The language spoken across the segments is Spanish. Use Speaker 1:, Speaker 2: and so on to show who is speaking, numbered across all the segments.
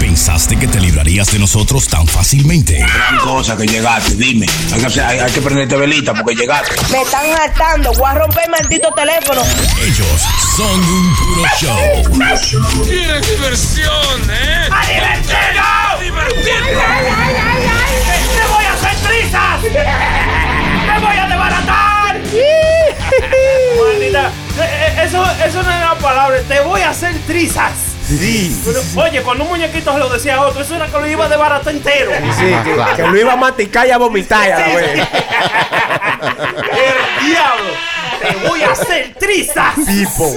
Speaker 1: pensaste que te librarías de nosotros tan fácilmente?
Speaker 2: Gran cosa que llegaste, dime. Hay que, hay- hay que prenderte velita porque llegaste.
Speaker 3: Me están hartando. Voy a romper el maldito teléfono.
Speaker 1: Ellos son un puro show.
Speaker 4: ¡Qué diversión, eh!
Speaker 5: ¡A divertirnos!
Speaker 4: ¡A divertirnos!
Speaker 5: ¡Ay, ay, ay, ay! ¡Te voy a hacer trizas! ¡Te voy a desbaratar! Maldita, eh, eh, eso, eso no era una palabra, te voy a hacer trizas.
Speaker 6: Sí.
Speaker 5: Pero, oye, cuando un muñequito se lo decía a otro, eso era que lo iba de barato entero.
Speaker 6: Sí,
Speaker 7: Ah,
Speaker 6: que, que lo iba a maticar y a vomitar ya la vez.
Speaker 5: ¡El diablo! ¡Te voy a hacer trizas!
Speaker 6: Tipo.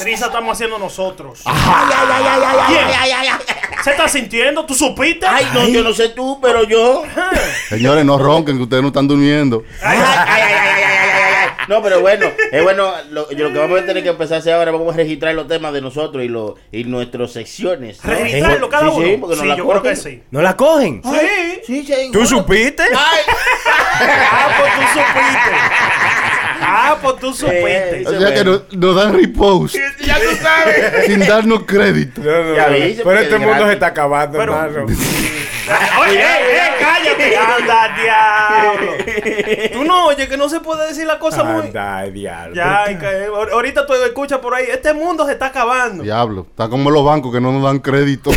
Speaker 5: Trizas estamos haciendo nosotros.
Speaker 8: Ay, ay, ay, ay, ay,
Speaker 5: Bien.
Speaker 8: ay, ay, ay, ay.
Speaker 5: ¿Se está sintiendo? ¿Tú supiste?
Speaker 8: Ay, no, yo no sé tú, pero yo.
Speaker 7: Señores, no ronquen, que ustedes no están durmiendo.
Speaker 8: Ay, ay, ay, ay, ay, ay, ay, ay, ay. No, pero bueno, es bueno. Lo, yo lo que vamos a tener que empezar a hacer ahora, vamos a registrar los temas de nosotros y, los y nuestras secciones. ¿no?
Speaker 5: ¿Registrarlo cada
Speaker 8: Sí,
Speaker 5: uno?
Speaker 8: sí, porque nos la
Speaker 5: yo creo que
Speaker 8: cogen.
Speaker 5: sí.
Speaker 6: ¿No la cogen?
Speaker 5: Sí.
Speaker 8: Sí, sí.
Speaker 6: ¿Tú supiste?
Speaker 8: Ay,
Speaker 5: Ah, pues tú supiste. Ah, pues tú supiste.
Speaker 8: Eh,
Speaker 7: O sea que no- nos, dan repost
Speaker 4: ¡Ya tú sabes!
Speaker 7: sin darnos crédito.
Speaker 6: No, no,
Speaker 8: Ya
Speaker 6: no.
Speaker 8: vi, se
Speaker 6: Pero
Speaker 8: puede
Speaker 6: este mundo
Speaker 8: gratis.
Speaker 6: se está acabando,
Speaker 5: Pero-
Speaker 6: hermano.
Speaker 5: Oye, eh, eh, cállate. Anda, diablo. Tú no oyes que no se puede decir la cosa muy.
Speaker 6: Anda, diablo.
Speaker 5: Ya, ay, que- eh, ahor- ahorita tú escuchas por ahí. Este mundo se está acabando.
Speaker 7: Diablo, está como los bancos que no nos dan crédito.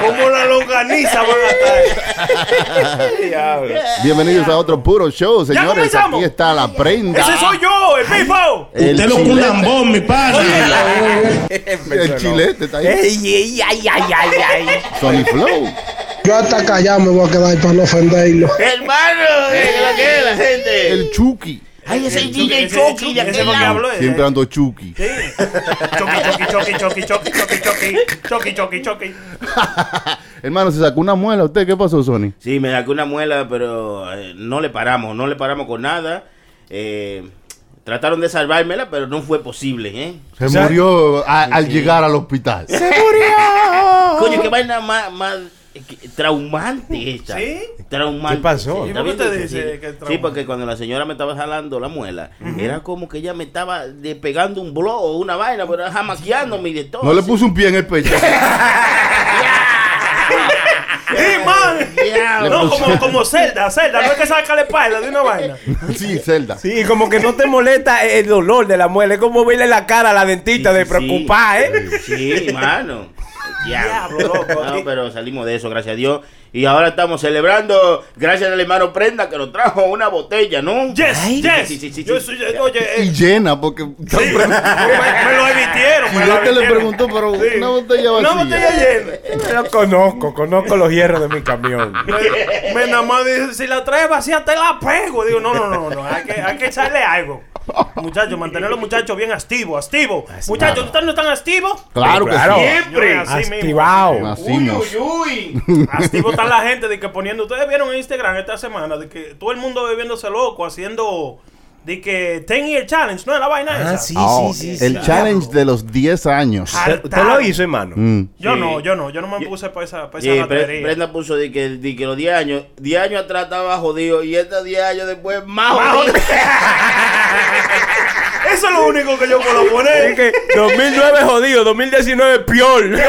Speaker 5: Como la longaniza van a estar.
Speaker 6: Diablo.
Speaker 7: Bienvenidos a otro puro show, señores.
Speaker 5: comenzamos.
Speaker 7: Aquí está la prenda.
Speaker 5: Ese soy yo, el Pipo.
Speaker 7: El
Speaker 2: Usted lo
Speaker 7: chilete.
Speaker 2: culambón, mi padre.
Speaker 7: El chilete está
Speaker 6: ¿Eh?
Speaker 7: ahí.
Speaker 6: Ey, ey, ay, ay, ay, ay.
Speaker 7: Sony Flow.
Speaker 9: Yo hasta callado me voy a quedar para no ofenderlo.
Speaker 8: hermano, eh, que lo quiere la gente.
Speaker 7: El Chucky.
Speaker 8: ay, ese DJ
Speaker 5: Ese
Speaker 8: Chucky de
Speaker 5: ese
Speaker 8: aquel
Speaker 5: fue que
Speaker 8: lado.
Speaker 5: habló, ese.
Speaker 7: Siempre ando Chucky.
Speaker 5: Sí. Choqui, choqui, choqui, choqui, choqui, choqui, choqui, choqui, choqui, choqui.
Speaker 7: Hermano, se sacó una muela. ¿Usted qué pasó, Sony?
Speaker 8: Sí, me saqué una muela, pero eh, no le paramos, no le paramos con nada. Eh, trataron de salvármela, pero no fue posible, ¿eh?
Speaker 7: Se
Speaker 6: O sea-
Speaker 7: murió a- al llegar al hospital.
Speaker 8: Coño,
Speaker 6: Oh.
Speaker 8: qué vaina más, más eh, que- traumante esta.
Speaker 5: ¿Sí?
Speaker 8: Traumante.
Speaker 6: ¿Qué
Speaker 8: Sí,
Speaker 6: pasó?
Speaker 5: ¿Y por qué
Speaker 8: está bien
Speaker 5: usted
Speaker 8: difícil.
Speaker 5: dice que es
Speaker 8: Sí,
Speaker 5: traumante?
Speaker 8: porque cuando la señora me estaba jalando la muela, era como que ella me estaba de- pegando un blow o una vaina, pero era jamaqueándome y de todo.
Speaker 7: No le
Speaker 8: así.
Speaker 7: puso un pie en el pecho.
Speaker 5: ¡Eh, man!
Speaker 8: Ya,
Speaker 7: Le
Speaker 5: No,
Speaker 7: puso-
Speaker 5: como, como Zelda, Zelda, no es que saca la espalda de una vaina.
Speaker 7: Sí, Zelda.
Speaker 6: Sí, como que no te molesta el dolor de la muela. Es como verle la cara a la dentista de
Speaker 8: sí,
Speaker 6: preocupar, ¿eh?
Speaker 8: Sí, hermano. Diablo,
Speaker 5: Diablo, loco.
Speaker 8: No, pero salimos de eso, gracias a Dios. Y ahora estamos celebrando, gracias al hermano Prenda que nos trajo una botella, ¿no?
Speaker 5: Yes, yes.
Speaker 8: sí, sí, sí,
Speaker 5: Yo
Speaker 8: sí.
Speaker 5: soy- oye,
Speaker 7: Y
Speaker 5: eh,
Speaker 7: llena, porque. están
Speaker 5: me,
Speaker 7: pre-
Speaker 5: me lo emitieron.
Speaker 7: Chilete
Speaker 5: me lo
Speaker 7: le
Speaker 5: emitieron.
Speaker 7: preguntó, pero
Speaker 5: Sí.
Speaker 7: una botella
Speaker 5: Una
Speaker 7: vacía.
Speaker 5: botella llena.
Speaker 6: Lo conozco, conozco los hierros de mi camión.
Speaker 5: Me- Me nada más dice, si la traes vacía te la pego. Digo, no, no, no, no, hay que, hay que echarle algo. Muchachos, mantener a los muchachos bien activos, activos. Muchachos, ¿ustedes no están activos?
Speaker 7: Claro que
Speaker 6: Claro.
Speaker 7: sí.
Speaker 5: Siempre. Así
Speaker 6: Activado.
Speaker 7: Así nos-
Speaker 5: Activo está la gente de que poniendo. Ustedes vieron en Instagram esta semana de que todo el mundo bebiéndose loco, haciendo de que 10 year challenge, ¿no? es La vaina esa.
Speaker 7: Ah, el challenge de los 10 años.
Speaker 5: Ah,
Speaker 6: ¿Usted usted lo hizo, hermano?
Speaker 7: Mm.
Speaker 5: Yo
Speaker 8: Sí.
Speaker 5: no, yo no, yo no me puse para esa, para esa
Speaker 8: Y Pre-
Speaker 5: batería.
Speaker 8: Prenda puso de que, de que los 10 años, 10 años atrás estaba jodido y estos 10 años después más jodido.
Speaker 5: Eso es lo único que yo puedo
Speaker 6: Es
Speaker 5: poner.
Speaker 6: que 2009 jodido, 2019 peor.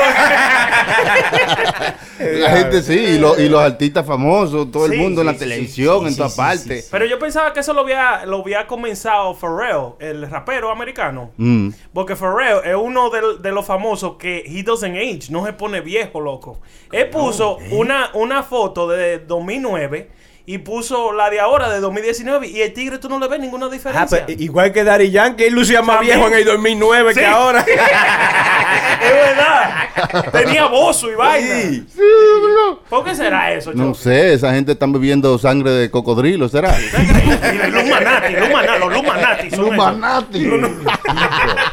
Speaker 7: La gente sí, y, lo- y los artistas famosos, todo
Speaker 5: Sí,
Speaker 7: el mundo en la
Speaker 5: sí, sí,
Speaker 7: televisión, en todas partes.
Speaker 5: Pero yo pensaba que eso lo había, lo había comenzado Pharrell, el rapero americano.
Speaker 7: Mm.
Speaker 5: Porque Pharrell es uno del- de, los famosos que he doesn't age, no se pone viejo, loco. Él puso una, una foto de 2009 y puso la de ahora de 2019 y el tigre tú no le ves ninguna
Speaker 6: Ah,
Speaker 5: diferencia.
Speaker 6: pero igual que Daddy Yankee, él lucía más
Speaker 5: También.
Speaker 6: viejo en el 2009
Speaker 5: Sí.
Speaker 6: que ahora.
Speaker 5: es verdad. Tenía bozo y vaina.
Speaker 6: Sí.
Speaker 5: ¿Por qué será eso,
Speaker 7: No
Speaker 5: Choco?
Speaker 7: sé, esa gente está bebiendo sangre de cocodrilo, ¿será?
Speaker 5: Mira, los Lumanati, Lumanati, los Lumanati son esos.
Speaker 7: Lumanati.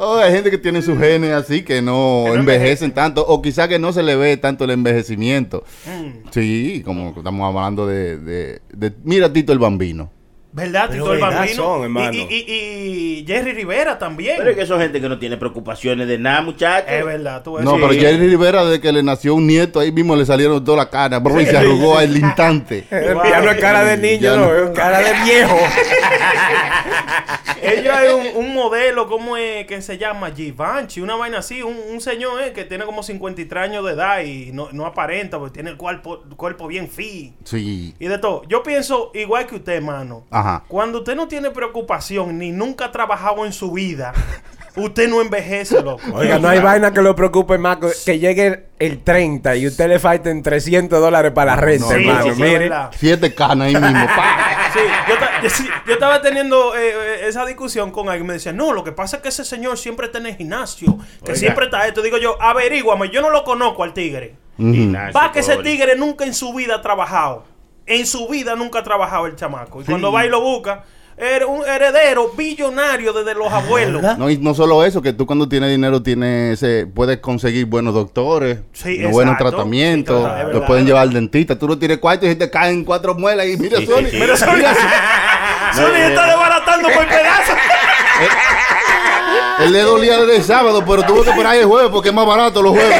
Speaker 7: Oh, hay gente que tiene sus genes así que no envejecen tanto, o quizá que no se le ve tanto el
Speaker 5: Mm.
Speaker 7: envejecimiento. Sí, como estamos hablando de, de- de- Mira, Tito el Bambino.
Speaker 5: ¿Verdad?
Speaker 6: Pero
Speaker 5: Tito el
Speaker 6: verdad
Speaker 5: Bambino.
Speaker 6: son, hermano.
Speaker 5: y, y- y- y Jerry Rivera también.
Speaker 8: Pero es que son gente que no tiene preocupaciones de nada, muchachos.
Speaker 5: Es verdad, tú ves.
Speaker 7: No,
Speaker 5: pues. Sí.
Speaker 7: pero Jerry Rivera, desde que le nació un nieto, ahí mismo le salieron todas las caras, bro, y se arrugó al instante.
Speaker 6: Ya no es cara de niño,
Speaker 7: Ya
Speaker 6: no,
Speaker 7: no.
Speaker 6: es cara de viejo.
Speaker 5: Ellos hay un, un modelo, ¿cómo es que se llama? Givenchy, una vaina así. Un, un señor eh, que tiene como 53 años de edad y no, no aparenta, porque tiene el cuerpo, cuerpo bien fit.
Speaker 7: Sí.
Speaker 5: Y de todo. Yo pienso igual que usted, mano.
Speaker 7: Ajá.
Speaker 5: Cuando usted no tiene preocupación ni nunca ha trabajado en su vida, usted no envejece, loco.
Speaker 6: Oiga, no hay vaina que lo preocupe más que- que llegue el 30 y usted le falten 300 dólares para la renta,
Speaker 7: No,
Speaker 5: Sí,
Speaker 6: hermano.
Speaker 5: sí, sí,
Speaker 6: mire.
Speaker 5: verdad.
Speaker 7: Siete canas ahí mismo. pa.
Speaker 5: Sí, yo, ta- yo sí- yo estaba teniendo eh, eh, esa discusión con alguien. Me decía, no, lo que pasa es que ese señor siempre está en el gimnasio, que siempre está esto. Digo yo, averíguame, yo no lo conozco al tigre.
Speaker 7: Ujú.
Speaker 5: Va que ese tigre nunca en su vida ha trabajado. En su vida nunca ha trabajado el chamaco. Y cuando va y lo busca, era un heredero billonario desde los abuelos.
Speaker 7: No, y no solo eso, que tú cuando tienes dinero tienes ese, puedes conseguir buenos doctores,
Speaker 5: Sí,
Speaker 7: unos buenos
Speaker 5: exacto. Sí,
Speaker 7: tratamientos,
Speaker 5: claro, es
Speaker 7: te
Speaker 5: verdad.
Speaker 7: pueden llevar al dentista. Tú no tienes cuarto y te caen cuatro muelas y mira,
Speaker 8: Sí, sí,
Speaker 7: Sony,
Speaker 8: sí.
Speaker 7: mira, Sony.
Speaker 5: Sony está desbaratando por pedazos.
Speaker 7: Él le dolía desde el sábado, pero tuvo que esperar el jueves porque es más barato los jueves.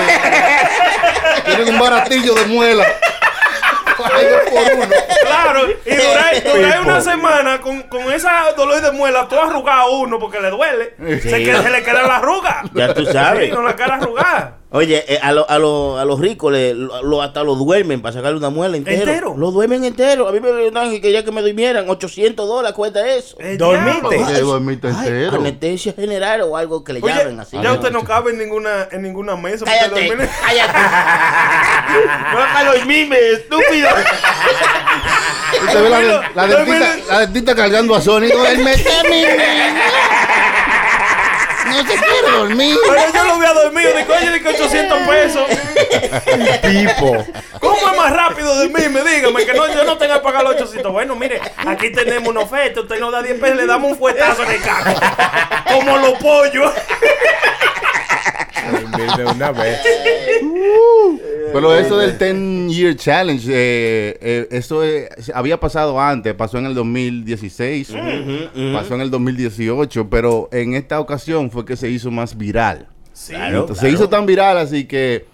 Speaker 7: Tienen un baratillo de muela. Ay, dos por uno.
Speaker 5: Claro, y durar, durar una semana con, con esa dolor de muela, tú arrugado a uno porque le duele. Se,
Speaker 8: Sí.
Speaker 5: que- se le queda la arruga.
Speaker 8: Ya tú sabes.
Speaker 5: Sí, con la cara arrugada.
Speaker 8: Oye, eh, a, lo- a, lo- a los ricos le- lo, lo- hasta lo duermen para sacarle una muela entero.
Speaker 5: ¿Entero?
Speaker 8: Lo duermen entero. A mí me preguntaban que quería que me durmieran. 800 dólares cuesta eso.
Speaker 5: El
Speaker 6: Dormiste.
Speaker 5: diablo.
Speaker 7: Sí,
Speaker 8: Ay,
Speaker 7: dormito
Speaker 8: ay,
Speaker 7: entero.
Speaker 8: Anestesia general o algo que le
Speaker 5: Oye,
Speaker 8: llamen así.
Speaker 5: ya usted no cabe en ninguna, en ninguna mesa. porque
Speaker 8: Cállate,
Speaker 5: dormir-
Speaker 8: cállate. no hagas los mimes, estúpido.
Speaker 7: Usted ve la, de- la dentista, la dentista cargando a Sony. No, él me está mirando. No se quiere dormir.
Speaker 5: Pero yo lo veo dormido, digo, oye, de que 800 pesos.
Speaker 7: Tipo.
Speaker 5: ¿Cómo es más rápido dormirme? Dígame que no, yo no tenga que pagar los 800. Bueno, mire, aquí tenemos una oferta. Usted nos da 10 pesos, le damos un fuetazo en el carro. Como los pollos.
Speaker 6: De una vez.
Speaker 7: Pero eso del 10 Year Challenge, eh, eh, eso eh, había pasado antes, pasó en el 2016,
Speaker 8: Mm,
Speaker 7: pasó en el 2018, pero en esta ocasión fue que se hizo más viral.
Speaker 8: Claro,
Speaker 7: Entonces, Se hizo tan viral así que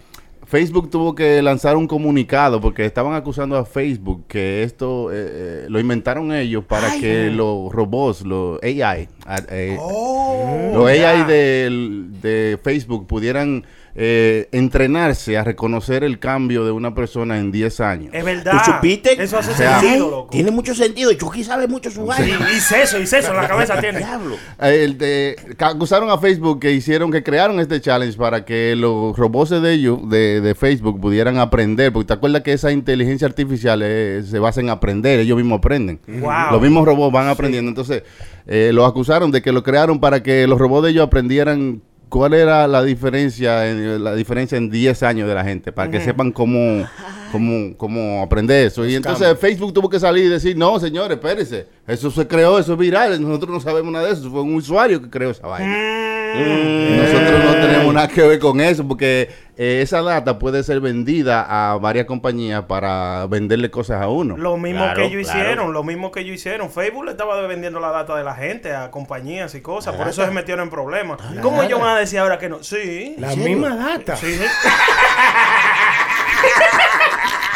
Speaker 7: Facebook tuvo que lanzar un comunicado porque estaban acusando a Facebook que esto eh, eh, lo inventaron ellos para que los robots, los AI, a- eh,
Speaker 8: Oh,
Speaker 7: los AI del- de Facebook pudieran eh, entrenarse a reconocer el cambio de una persona en 10 años.
Speaker 5: Es verdad.
Speaker 8: ¿Tú supiste?
Speaker 5: Eso hace
Speaker 7: O sea,
Speaker 5: sentido, loco.
Speaker 8: Tiene mucho sentido. Chucky sabe mucho su vaina.
Speaker 5: Y, y seso, y seso en la cabeza tiene.
Speaker 8: Diablo.
Speaker 7: Eh, El de, ca- acusaron a Facebook que hicieron, que crearon este challenge para que los robots de ellos, de, de Facebook, pudieran aprender. Porque te acuerdas que esa inteligencia artificial eh, se basa en aprender, ellos mismos aprenden.
Speaker 5: Wow.
Speaker 7: Los mismos robots van aprendiendo. Entonces, eh, los acusaron de que lo crearon para que los robots de ellos aprendieran cuál era la diferencia, en, la diferencia en 10 años de la gente, para que sepan cómo, cómo, cómo aprender eso. Y entonces Facebook tuvo que salir y decir, no, señores, espérense, eso se creó, eso es viral, nosotros no sabemos nada de eso, fue un usuario que creó esa vaina.
Speaker 8: Mm.
Speaker 5: Mm.
Speaker 7: Nosotros no tenemos nada que ver con eso porque eh, esa data puede ser vendida a varias compañías para venderle cosas a uno.
Speaker 5: Lo mismo
Speaker 8: Claro,
Speaker 5: que ellos
Speaker 8: claro.
Speaker 5: hicieron, lo mismo que ellos hicieron. Facebook le estaba vendiendo la data de la gente a compañías y cosas, por eso se metieron en problemas.
Speaker 8: Ah,
Speaker 5: ¿Cómo ellos van a decir ahora que no? Sí.
Speaker 6: La misma data.
Speaker 5: sí.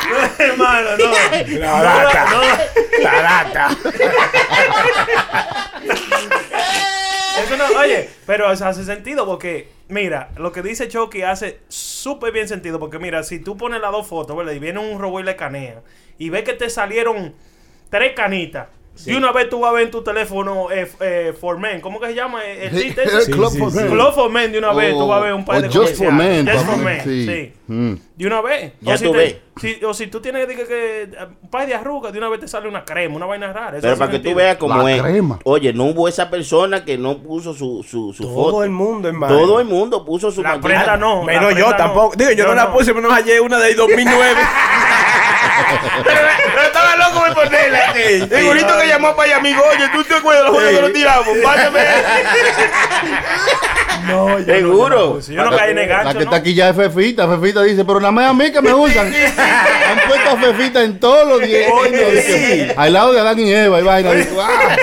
Speaker 5: No, hermano, no.
Speaker 6: La
Speaker 5: No,
Speaker 6: data.
Speaker 5: no.
Speaker 6: La data.
Speaker 5: Eso no- oye, pero eso hace sentido porque, mira, lo que dice Chucky hace súper bien sentido. Porque, mira, si tú pones las dos fotos, ¿verdad? Y viene un robot y le canea. Y ve que te salieron tres canitas. Y una vez tú vas a ver en tu teléfono eh, eh, For Men. ¿Cómo que se llama? Eh, El chiste
Speaker 7: El
Speaker 5: ese?
Speaker 7: Club for Men.
Speaker 5: Club for Men de una vez.
Speaker 7: O-
Speaker 5: Tú vas a ver un par
Speaker 7: o
Speaker 5: de
Speaker 7: Just for
Speaker 5: comerciales.
Speaker 7: Men.
Speaker 5: Just for
Speaker 7: papá.
Speaker 5: Men,
Speaker 7: Sí.
Speaker 5: sí.
Speaker 7: Mm.
Speaker 5: De una vez.
Speaker 8: Ya
Speaker 5: o, si
Speaker 8: tú
Speaker 5: te-
Speaker 8: ves.
Speaker 5: si- o si tú tienes dije, que, eh, un par de arrugas, de una vez te sale una crema, una vaina rara. Eso
Speaker 8: Pero
Speaker 5: hace
Speaker 8: para que tú
Speaker 5: sentido.
Speaker 8: veas cómo
Speaker 7: La
Speaker 8: es.
Speaker 7: crema.
Speaker 8: Oye, no hubo esa persona que no puso su, su, su foto.
Speaker 6: Todo el mundo, hermano.
Speaker 8: Todo el mundo puso su
Speaker 5: La
Speaker 8: maquillaje.
Speaker 5: prenda no. la
Speaker 6: Menos yo
Speaker 5: prenda no.
Speaker 6: tampoco. Digo, yo no la puse, pero no hallé una de 2009.
Speaker 4: Pero estaba loco por ponerla. El bonito que llamó para allá, amigo. Oye, ¿tú te acuerdas de los juegos que nos tiramos? Pásame.
Speaker 5: No, yo no,
Speaker 8: Seguro.
Speaker 5: yo no puse. Yo no caí en el
Speaker 7: La
Speaker 5: gancho,
Speaker 7: que
Speaker 5: ¿no?
Speaker 7: está aquí ya es Fefita. Fefita dice, pero nada más a mí que me gustan. Han puesto a Fefita en todos los 10 años. dice, Al lado de Adán y Eva. Y vaina. Dice, "Ah".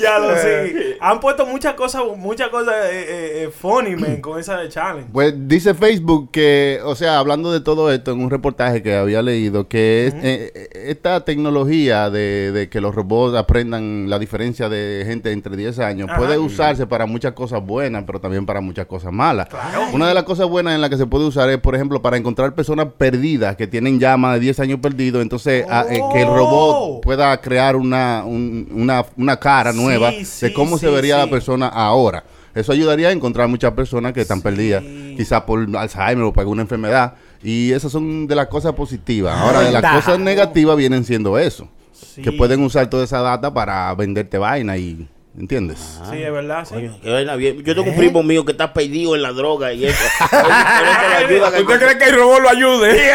Speaker 5: Ya lo
Speaker 8: Eh.
Speaker 5: sé. Han puesto muchas cosas, muchas cosas eh, eh, eh, funny, man, con esa de challenge.
Speaker 7: Pues dice Facebook que, o sea, hablando de todo esto en un reportaje que había leído, que es- eh, eh, esta tecnología de, de que los robots aprendan la diferencia de gente entre 10 años
Speaker 5: Ajá.
Speaker 7: puede usarse para muchas cosas buenas, pero también para muchas cosas malas. Una de las cosas buenas en la que se puede usar es, por ejemplo, para encontrar personas perdidas que tienen ya más de 10 años perdidos, entonces a- eh, que el
Speaker 5: Oh.
Speaker 7: robot pueda crear una, un- una, una cara
Speaker 5: Sí,
Speaker 7: nueva
Speaker 5: sí,
Speaker 7: de cómo se
Speaker 5: sí,
Speaker 7: vería la
Speaker 5: sí.
Speaker 7: persona persona ahora. Eso ayudaría a encontrar muchas personas que están perdidas, quizás por Alzheimer o por alguna enfermedad. Y esas son de las cosas positivas. Ahora, de las
Speaker 6: Anda.
Speaker 7: cosas negativas vienen siendo eso.
Speaker 5: Sí.
Speaker 7: Que pueden usar toda esa data para venderte vaina y... ¿Entiendes?
Speaker 5: Sí, es verdad, sí.
Speaker 8: Coño, qué vaina bien. Yo
Speaker 5: ¿Eh?
Speaker 8: tengo un primo mío que está perdido en la droga y eso. Pero eso le ayuda a-
Speaker 6: ¿Usted cree que el robot lo ayude?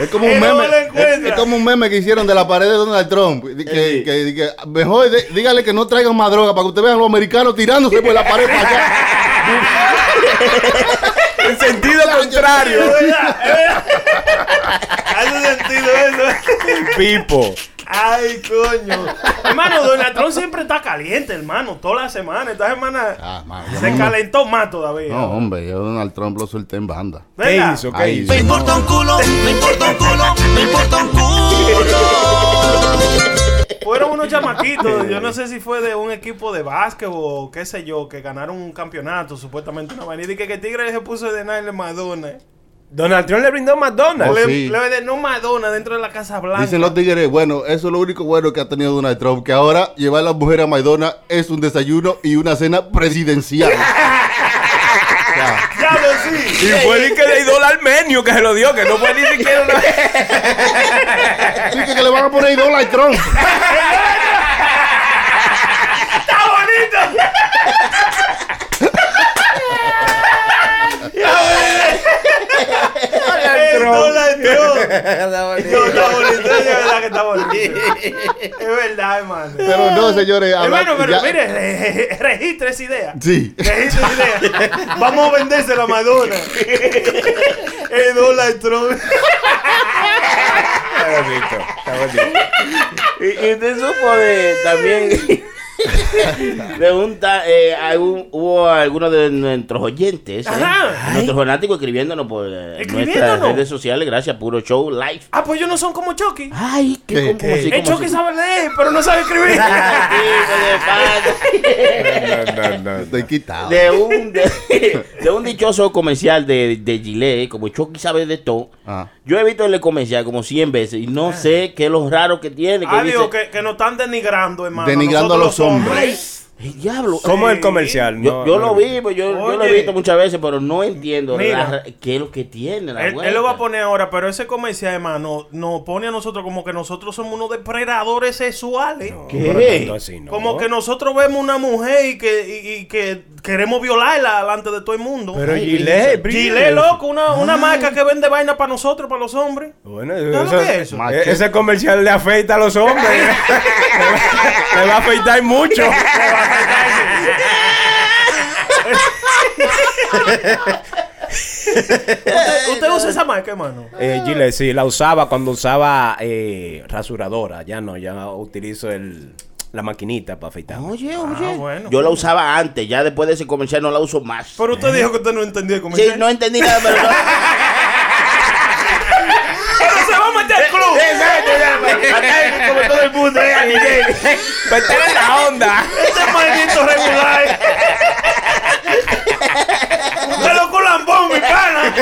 Speaker 7: Es como un
Speaker 5: no
Speaker 7: meme.
Speaker 5: lo
Speaker 7: Es,
Speaker 5: encuentra.
Speaker 7: es como un meme que hicieron de la pared de Donald Trump. Que, que- que- que mejor de- dígale que no traigan más droga para que ustedes vean a los americanos tirándose por la pared para allá.
Speaker 6: En sentido contrario.
Speaker 5: Es verdad, es verdad. Hace sentido eso.
Speaker 6: Pipo.
Speaker 5: Ay, coño. hermano, Donald Trump siempre está caliente, hermano. Toda la semana. Esta semana
Speaker 7: Ah, man, yo
Speaker 5: se
Speaker 7: no me-
Speaker 5: calentó más todavía.
Speaker 7: No, hombre, yo a Donald Trump lo solté en banda.
Speaker 6: ¿Qué
Speaker 5: ¿Verdad?
Speaker 6: hizo? ¿Qué
Speaker 7: Ahí,
Speaker 6: hizo?
Speaker 7: sí.
Speaker 1: importa un culo, me importa un culo, me importa un culo.
Speaker 5: Fueron unos chamaquitos, yo no sé si fue de un equipo de básquet o qué sé yo, que ganaron un campeonato, supuestamente una vaina. Y dije que Tigre se puso de Nile Madonna.
Speaker 6: Donald Trump le brindó Madonna.
Speaker 7: Oh,
Speaker 5: le,
Speaker 7: sí.
Speaker 5: le ordenó Madonna dentro de la Casa Blanca.
Speaker 7: Dicen los tigres, bueno, eso es lo único bueno que ha tenido Donald Trump, que ahora llevar a las mujeres a Maidona es un desayuno y una cena presidencial.
Speaker 5: ¡Ya lo sí!
Speaker 6: Y fue el que le dio al armenio que se lo dio, que no fue ni siquiera una
Speaker 7: Así que, que le van a poner Donald Trump.
Speaker 5: El Donald Trump. No, está bonito, es verdad que está bonito. Es verdad, hermano.
Speaker 7: Pero no, señores, habla-
Speaker 5: Hermano, pero
Speaker 7: Ah, ya-
Speaker 5: mire, re- re- registre esa idea.
Speaker 7: Sí.
Speaker 5: Registre esa idea. Vamos a venderse la Madonna. El Donald Trump.
Speaker 6: Está bonito, está bonito.
Speaker 8: Y, y usted supo de también de un ta- eh, algún- hubo algunos de nuestros oyentes, eh,
Speaker 5: Ajá.
Speaker 8: nuestros fanáticos escribiéndonos por eh, nuestras
Speaker 5: Escribiéndonos.
Speaker 8: redes sociales, gracias Puro Show Live.
Speaker 5: Ah, pues ellos no son como Chucky.
Speaker 8: Ay, qué,
Speaker 7: ¿Qué?
Speaker 8: cómo
Speaker 7: ¿Qué?
Speaker 8: así,
Speaker 5: El
Speaker 8: cómo
Speaker 5: Chucky
Speaker 8: así.
Speaker 5: sabe leer, pero no sabe escribir.
Speaker 8: Ay, hijo de padre.
Speaker 6: No, no, no,
Speaker 7: Estoy quitado.
Speaker 8: de un de, de un dichoso comercial de, de Gillette, como Chucky sabe de todo.
Speaker 7: Ah.
Speaker 8: Yo he visto el comercial como 100 veces y no sé qué es lo raro que tiene. Que
Speaker 5: Ah, digo,
Speaker 8: dice,
Speaker 5: que, que nos están denigrando, hermano.
Speaker 7: Denigrando a
Speaker 5: nosotros
Speaker 7: los
Speaker 8: "Ay, diablo.
Speaker 6: ¿Cómo el
Speaker 5: Sí.
Speaker 6: comercial?
Speaker 8: Yo,
Speaker 6: No,
Speaker 8: yo
Speaker 6: no,
Speaker 8: lo
Speaker 6: no.
Speaker 8: vi, pues, yo, yo lo he
Speaker 5: Oye.
Speaker 8: visto muchas veces, pero no entiendo
Speaker 5: Mira.
Speaker 8: la- qué es lo que tiene la
Speaker 5: Él,
Speaker 8: vuelta.
Speaker 5: él lo va a poner ahora, pero ese comercial, hermano, nos pone a nosotros como que nosotros somos unos depredadores sexuales.
Speaker 8: ¿Qué?
Speaker 6: Pero tanto así, no.
Speaker 5: Como que nosotros vemos una mujer y que, y, y que queremos violarla delante de todo el mundo.
Speaker 6: Pero
Speaker 8: Ay,
Speaker 6: Gillette,
Speaker 5: Chile, loco, una, una marca que vende vaina para nosotros, para los hombres.
Speaker 6: Bueno,
Speaker 5: ¿Sabes
Speaker 6: eso, e-,
Speaker 5: lo que es eso?
Speaker 7: Macho.
Speaker 6: ese comercial le afeita a los hombres. Le va- le va a afeitar mucho.
Speaker 5: ¿Usted, usted usa esa marca, hermano?
Speaker 6: Eh, Gillette, sí, la usaba cuando usaba eh, rasuradora. Ya no, ya utilizo el, la maquinita para afeitar.
Speaker 8: Oye,
Speaker 5: Ah,
Speaker 8: oye.
Speaker 5: bueno.
Speaker 8: Yo la usaba antes, ya después de ese comercial no la uso más.
Speaker 5: Pero usted dijo que usted no entendía
Speaker 8: sí,
Speaker 5: el comercial.
Speaker 8: no entendí nada, pero no.
Speaker 5: ¡Pero se va a meter al club!
Speaker 6: eh,
Speaker 8: Exacto, ya, pues, acá es como todo el mundo, eh, a nivel.
Speaker 6: Pero está en Pues la onda.
Speaker 5: ¡Este maldito regular! ¡Usted lo culambón, mi pana!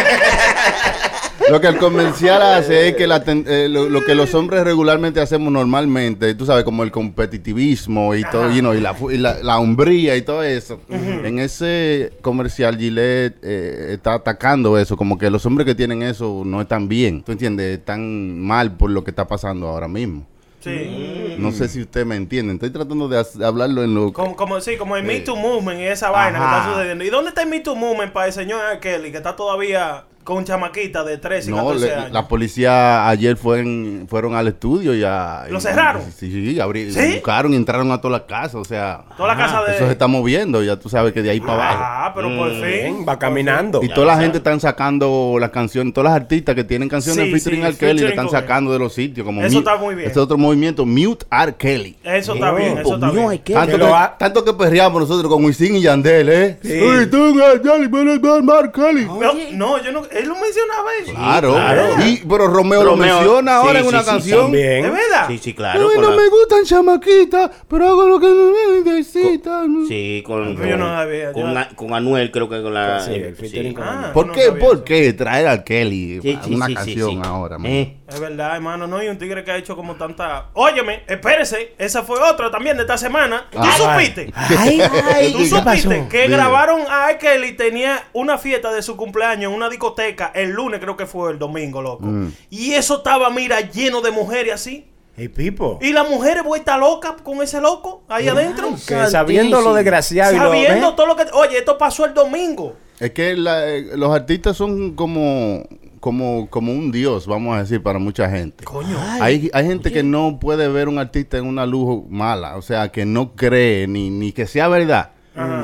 Speaker 7: Lo que el comercial hace es que la ten- eh, lo, lo que los hombres regularmente hacemos normalmente, tú sabes, como el competitivismo y todo, you know, y la, fu- y la, la hombría y todo eso. En ese comercial Gillette eh, está atacando eso, como que los hombres que tienen eso no están bien, ¿tú entiendes? Están mal por lo que está pasando ahora mismo.
Speaker 5: Sí.
Speaker 7: No sé si usted me entiende, estoy tratando de hac- hablarlo en lo...
Speaker 5: Como, como, sí, como el Me Too Movement y esa vaina que
Speaker 7: Ajá.
Speaker 5: está sucediendo. ¿Y dónde está el Me Too Movement para el señor R. Kelly que está todavía con chamaquita de 13 y
Speaker 7: No,
Speaker 5: 14
Speaker 7: le-
Speaker 5: años.
Speaker 7: la policía ayer fueron, fueron al estudio y a...
Speaker 5: ¿Lo
Speaker 7: y-
Speaker 5: cerraron?
Speaker 7: Sí, sí, abrí-
Speaker 5: ¿Sí?
Speaker 7: buscaron y entraron a todas las casas, o sea...
Speaker 5: Toda la casa de.
Speaker 7: ah, Eso se está moviendo, ya tú sabes que de ahí para abajo.
Speaker 5: Ah, pero por fin.
Speaker 6: Bien, va caminando.
Speaker 7: Y toda la gente están sacando las canciones, todas las artistas que tienen canciones
Speaker 5: Sí,
Speaker 7: featuring
Speaker 5: sí,
Speaker 7: R. Kelly
Speaker 5: featuring
Speaker 7: le están
Speaker 5: con él.
Speaker 7: sacando de los sitios. Como
Speaker 5: Eso
Speaker 7: mute-
Speaker 5: está muy bien.
Speaker 7: Este otro movimiento, Mute R. Kelly.
Speaker 5: Eso está bien,
Speaker 8: pues,
Speaker 5: eso está bien.
Speaker 7: Tanto que,
Speaker 6: lo ha-
Speaker 7: tanto que perreamos nosotros con Wisin y Yandel, ¿eh?
Speaker 6: Sí.
Speaker 7: Uy, tú, R. Kelly, pero es R. Kelly.
Speaker 5: No, no, yo no. Él lo mencionaba eso.
Speaker 7: Claro, Y, pero Romeo, lo
Speaker 8: Romeo,
Speaker 7: menciona
Speaker 8: sí,
Speaker 7: ahora en una
Speaker 8: sí, sí,
Speaker 7: canción.
Speaker 5: ¿De
Speaker 6: Bien.
Speaker 5: verdad?
Speaker 8: Sí, sí, claro.
Speaker 7: Ay,
Speaker 8: con
Speaker 7: no
Speaker 8: la-
Speaker 7: me gustan chamaquitas, pero hago lo que me necesitan.
Speaker 8: Sí, con,
Speaker 5: Pero yo no
Speaker 8: con-
Speaker 5: sabía,
Speaker 8: con,
Speaker 5: yo-
Speaker 8: A- con Anuel, creo que con la. eh,
Speaker 6: Sí, el featuring con
Speaker 5: Ah,
Speaker 7: ¿Por
Speaker 5: no
Speaker 7: qué,
Speaker 5: sabía
Speaker 7: por
Speaker 5: eso.
Speaker 7: qué traer a Kelly
Speaker 8: Sí,
Speaker 7: a
Speaker 8: sí,
Speaker 7: una
Speaker 8: sí, sí,
Speaker 7: canción
Speaker 8: sí.
Speaker 7: ahora? man?
Speaker 8: Eh,
Speaker 5: Es verdad, hermano, no, y un tigre que ha hecho como tanta. Óyeme, espérese, esa fue otra también de esta semana. ¿Tú supiste?
Speaker 6: Ay, ay,
Speaker 5: ¿Tú supiste que
Speaker 7: Dime.
Speaker 5: grabaron a R. Kelly tenía una fiesta de su cumpleaños en una discoteca el lunes, creo que fue el domingo, loco?
Speaker 6: Mm.
Speaker 5: Y eso estaba, mira, lleno de mujeres así.
Speaker 6: Hey, Pipo.
Speaker 5: Y las mujeres vuelta loca con ese loco ahí adentro.
Speaker 6: Que sabiendo lo desgraciado y lo-
Speaker 5: Sabiendo
Speaker 6: ¿eh?
Speaker 5: todo lo que. Oye, esto pasó el domingo.
Speaker 7: Es que la- eh, los artistas son como, como, como un dios, vamos a decir, para mucha gente.
Speaker 5: Coño.
Speaker 7: Hay, hay gente que no puede ver un artista en una luz mala, o sea, que no cree ni, ni que sea verdad.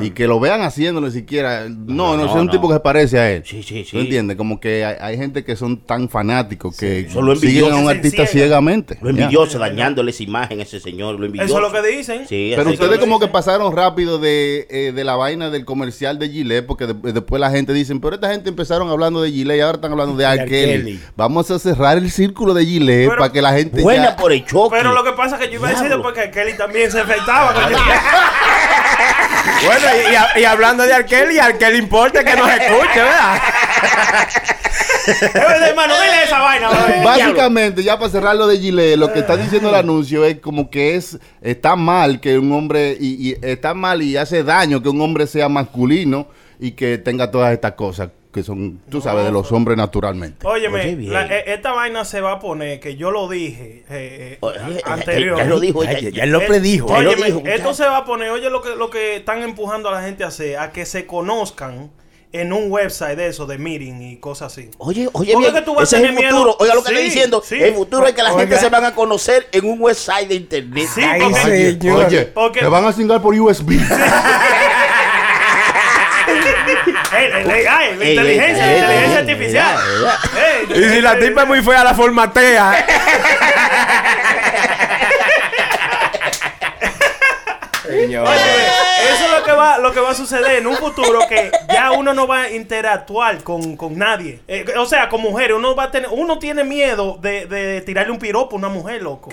Speaker 7: Y que lo vean haciéndolo ni siquiera. No, no,
Speaker 8: no,
Speaker 7: es un
Speaker 8: no.
Speaker 7: tipo que se parece a él.
Speaker 8: Sí, sí, sí.
Speaker 7: ¿Tú entiendes? Como que hay, hay gente que son tan fanáticos que
Speaker 8: Son lo
Speaker 7: siguen a
Speaker 8: envidiosos,
Speaker 7: un
Speaker 5: se
Speaker 7: artista
Speaker 5: enciegan.
Speaker 7: ciegamente.
Speaker 8: Lo
Speaker 7: Ya.
Speaker 8: envidioso, dañándole esa imagen a ese señor. Lo envidioso.
Speaker 5: Eso es lo que dicen.
Speaker 8: Sí,
Speaker 7: Pero
Speaker 8: así que-
Speaker 7: ustedes como que pasaron rápido de, eh, de la vaina del comercial de Gillette, porque de- eh, después la gente dice, pero esta gente empezaron hablando de Gillette y ahora están hablando de R.
Speaker 6: R.
Speaker 7: Kelly.
Speaker 6: Kelly.
Speaker 7: Vamos a cerrar el círculo de Gillette
Speaker 5: Pero-
Speaker 7: para que la gente...
Speaker 8: Buena
Speaker 7: ya-
Speaker 8: por el choque.
Speaker 5: Pero lo que pasa es que yo iba a decir
Speaker 8: Diablo.
Speaker 5: después que Kelly también se afectaba. coño.
Speaker 6: Bueno, y, y a- y hablando de Arkel, y a Arkel importa que nos escuche, ¿verdad?
Speaker 5: Es verdad, hermano, dile esa vaina. bro.
Speaker 7: Básicamente, ya para cerrar lo de Gillette, lo que está diciendo el anuncio es como que es está mal que un hombre, y, y está mal y hace daño que un hombre sea masculino y que tenga todas estas cosas que son, tú sabes, de los hombres naturalmente.
Speaker 5: Óyeme,
Speaker 8: Oye, bien.
Speaker 5: la- e- esta vaina se va a poner, que yo lo dije eh, eh,
Speaker 8: Oye,
Speaker 5: a- anterior.
Speaker 8: Ya lo dijo. ya-
Speaker 6: Ay,
Speaker 8: ya-
Speaker 6: él lo
Speaker 5: Eh,
Speaker 6: predijo.
Speaker 8: ya lo
Speaker 5: óyeme,
Speaker 8: eh, dijo, muchacho.
Speaker 5: esto se va a poner, oye lo que, lo que están empujando a la gente a hacer, a que se conozcan en un website de eso, de meeting y cosas así.
Speaker 8: Oye, oye,
Speaker 5: ¿Por qué
Speaker 8: bien,
Speaker 5: que tú vas a
Speaker 8: ese es el
Speaker 5: tener miedo?
Speaker 8: futuro. Oiga lo que
Speaker 5: Sí,
Speaker 8: estoy diciendo.
Speaker 5: sí.
Speaker 8: El futuro es que la gente
Speaker 6: Oiga.
Speaker 8: se van a conocer en un website de internet.
Speaker 5: Sí,
Speaker 6: Ay,
Speaker 5: porque-
Speaker 6: sí. Señor.
Speaker 7: Oye,
Speaker 5: Porque-
Speaker 7: te van a cingar por USB.
Speaker 5: Ey, ey, ey, ay, la
Speaker 8: Ey,
Speaker 5: inteligencia,
Speaker 8: ey,
Speaker 5: la inteligencia
Speaker 8: ey,
Speaker 5: artificial.
Speaker 8: eh,
Speaker 5: Ey,
Speaker 6: Y si la
Speaker 5: ey,
Speaker 6: tipa es muy fea, la formatea. Señor.
Speaker 5: Óyeme,
Speaker 6: ¡Eh!
Speaker 5: Eso es lo que va, lo que va a suceder en un futuro que ya uno no va a interactuar con, con nadie. Eh, o sea, con mujeres, uno va a tener, uno tiene miedo de, de tirarle un piropo a una mujer, loco.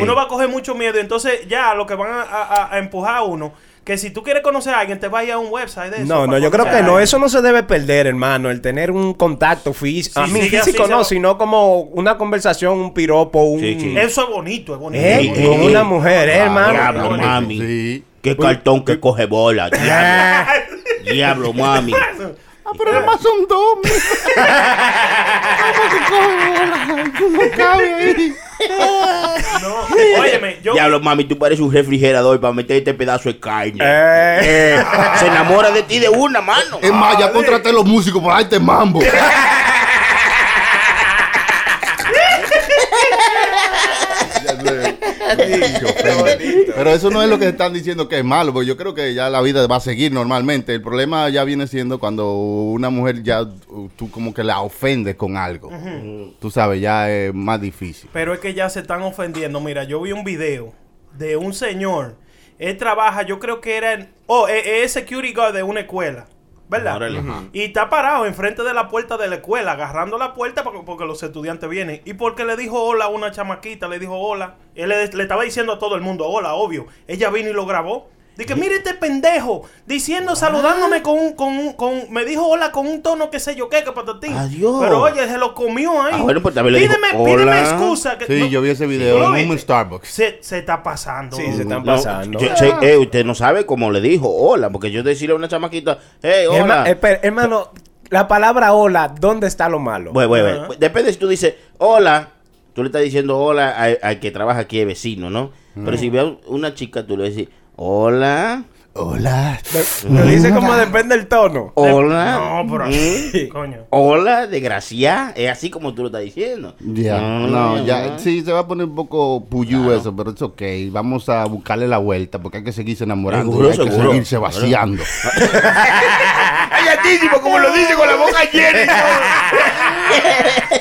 Speaker 5: Uno va a coger mucho miedo. Entonces, ya lo que van a, a- a empujar a uno, que si tú quieres conocer a alguien, te vayas a un website de eso
Speaker 6: No, no,
Speaker 5: para
Speaker 6: yo creo
Speaker 5: conocer
Speaker 6: que
Speaker 5: a
Speaker 6: no.
Speaker 5: alguien.
Speaker 6: Eso no se debe perder, hermano. El tener un contacto físico. a
Speaker 5: Sí,
Speaker 6: mí
Speaker 5: sigue así,
Speaker 6: físico
Speaker 5: se
Speaker 6: no,
Speaker 5: va.
Speaker 6: sino como una conversación, un piropo, un...
Speaker 8: Sí, sí.
Speaker 5: Eso es bonito, es bonito.
Speaker 6: ¿Eh?
Speaker 5: es
Speaker 8: Sí,
Speaker 5: bonito.
Speaker 6: Con
Speaker 8: sí.
Speaker 6: una mujer, ¿eh, hermano.
Speaker 8: Diablo,
Speaker 5: Bueno,
Speaker 8: mami.
Speaker 7: Sí.
Speaker 8: Qué cartón que coge bola. Diablo,
Speaker 6: Ah.
Speaker 8: diablo, mami.
Speaker 7: Ah, pero nada más son dos. hombre. Ah, porque coge bola, no cabe ahí.
Speaker 5: No, Óyeme, yo.
Speaker 8: Diablo, mami, tú pareces un refrigerador para meter este pedazo de carne.
Speaker 6: Eh.
Speaker 8: Eh, se enamora de ti de una mano.
Speaker 7: Es más, ya contraté los músicos para darte mambo. Pero eso no es lo que están diciendo que es malo, porque yo creo que ya la vida va a seguir normalmente. El problema ya viene siendo cuando una mujer ya uh, tú como que la ofendes con algo. Mm. Tú sabes, ya es más difícil.
Speaker 5: Pero es que ya se están ofendiendo. Mira, yo vi un video de un señor. Él trabaja, yo creo que era en. Oh, es, es security guard de una escuela. ¿Verdad?
Speaker 8: Órale.
Speaker 5: Ujú. Y está parado enfrente de la puerta de la escuela, agarrando la puerta porque, porque los estudiantes vienen. Y porque le dijo hola a una chamaquita, le dijo hola. Él le, le estaba diciendo a todo el mundo hola, obvio. Ella vino y lo grabó. Dije, mire este pendejo, diciendo, saludándome con un, con un- con- me dijo hola con un tono que sé yo qué, que patatín.
Speaker 8: Adiós.
Speaker 5: Pero oye, se lo comió ahí.
Speaker 8: Ah, bueno, pues también le dijo,
Speaker 5: pídeme, pídeme
Speaker 8: "Hola".
Speaker 5: excusa. que-
Speaker 7: Ah, Sí,
Speaker 5: no-
Speaker 7: yo vi ese
Speaker 5: ¿Tú lo
Speaker 7: video en un
Speaker 5: viste?
Speaker 7: Starbucks.
Speaker 5: Se, se está pasando.
Speaker 6: Sí, se están
Speaker 8: No,
Speaker 6: pasando.
Speaker 8: yo- se- eh, usted no sabe cómo le dijo hola, porque yo decirle a una chamaquita, hey, hola.
Speaker 6: Herma- espera, hermano, la palabra hola, ¿dónde está lo malo?
Speaker 8: Bueno, bueno,
Speaker 5: Ajá.
Speaker 8: bueno. Depende si tú dices hola, tú le estás diciendo hola al, al que trabaja aquí, el vecino, ¿no? Pero si ve a una chica, tú le decís Hola.
Speaker 7: Hola.
Speaker 5: Lo dice como depende del tono.
Speaker 8: Hola.
Speaker 5: No, pero
Speaker 8: Mm.
Speaker 5: Coño.
Speaker 8: Hola, desgraciada. Es así como tú lo estás diciendo.
Speaker 7: Ya,
Speaker 8: Ah,
Speaker 7: no, ya,
Speaker 8: ah.
Speaker 7: sí, se va a poner un poco puyú eso, pero es ok. Vamos a buscarle la vuelta porque hay que seguirse enamorando,
Speaker 8: Seguro,
Speaker 7: y hay que
Speaker 8: seguro.
Speaker 7: seguirse vaciando.
Speaker 4: Ay, altísimo, como lo dice con la boca llena. y todo.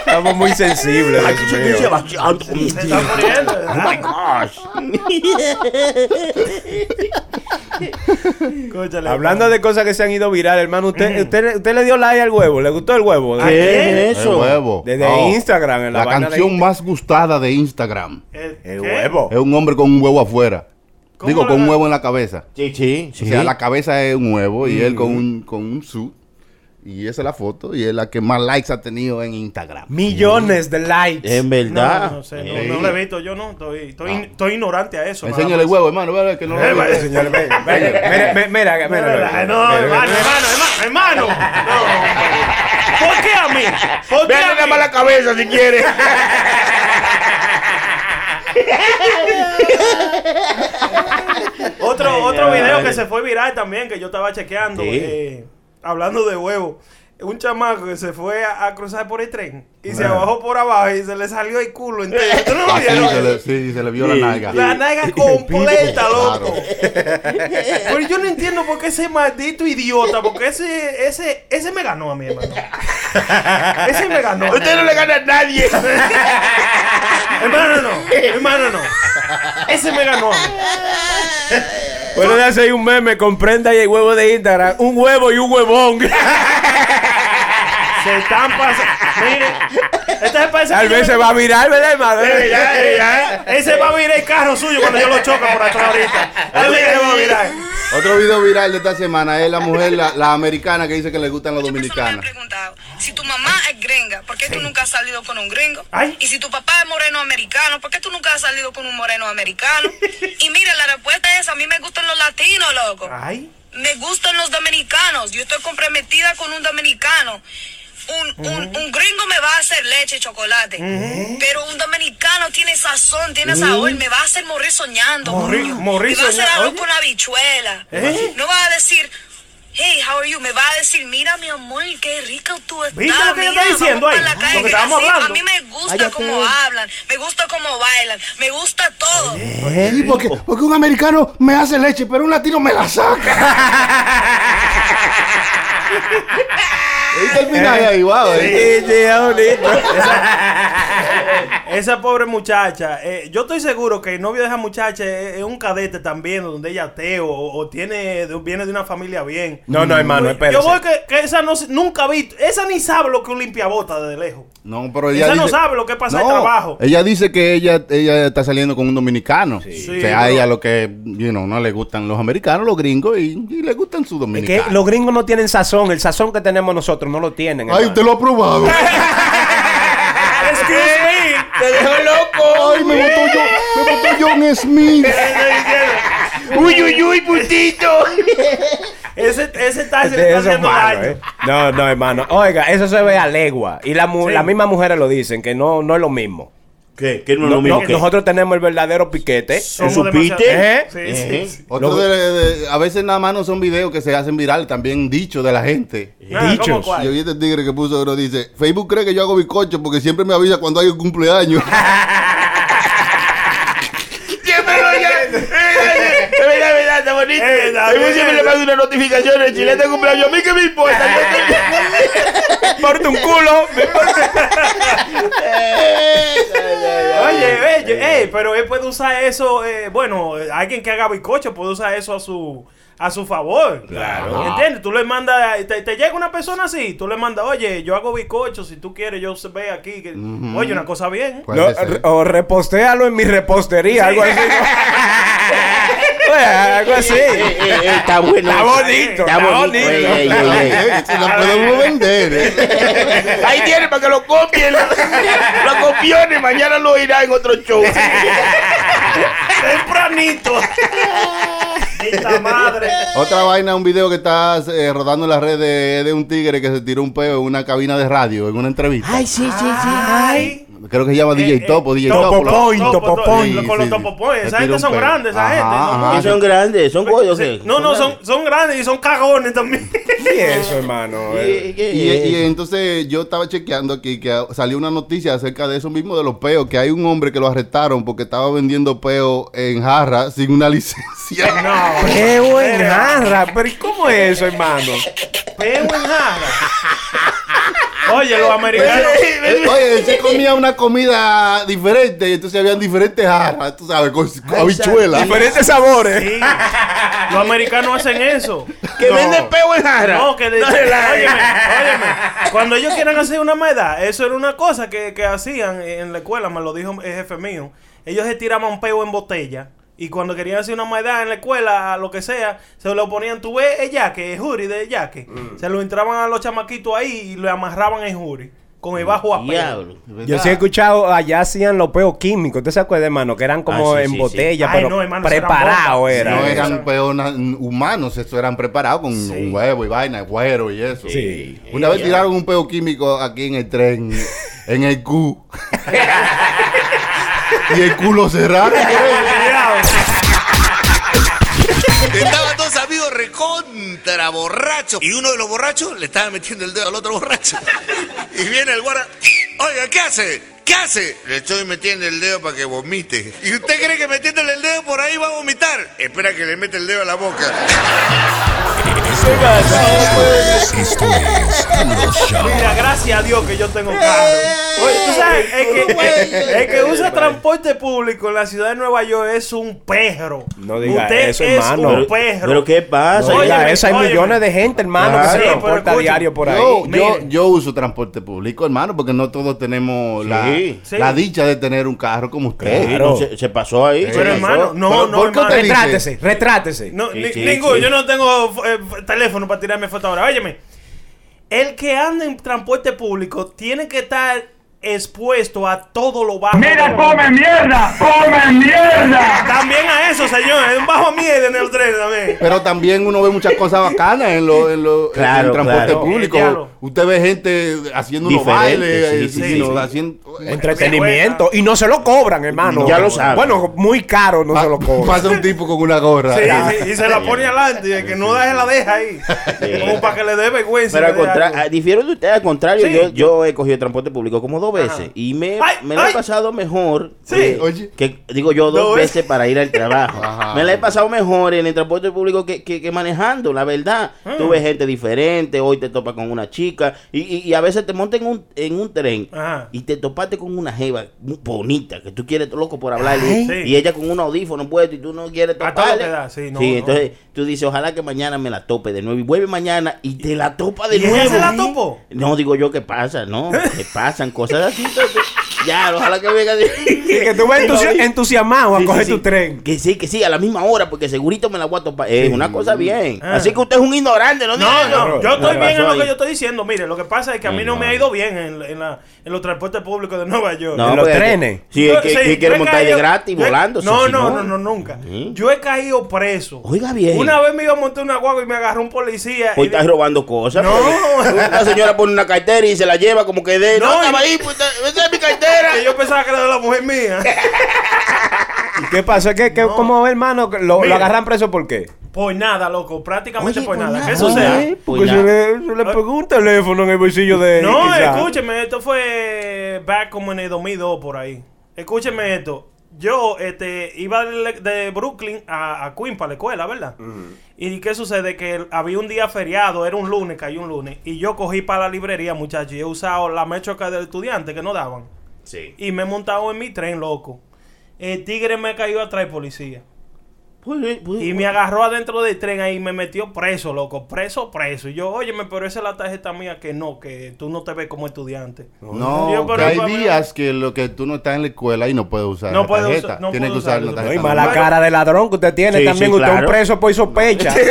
Speaker 6: Estamos muy sensibles. Dios mío.
Speaker 5: Se está muriendo. Escúchale.
Speaker 6: Hablando de cosas que se han ido viral, hermano, usted, usted, usted le dio like al huevo, le gustó el huevo.
Speaker 8: ¿Qué es
Speaker 7: El
Speaker 8: eso?
Speaker 7: huevo. Oh,
Speaker 6: Desde Instagram, en la
Speaker 7: la,
Speaker 6: vaina de
Speaker 7: canción
Speaker 6: Instagram.
Speaker 7: más gustada de Instagram.
Speaker 5: ¿El,
Speaker 6: El
Speaker 5: Eh, qué?
Speaker 6: huevo.
Speaker 8: Eh,
Speaker 7: Es un hombre con un huevo afuera.
Speaker 5: ¿Cómo
Speaker 7: Digo,
Speaker 5: la-
Speaker 7: con un huevo en la cabeza.
Speaker 8: Sí, sí.
Speaker 7: O sea, la cabeza es un huevo y él con un, con un suit. Y esa es la foto y es la que más likes ha tenido en Instagram.
Speaker 6: Millones de likes.
Speaker 8: En
Speaker 5: No,
Speaker 8: verdad.
Speaker 5: no, no sé, no, no lo he visto, yo no, estoy, estoy, estoy ignorante a eso. nada
Speaker 7: Enséñale el
Speaker 5: más.
Speaker 7: huevo, hermano. vea que no
Speaker 9: Eh,
Speaker 7: lo
Speaker 6: Bueno,
Speaker 7: veo.
Speaker 6: señores, venga, venga, mira, mira, mira,
Speaker 5: No,
Speaker 6: mira,
Speaker 5: no,
Speaker 6: mira,
Speaker 5: hermano,
Speaker 6: mira.
Speaker 5: hermano, hermano, hermano. No, hombre. ¿Por qué a mí? ¿Por qué
Speaker 4: Véale
Speaker 5: a
Speaker 4: nada
Speaker 5: mí?
Speaker 4: más la cabeza si quieres.
Speaker 5: Otro, otro video que se fue viral también, que yo estaba chequeando, eh, hablando de huevo. Un chamaco que se fue a, a cruzar por el tren y se bajó por abajo y se le salió el culo entero. ¿Tú no lo
Speaker 7: Así
Speaker 5: vieron?
Speaker 7: se le, sí, se le vio la nalga.
Speaker 5: La naga completa,
Speaker 7: Claro.
Speaker 5: loco. Pero yo no entiendo por qué ese maldito idiota, porque ese, ese, ese me ganó a mí, hermano. Ese me ganó.
Speaker 4: Usted no le gana a nadie.
Speaker 5: Hermano, no. Hermano, no. Ese me ganó a mí.
Speaker 6: Bueno, ya se hay un meme, comprenda y el huevo de Instagram. Un huevo y un huevón.
Speaker 5: Se están pasando. Mire, esta es parece que
Speaker 6: Tal
Speaker 5: yo
Speaker 6: vez
Speaker 5: le-
Speaker 6: se va a virar, ¿verdad, hermano?
Speaker 4: Ya, ya.
Speaker 5: Ese va a mirar el carro suyo cuando yo lo choque por atrás ahorita. Ese que va a mirar.
Speaker 7: Otro video viral de esta semana es la mujer, la, la americana que dice que le gustan las
Speaker 10: Muchas personas me han
Speaker 7: dominicanas.
Speaker 10: preguntado, si tu mamá es gringa, ¿por qué tú nunca has salido con un gringo?
Speaker 5: Ay.
Speaker 10: Y si tu papá es moreno americano, ¿por qué tú nunca has salido con un moreno americano? y mira, la respuesta es, a mí me gustan los latinos, loco.
Speaker 5: Ay.
Speaker 10: Me gustan los dominicanos. Yo estoy comprometida con un dominicano. Un, un- un gringo me va a hacer leche y chocolate. Pero un dominicano tiene sazón, tiene sabor. Me va a hacer morir soñando.
Speaker 5: Morir-
Speaker 10: coño.
Speaker 5: morir
Speaker 10: me va a hacer
Speaker 5: soñando.
Speaker 10: arroz
Speaker 5: Oye.
Speaker 10: con habichuela.
Speaker 5: ¿Eh?
Speaker 10: No va a decir, hey, how are you? Me va a decir, mira, mi amor, qué rico tú estás.
Speaker 5: ¿Viste lo que yo
Speaker 10: mira,
Speaker 5: estoy diciendo
Speaker 10: vamos
Speaker 5: ahí?
Speaker 10: para la calle,
Speaker 5: Lo
Speaker 10: así,
Speaker 5: que estábamos
Speaker 10: A
Speaker 5: hablando.
Speaker 10: mí me gusta cómo hablan, me gusta cómo bailan, me gusta todo.
Speaker 9: Sí, porque, porque un americano me hace leche, pero un latino me la saca.
Speaker 7: ¿Viste el final ahí? Wow, eh.
Speaker 6: Sí, sí, está bonito.
Speaker 5: Esa pobre muchacha, eh, yo estoy seguro que el novio de esa muchacha es, es un cadete también, donde ella es ateo o, o tiene, de- viene de una familia bien.
Speaker 6: No, no, hermano, espérese.
Speaker 5: Yo voy que, que esa no, se- nunca ha visto, esa ni sabe lo que un limpiabota desde lejos.
Speaker 7: No, pero ella
Speaker 5: Esa no
Speaker 7: dice-
Speaker 5: sabe lo que pasa
Speaker 7: No,
Speaker 5: el trabajo.
Speaker 7: Ella dice que ella, ella está saliendo con un dominicano. o sea, a
Speaker 5: pero-
Speaker 7: ella lo que, you know, no le gustan los americanos, los gringos y, y le gustan sus
Speaker 6: Es que
Speaker 7: dominicanos.
Speaker 6: los gringos no tienen sazón. El sazón que tenemos nosotros no lo tienen.
Speaker 7: Ay,
Speaker 6: hermano.
Speaker 7: usted lo ha probado.
Speaker 5: Excuse me.
Speaker 4: Te dejó loco.
Speaker 7: Ay, me botó yo, me botó John Smith.
Speaker 4: Uy, uy, uy, putito.
Speaker 5: Ese, ese está, se le
Speaker 6: De
Speaker 5: está
Speaker 6: eso es
Speaker 5: haciendo
Speaker 6: malo,
Speaker 5: daño.
Speaker 6: ¿eh? No, no, hermano. Oiga, eso se ve a legua. Y las mu-
Speaker 5: Sí.
Speaker 6: las mismas mujeres lo dicen, que no, no es lo mismo.
Speaker 8: ¿Qué? ¿Qué no es lo mismo
Speaker 6: No,
Speaker 8: que?
Speaker 6: Nosotros tenemos el verdadero piquete.
Speaker 5: Somos
Speaker 8: ¿Supiste?
Speaker 5: demasiado-
Speaker 6: ¿Eh?
Speaker 5: Sí, sí,
Speaker 8: Eh.
Speaker 5: sí.
Speaker 7: Otro de- de- a veces nada más no son videos que se hacen viral, también dicho de la gente.
Speaker 5: Nada, ¿cómo
Speaker 6: Dichos.
Speaker 5: cuál?
Speaker 7: Yo vi este tigre que puso, uno dice, Facebook cree que yo hago bizcocho porque siempre me avisa cuando hay un cumpleaños.
Speaker 4: Siempre lo ya. Es verdad, es verdad, está bonito.
Speaker 6: Eh,
Speaker 7: Eh,
Speaker 5: Es verdad,
Speaker 4: A mí
Speaker 5: es
Speaker 4: siempre le
Speaker 5: verdad.
Speaker 4: mando una notificación. El chilete cumpleaños. A mí que me importa. Yo estoy-
Speaker 6: Parte un culo.
Speaker 5: Oye, oye, ey, pero él puede usar eso, eh, bueno, eh, alguien que haga bizcocho puede usar eso a su a su favor. Claro. ¿Entiendes? Tú le mandas, te, te llega una persona así, tú le mandas, oye, yo hago bizcocho, si tú quieres, yo se ve aquí. que- Oye, una cosa bien. ¿eh?
Speaker 7: Puede
Speaker 6: No,
Speaker 7: ser.
Speaker 6: re- o repostéalo en mi repostería, algo así. ¿no? Oye, algo así.
Speaker 8: Eh, eh, eh, está bueno.
Speaker 4: Ah,
Speaker 6: Está bonito,
Speaker 8: Está
Speaker 6: está
Speaker 8: bonito.
Speaker 6: bonito.
Speaker 8: Ey, ey, ey, ey.
Speaker 7: Eh, Se la podemos vender. eh.
Speaker 4: Ahí tiene para que lo copien. Lo copiones. Mañana lo irá en otro show.
Speaker 5: Tempranito. Esta madre.
Speaker 7: Otra vaina, un video que está eh, rodando en las redes de un tigre que se tiró un peo en una cabina de radio, en una entrevista.
Speaker 8: Ay, sí, sí, sí.
Speaker 5: Ay.
Speaker 7: creo que se llama DJ Topo, DJ Topo.
Speaker 5: Eh, Topo Point,
Speaker 7: Topo.
Speaker 5: Topo Point.
Speaker 7: Sí,
Speaker 5: Con
Speaker 7: sí,
Speaker 5: los
Speaker 7: sí.
Speaker 5: Topo Point. Esa
Speaker 7: Le
Speaker 5: gente
Speaker 7: tira
Speaker 5: son
Speaker 7: un pelo.
Speaker 5: grandes, esa
Speaker 7: Ajá,
Speaker 5: gente.
Speaker 8: Y
Speaker 7: ajá.
Speaker 5: ¿no?
Speaker 8: Ah, son grandes, son
Speaker 5: Pues,
Speaker 8: pollos.
Speaker 5: sí.
Speaker 8: ¿qué?
Speaker 5: No, no, son,
Speaker 8: grandes.
Speaker 5: son grandes y son cagones también.
Speaker 6: ¿Y eso, hermano? eh.
Speaker 4: Eh,
Speaker 8: ¿Y- qué
Speaker 7: Y, y
Speaker 8: es?
Speaker 7: entonces yo estaba chequeando aquí que salió una noticia acerca de eso mismo de los peos, que hay un hombre que lo arrestaron porque estaba vendiendo peo en jarra sin una licencia.
Speaker 5: No,
Speaker 6: ¡Qué buen jarra! ¿Pero ¿y cómo es eso, hermano?
Speaker 5: peo en jarra. Oye, los americanos.
Speaker 7: Eh, Oye, él se comía una comida diferente y entonces habían diferentes jarras, tú sabes, con, con habichuelas.
Speaker 6: Diferentes sabores.
Speaker 5: Sí. Los americanos hacen eso.
Speaker 4: Que vende peo en jarra.
Speaker 5: No, que le-
Speaker 4: relajes.
Speaker 5: óyeme, óyeme. Cuando ellos quieran hacer una meda, eso era una cosa que, que hacían en la escuela, me lo dijo el jefe mío. Ellos se tiraban un peo en botella. Y cuando querían hacer una maldad en la escuela, lo que sea, se lo ponían, tú ves el yaque, el jury de yaque. Se lo entraban a los chamaquitos ahí y lo amarraban en jury. Con el bajo a peo.
Speaker 8: Diablo.
Speaker 6: Yo sí he escuchado, allá hacían los peos químicos. ¿Usted se acuerda, hermano? Que eran como
Speaker 8: Ah, sí,
Speaker 6: en
Speaker 8: sí,
Speaker 6: botella,
Speaker 5: sí. Ay,
Speaker 6: pero
Speaker 5: no, hermano, eso eran
Speaker 6: preparado
Speaker 5: bombas.
Speaker 6: era.
Speaker 7: No
Speaker 6: ¿eh?
Speaker 7: eran peos na- humanos, eso eran preparados con
Speaker 5: Sí.
Speaker 7: huevo y vaina, güero y eso.
Speaker 6: Sí.
Speaker 7: Una vez tiraron un peo químico aquí en el tren, en el Q. y el culo cerraron.
Speaker 1: Estaban dos amigos recontra borrachos. Y uno de los borrachos le estaba metiendo el dedo al otro borracho. Y viene el guarda. Oiga, ¿qué hace? ¿Qué hace? Le estoy metiendo el dedo para que vomite. ¿Y usted cree que metiéndole el dedo por ahí va a vomitar? Espera que le mete el dedo a la boca.
Speaker 2: Esto es Puro Show.
Speaker 5: Mira, gracias a Dios que yo tengo carro. Oye, tú sabes, el que, el que usa transporte público en la ciudad de Nueva York es un perro.
Speaker 6: No diga
Speaker 5: Usted
Speaker 6: eso,
Speaker 5: es
Speaker 6: hermano.
Speaker 5: un
Speaker 8: Pero,
Speaker 5: perro.
Speaker 8: pero ¿qué pasa?
Speaker 6: No,
Speaker 5: Oye,
Speaker 6: ya, eso hay
Speaker 5: óyeme.
Speaker 6: millones de gente, hermano, que
Speaker 5: Claro.
Speaker 6: se
Speaker 5: Sí, pero
Speaker 6: transporta
Speaker 5: escucha,
Speaker 6: diario por ahí.
Speaker 7: Yo, yo,
Speaker 5: Miren.
Speaker 7: yo uso transporte público, hermano, porque no todos tenemos la,
Speaker 8: Sí.
Speaker 5: Sí.
Speaker 7: la dicha de tener un carro como usted.
Speaker 8: Ey,
Speaker 6: Claro.
Speaker 8: eh, no, se, se pasó ahí. se
Speaker 5: Pero
Speaker 8: pasó.
Speaker 5: hermano, no,
Speaker 7: Pero,
Speaker 5: no,
Speaker 7: ¿por qué
Speaker 5: hermano.
Speaker 7: usted dice?
Speaker 6: Retrátese, retrátese.
Speaker 5: No,
Speaker 8: Sí,
Speaker 5: ni-
Speaker 8: sí,
Speaker 5: ningún,
Speaker 8: sí.
Speaker 5: yo no tengo eh, f- teléfono para tirarme foto ahora. Óyeme, el que anda en transporte público tiene que estar expuesto a todo lo bajo. Mira, come mierda, come mierda. También a eso, señor, es un bajo mierda en el tren también.
Speaker 7: Pero también uno ve muchas cosas bacanas en, lo, en, lo, en
Speaker 8: Claro,
Speaker 7: el transporte
Speaker 8: claro.
Speaker 7: público.
Speaker 5: Eh, diablo.
Speaker 7: Usted ve gente haciendo unos
Speaker 8: Diferente,
Speaker 7: bailes,
Speaker 8: sí, sí,
Speaker 7: eh, sí,
Speaker 8: sí,
Speaker 7: no,
Speaker 8: sí.
Speaker 7: haciendo...
Speaker 6: Entretenimiento. Y no se lo cobran, hermano.
Speaker 8: Ya lo sabe.
Speaker 6: Bueno, muy caro no se lo
Speaker 7: Pa-
Speaker 6: cobran.
Speaker 7: Pasa un tipo con una gorra. Eh,
Speaker 5: Sí, sí, y se la pone adelante y el que no da se la deja ahí.
Speaker 8: Sí.
Speaker 5: Como para que le dé vergüenza.
Speaker 8: Pero
Speaker 5: y
Speaker 8: al
Speaker 5: le dé
Speaker 8: contra-
Speaker 5: algo.
Speaker 8: ah, difiero de usted, al contrario,
Speaker 5: Sí.
Speaker 8: yo, yo he cogido transporte público como dos veces y me,
Speaker 5: Ay,
Speaker 8: me la
Speaker 5: ay.
Speaker 8: he pasado mejor.
Speaker 5: Sí.
Speaker 7: Oye.
Speaker 8: Que, digo yo dos
Speaker 5: Dos veces.
Speaker 8: veces para ir al trabajo.
Speaker 7: Ajá.
Speaker 8: Me la he pasado mejor en el transporte público que, que- que manejando, la verdad.
Speaker 5: Ah.
Speaker 8: Tú ves gente diferente, hoy te topas con una chica y, y- y a veces te montas en un, en un tren
Speaker 5: Ajá.
Speaker 8: y te topaste con una jeva muy bonita que tú quieres loco por hablarle
Speaker 5: Ay.
Speaker 8: y ella con un audífono puesto y tú no quieres
Speaker 5: A todo
Speaker 8: toparle.
Speaker 5: lo que da, sí, no, no.
Speaker 8: entonces tú dices, ojalá que mañana me la tope de nuevo. Y vuelve mañana y te la topa de
Speaker 5: ¿Y ella
Speaker 8: nuevo.
Speaker 5: se la topó?
Speaker 8: No, digo yo que pasa, no. Que pasan cosas así. entonces, ya, ojalá que venga. de-
Speaker 6: Y que tú vas entusi- entusiasmado a
Speaker 8: Sí, sí,
Speaker 6: coger
Speaker 8: sí.
Speaker 6: tu tren.
Speaker 8: Que sí, que sí, a la misma hora, porque segurito me la voy a topar. Es una cosa bien.
Speaker 5: Ah.
Speaker 8: Así que usted es un ignorante, no diga
Speaker 5: No,
Speaker 8: eso.
Speaker 5: no, yo estoy
Speaker 8: Me
Speaker 5: bien en
Speaker 8: pasó
Speaker 5: lo que
Speaker 8: ahí.
Speaker 5: yo estoy diciendo. Mire, lo que pasa es que a mí no me ha ido bien en, en la- en los transportes públicos de Nueva York.
Speaker 8: No,
Speaker 6: En los
Speaker 8: pues,
Speaker 6: trenes.
Speaker 8: Sí,
Speaker 5: Yo-
Speaker 8: es que,
Speaker 5: sí,
Speaker 8: es que quiere
Speaker 5: yo he
Speaker 8: montar de
Speaker 5: caído-
Speaker 8: gratis
Speaker 5: yo he-
Speaker 8: volándose.
Speaker 5: No,
Speaker 8: si
Speaker 5: no, no, no, nunca.
Speaker 8: ¿Mm?
Speaker 5: Yo he caído preso.
Speaker 8: Oiga bien. Pues
Speaker 5: Una vez me iba a montar una guagua y me agarró un policía.
Speaker 8: Hoy
Speaker 5: y
Speaker 8: estás
Speaker 5: di-
Speaker 8: robando cosas.
Speaker 5: No.
Speaker 8: porque Una señora pone una cartera y se la lleva como que de. No,
Speaker 5: No,
Speaker 8: estaba
Speaker 5: y-
Speaker 8: ahí, pues, esa es mi cartera.
Speaker 5: que yo pensaba que era de la mujer mía.
Speaker 6: ¿Y qué pasa? ¿Qué, qué, ¿Cómo, hermano? ¿Lo, lo
Speaker 5: Mira.
Speaker 6: agarran preso por qué?
Speaker 5: Por Pues nada, loco. Prácticamente
Speaker 8: Oye,
Speaker 5: por
Speaker 8: por
Speaker 5: nada.
Speaker 8: nada.
Speaker 5: ¿Qué
Speaker 8: Oye,
Speaker 5: sucede?
Speaker 8: Pues ya.
Speaker 6: le, se le pegó un teléfono en el bolsillo de.
Speaker 5: No,
Speaker 6: quizá.
Speaker 5: escúcheme, esto fue back como en el 2002 por ahí. Escúcheme esto. Yo este, iba de, de Brooklyn a, a Queens para la escuela, ¿verdad? ¿Y qué sucede? Que había un día feriado, era un lunes, cayó un lunes. Y yo cogí para la librería, muchachos. Y he usado la mechoca del estudiante que no daban.
Speaker 8: Sí.
Speaker 5: Y me he montado en mi tren, loco. El tigre me cayó atrás, el policía.
Speaker 8: Pues, pues,
Speaker 5: Y me agarró adentro del tren ahí y me metió preso, loco. Preso, preso. Y yo, óyeme, pero esa es la tarjeta mía que no, que tú no te ves como estudiante.
Speaker 7: No,
Speaker 5: Yo, pero
Speaker 7: que hay
Speaker 5: para mí-
Speaker 7: días que lo que tú no estás en la escuela y no puedes usar
Speaker 5: No
Speaker 7: la
Speaker 5: puedes
Speaker 7: tarjeta.
Speaker 5: usar- no
Speaker 7: Tienes que
Speaker 5: puedes
Speaker 7: usar la
Speaker 5: usar-
Speaker 7: tarjeta.
Speaker 6: No, y mala
Speaker 5: Bueno.
Speaker 6: cara de ladrón que usted tiene
Speaker 8: Sí,
Speaker 6: también.
Speaker 8: sí,
Speaker 6: usted es
Speaker 8: claro.
Speaker 6: un preso por sospecha.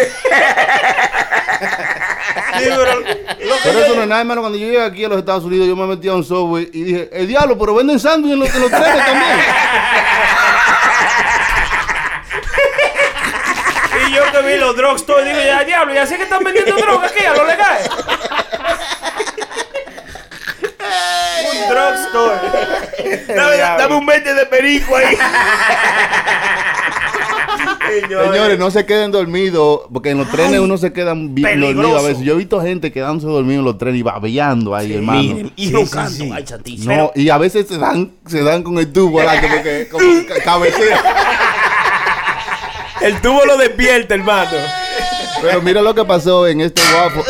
Speaker 5: Sí, pero- lo que
Speaker 7: Pero
Speaker 5: yo-
Speaker 7: eso no es nada, hermano. Cuando yo llegué aquí a los Estados Unidos, yo me metí a un subway y dije, el diablo, pero venden sándwich en los, en los trenes también.
Speaker 5: Y yo que vi los drugstores, digo, ya diablo, y así que están vendiendo droga aquí a lo legal. Un drugstore.
Speaker 4: Dame, dame un 20 de perico ahí.
Speaker 7: Señores, no se queden dormidos, porque en los trenes uno se queda bien
Speaker 5: peligroso.
Speaker 7: dormido a veces. Yo he visto gente quedándose dormido en los trenes y babeando
Speaker 8: pues,
Speaker 7: ahí, hermano.
Speaker 8: Miren, y roncando. Ay, santísimo.
Speaker 7: No, y a veces se dan, se dan con el tubo, ¿verdad? como que como ca- cabecea.
Speaker 6: El tubo lo despierta, hermano.
Speaker 7: Pero mira lo que pasó en este waffle.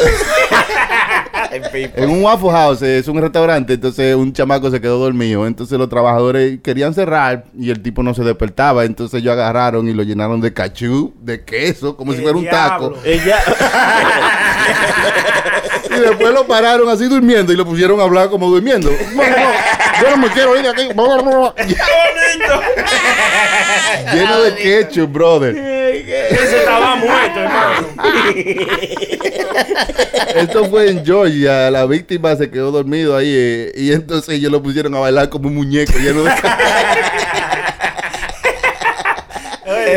Speaker 7: En un Waffle House, eh, es un restaurante, entonces un chamaco se quedó dormido. Entonces los trabajadores querían cerrar y el tipo no se despertaba. Entonces ellos agarraron y lo llenaron de cachú, de queso, como si
Speaker 5: El
Speaker 7: fuera un taco.
Speaker 5: diablo.
Speaker 7: Y después lo pararon así durmiendo y lo pusieron a hablar como durmiendo. No, no, no, yo no me quiero ir de aquí. Lleno de ketchup, brother.
Speaker 5: Ese estaba muerto, hermano.
Speaker 7: Esto fue en Georgia. La víctima se quedó dormido ahí eh, y entonces ellos lo pusieron a bailar como un muñeco lleno de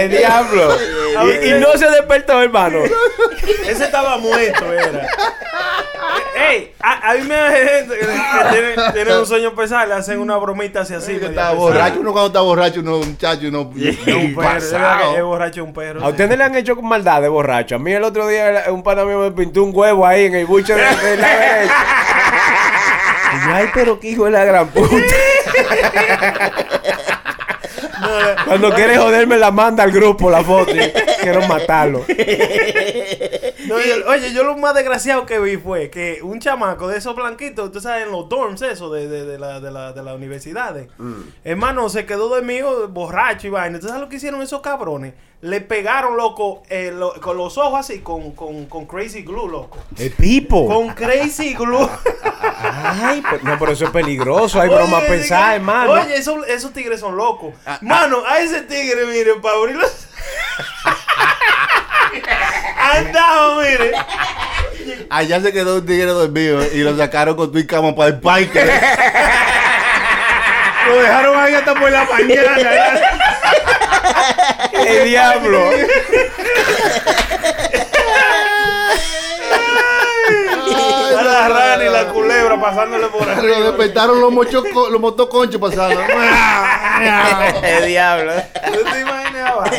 Speaker 6: El diablo. Y, y no se despertó, hermano.
Speaker 5: Ese estaba muerto, era. Ey, a, a mí me da gente que, que tiene, tiene un sueño pesado, le hacen una bromita así así.
Speaker 7: que
Speaker 5: medio
Speaker 7: estaba
Speaker 5: pesada.
Speaker 7: borracho. Uno cuando está borracho, uno muchacho, uno
Speaker 5: Es un
Speaker 7: un
Speaker 5: perro, es verdad que es
Speaker 7: pasado.
Speaker 5: borracho es un perro.
Speaker 6: A ustedes le han hecho maldad de borracho. A mí el otro día un pana mío me pintó un huevo ahí en el buche de, de la derecha. Y yo, Ay, pero qué hijo de la gran puta. Cuando quiere joderme la manda al grupo la foto. Yo Quiero matarlo.
Speaker 5: No, yo- oye, yo lo más desgraciado que vi fue que un chamaco de esos blanquitos, tú sabes, en los dorms, eso, de, de, de la- de la- de las universidades.
Speaker 6: Mm.
Speaker 5: Hermano, se quedó dormido, borracho y vaina. ¿Tú sabes lo que hicieron esos cabrones? Le pegaron, loco, eh, lo- con los ojos así, con, con, con crazy glue, loco.
Speaker 6: El pipo.
Speaker 5: Con crazy glue.
Speaker 6: Ay, pues, no, pero eso es peligroso. Hay
Speaker 5: Oye,
Speaker 6: broma
Speaker 5: diga-
Speaker 6: pesada, hermano. Ah,
Speaker 5: Oye, eso- esos tigres son locos. Mano, a ese tigre, mire, para abrirlo. Andamos, mire.
Speaker 7: Allá se quedó un tigre dormido y lo sacaron con tu y cama para el parque.
Speaker 5: Lo dejaron ahí hasta por la mañana.
Speaker 6: El diablo.
Speaker 5: A la rana y la culebra pasándole por arriba.
Speaker 7: Lo despertaron los, mochoco- los motoconchos pasando.
Speaker 8: El diablo.
Speaker 5: ¿Tú te imaginas? abajo?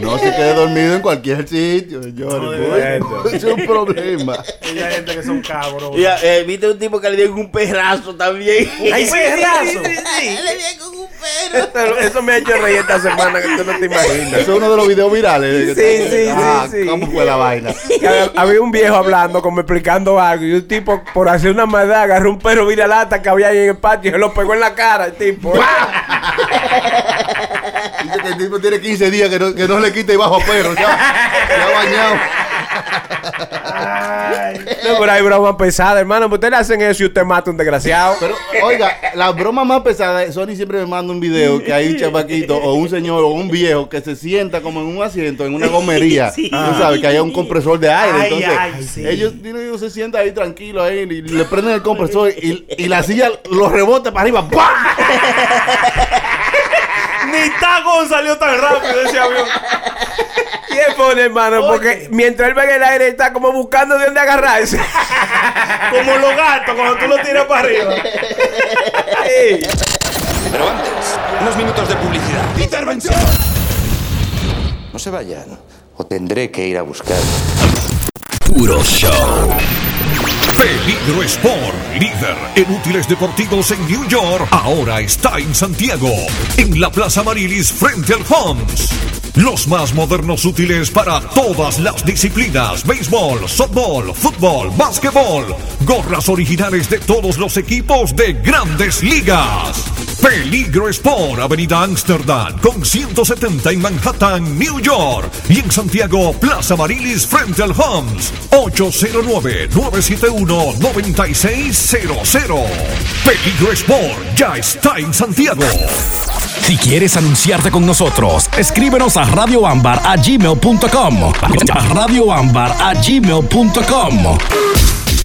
Speaker 7: No se quede dormido en cualquier sitio, señores.
Speaker 6: Joder.
Speaker 7: Es un problema.
Speaker 5: Y hay gente que son cabros.
Speaker 8: Mira, eh, viste un tipo que le dio un perrazo también.
Speaker 5: ¡Ay, perrazo!
Speaker 8: le dio con un perro.
Speaker 6: Eso, eso me ha hecho reír esta semana que tú no te imaginas.
Speaker 7: Eso es uno de los videos virales.
Speaker 6: Sí, sí,
Speaker 7: Ah,
Speaker 6: sí, sí.
Speaker 7: ¿Cómo fue la vaina?
Speaker 6: Que hab- Había un viejo hablando, como explicando algo, y un tipo, por hacer una maldad, agarró un perro vira lata que había ahí en el patio y se lo pegó en la cara el tipo.
Speaker 7: Dice que el tipo tiene 15 días que no, que no le quite bajo a perro. Ya, ya bañado.
Speaker 6: No, pero hay broma pesada, hermano. Pues ustedes le hacen eso y usted mata a un desgraciado.
Speaker 7: Pero, oiga, las bromas más pesadas, Sony siempre me manda un video que hay un chamaquito o un señor o un viejo que se sienta como en un asiento, en una gomería. Tú sabes que hay un compresor de aire.
Speaker 5: Ay,
Speaker 7: entonces,
Speaker 5: ay, sí.
Speaker 7: ellos, ellos se sientan ahí tranquilos ahí, y le prenden el compresor y, y la silla lo rebota para arriba. ¡Pah!
Speaker 5: Ni Tagón salió tan rápido de ese avión.
Speaker 6: ¿Quién pone, hermano? Porque
Speaker 5: Oye.
Speaker 6: mientras él va en el aire, está como buscando de dónde agarrarse.
Speaker 5: Como los gatos cuando tú lo tiras para arriba.
Speaker 6: Ay.
Speaker 2: Pero antes, unos minutos de publicidad. Intervención.
Speaker 11: No se vayan, o tendré que ir a buscar.
Speaker 2: Puro show.
Speaker 12: Peligro Sport, líder en útiles deportivos en New York, ahora está en Santiago, en la Plaza Marilis frente al Homs. Los más modernos útiles para todas las disciplinas, béisbol, softball, fútbol, básquetbol, gorras originales de todos los equipos de grandes ligas. Peligro Sport, Avenida Amsterdam, con 170 en Manhattan, New York. Y en Santiago, Plaza Marilis, frente al Homs, 809-971-9600. Peligro Sport, ya está en Santiago.
Speaker 13: Si quieres anunciarte con nosotros, escríbenos a radioambar a gmail.com. Radioambar a gmail.com.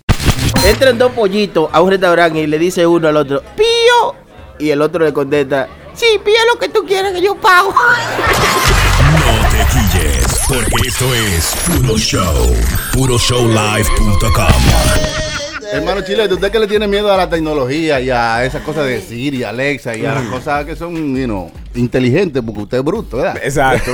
Speaker 8: Entran dos pollitos a un restaurante y le dice uno al otro, ¡Pío! Y el otro le contesta, sí, pío lo que tú quieras que yo pago.
Speaker 13: No te quilles, porque esto es Puro Show. PuroShowLive.com.
Speaker 7: Hermano Chile, ¿usted que le tiene miedo a la tecnología y a esas cosas de Siri, Alexa y a las
Speaker 6: Mm.
Speaker 7: cosas que son, you know, inteligentes? Porque usted es bruto, ¿verdad?
Speaker 6: Exacto.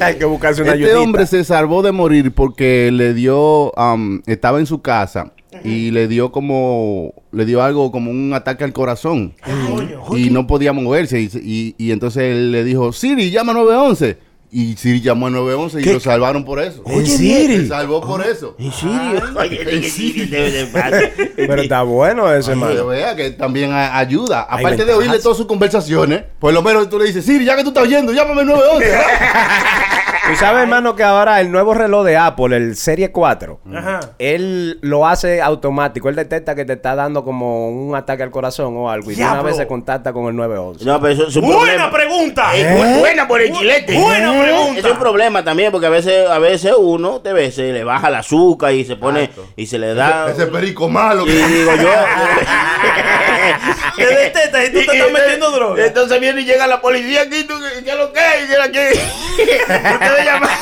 Speaker 6: Hay que buscarse una
Speaker 7: este
Speaker 6: ayudita.
Speaker 7: hombre se salvó de morir porque le dio, am, estaba en su casa y le dio como, le dio algo como un ataque al corazón y no podía moverse y, y- y entonces él le dijo, Siri, llama 911. Y Siri llamó a 911 y
Speaker 8: ¿Qué?
Speaker 7: lo salvaron por eso.
Speaker 8: ¿En Siri?
Speaker 7: Se salvó por eso.
Speaker 8: ¿En serio? Oye, ¿en serio? De- de- de-
Speaker 6: Pero está bueno ese,
Speaker 7: Pero
Speaker 6: hermano.
Speaker 7: vea que también a- ayuda. Aparte de
Speaker 6: ventajas.
Speaker 7: oírle todas sus conversaciones, por lo menos tú le dices, Siri, ya que tú estás oyendo, llámame al 911.
Speaker 6: Tú sabes, hermano, que ahora el nuevo reloj de Apple, el Serie 4,
Speaker 5: Ajá.
Speaker 6: él lo hace automático. Él detecta que te está dando como un ataque al corazón o algo. Y de una
Speaker 5: Diablo.
Speaker 6: vez se contacta con el 911.
Speaker 8: No, pero eso es un
Speaker 5: Buena
Speaker 8: problema.
Speaker 5: pregunta.
Speaker 8: Eh, bu- Buena por el chilete.
Speaker 5: Buena pregunta.
Speaker 8: Es un problema también, porque a veces, a veces uno te ve, se le baja el azúcar y se pone y se le da.
Speaker 7: Ese perico malo.
Speaker 8: Y digo yo,
Speaker 5: Te detectas y tú te estás metiendo droga.
Speaker 4: Entonces viene y llega la policía aquí, tú, ¿qué es lo que hay? ¿Qué es lo que hay? Usted le llama.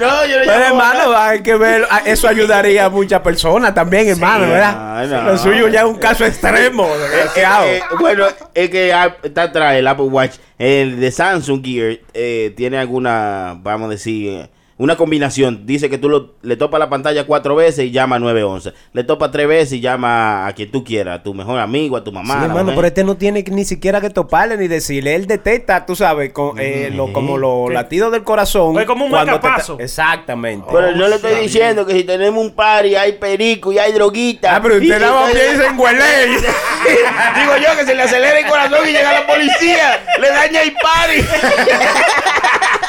Speaker 4: No, yo le
Speaker 6: Pero
Speaker 4: llamo.
Speaker 6: hermano, hay que ver, a- eso ayudaría a muchas personas también, hermano, ¿verdad?
Speaker 8: ah, no.
Speaker 6: Lo suyo ya es un caso extremo, desgraciado.
Speaker 8: Eh, eh, bueno, es que ah, está atrás el Apple Watch. El de Samsung Gear eh, tiene alguna, vamos a decir, eh, una combinación. Dice que tú lo- le topas la pantalla cuatro veces y llama a 911. Le topas tres veces y llama a quien tú quieras, a tu mejor amigo, a tu
Speaker 6: Sí,
Speaker 8: mamá. a la
Speaker 6: hermano,
Speaker 8: mujer.
Speaker 6: pero este no tiene ni siquiera que toparle ni decirle. Él detecta, tú sabes, con, eh, lo- como los
Speaker 8: ¿Qué?
Speaker 6: latidos del corazón.
Speaker 8: Es como un
Speaker 6: cuando te está-
Speaker 8: marcapaso.
Speaker 6: Exactamente.
Speaker 8: Pero yo le estoy diciendo que si tenemos un party hay perico y hay droguita.
Speaker 6: Ah, pero usted nada más piensa en Güeley.
Speaker 8: Digo yo que se le acelera el corazón y llega la policía. Le daña el party.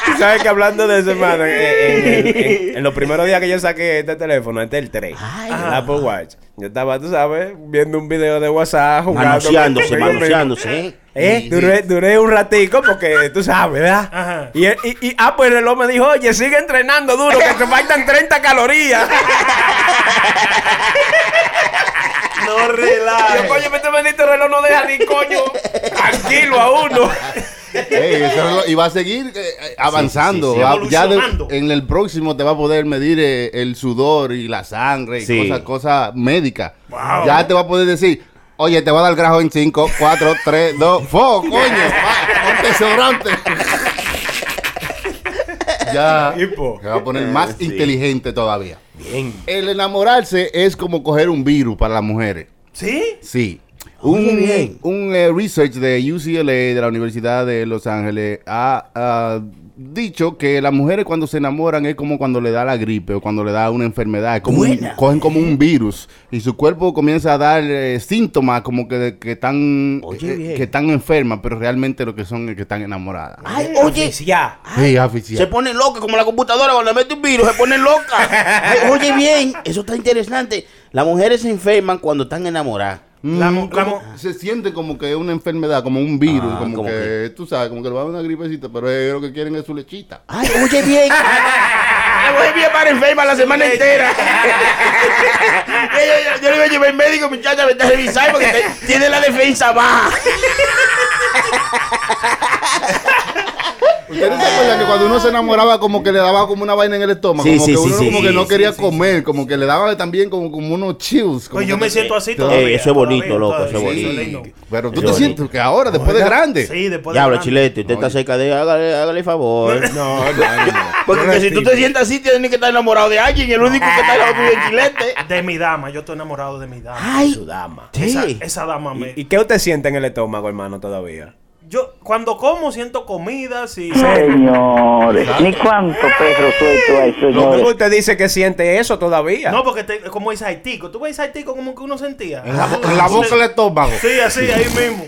Speaker 6: Tú sabes que hablando de eso, hermano, en, en- en- en- en los primeros días que yo saqué este teléfono, este es el 3, el Apple Watch, yo estaba, tú sabes, viendo un video de WhatsApp jugando.
Speaker 8: Manoseándose,
Speaker 6: conmigo mismo.
Speaker 8: manoseándose.
Speaker 6: Eh, duré, duré un ratico porque tú sabes, ¿verdad? Y, el- y, y- ah, pues el reloj me dijo, oye, sigue entrenando duro, que te faltan 30 calorías.
Speaker 5: No relajes.
Speaker 6: Yo, coño, este bendito reloj no deja ni coño tranquilo a uno.
Speaker 7: Ey, eso es lo- y va a seguir eh, eh, avanzando.
Speaker 8: Sí, sí, sí,
Speaker 7: Va- ya de-
Speaker 8: evolucionando.
Speaker 7: en el próximo te va a poder medir eh, el sudor y la sangre y
Speaker 8: Sí.
Speaker 7: cosas, cosas médicas. Ya te va a poder decir, oye, te va a dar grajo en 5, 4, 3, 2, ¡fo, coño! va, ponte sobrante. ya se va a poner más
Speaker 8: Sí.
Speaker 7: inteligente todavía. El enamorarse es como coger un virus para las mujeres.
Speaker 5: ¿Sí?
Speaker 7: Sí. Un, un, eh, research de UCLA, de la Universidad de Los Ángeles, ha ah, dicho que las mujeres cuando se enamoran es como cuando le da la gripe o cuando le da una enfermedad. es como un- cogen como un virus y su cuerpo comienza a dar eh, síntomas como que, que, están, eh,
Speaker 8: bien.
Speaker 7: que están enfermas, pero realmente lo que son es que están enamoradas.
Speaker 8: Ay, oye.
Speaker 6: Ya.
Speaker 7: Sí, oficial.
Speaker 8: Se pone loca como la computadora cuando le mete un virus, se pone loca. Ay, oye bien, eso está interesante. Las mujeres se enferman cuando están enamoradas.
Speaker 7: Mm, como- se siente como que es una enfermedad, como un virus,
Speaker 8: Ah,
Speaker 7: como,
Speaker 8: como
Speaker 7: que, tú sabes, como que le va a dar una gripecita, pero ellos lo que quieren es su lechita.
Speaker 8: Ay, oye bien.
Speaker 4: La mujer mía para enferma la semana entera. yo, yo- yo le voy a llevar al médico, muchacha, vete a revisar porque te- tiene la defensa baja.
Speaker 7: ¿Ustedes se acuerdan que cuando uno se enamoraba como que le daba como una vaina en el estómago?
Speaker 8: Sí,
Speaker 7: como
Speaker 8: sí,
Speaker 7: que
Speaker 8: sí,
Speaker 7: uno
Speaker 8: sí,
Speaker 7: como que
Speaker 8: sí,
Speaker 7: no
Speaker 8: sí,
Speaker 7: quería comer, como que le daba también como, como unos chills. como
Speaker 5: Pues yo
Speaker 7: que
Speaker 5: me
Speaker 7: te-
Speaker 5: siento así
Speaker 7: te-
Speaker 5: todavía.
Speaker 8: Ey, eso es bonito,
Speaker 5: todavía,
Speaker 8: loco, eso es
Speaker 5: todavía,
Speaker 8: bonito.
Speaker 5: lindo.
Speaker 7: Pero tú
Speaker 8: Eso
Speaker 7: te
Speaker 8: es
Speaker 7: sientes que ahora, después de grande.
Speaker 5: Sí, después de
Speaker 8: Diablo,
Speaker 5: grande.
Speaker 8: chilete, usted está cerca de hágale, hágale el favor.
Speaker 6: No, no, no.
Speaker 4: Porque que si tú te sientas así, tienes que estar enamorado de alguien. El único que está enamorado tuyo es Chilete.
Speaker 5: De mi dama, yo estoy enamorado de mi dama.
Speaker 8: Ah,
Speaker 6: Su dama.
Speaker 5: Esa, esa dama me.
Speaker 6: ¿Y, y qué usted siente en el estómago, hermano, todavía?
Speaker 5: Yo cuando como siento comida, sí.
Speaker 14: Señores, ni cuánto perro suelto hay,
Speaker 6: No,
Speaker 14: señores.
Speaker 6: usted dice que siente eso todavía.
Speaker 5: No, porque te- como dice Haitico. ¿Tú ves Haitico como que uno sentía?
Speaker 7: En la, bo- en la boca el estómago.
Speaker 5: Sí, así, ahí mismo.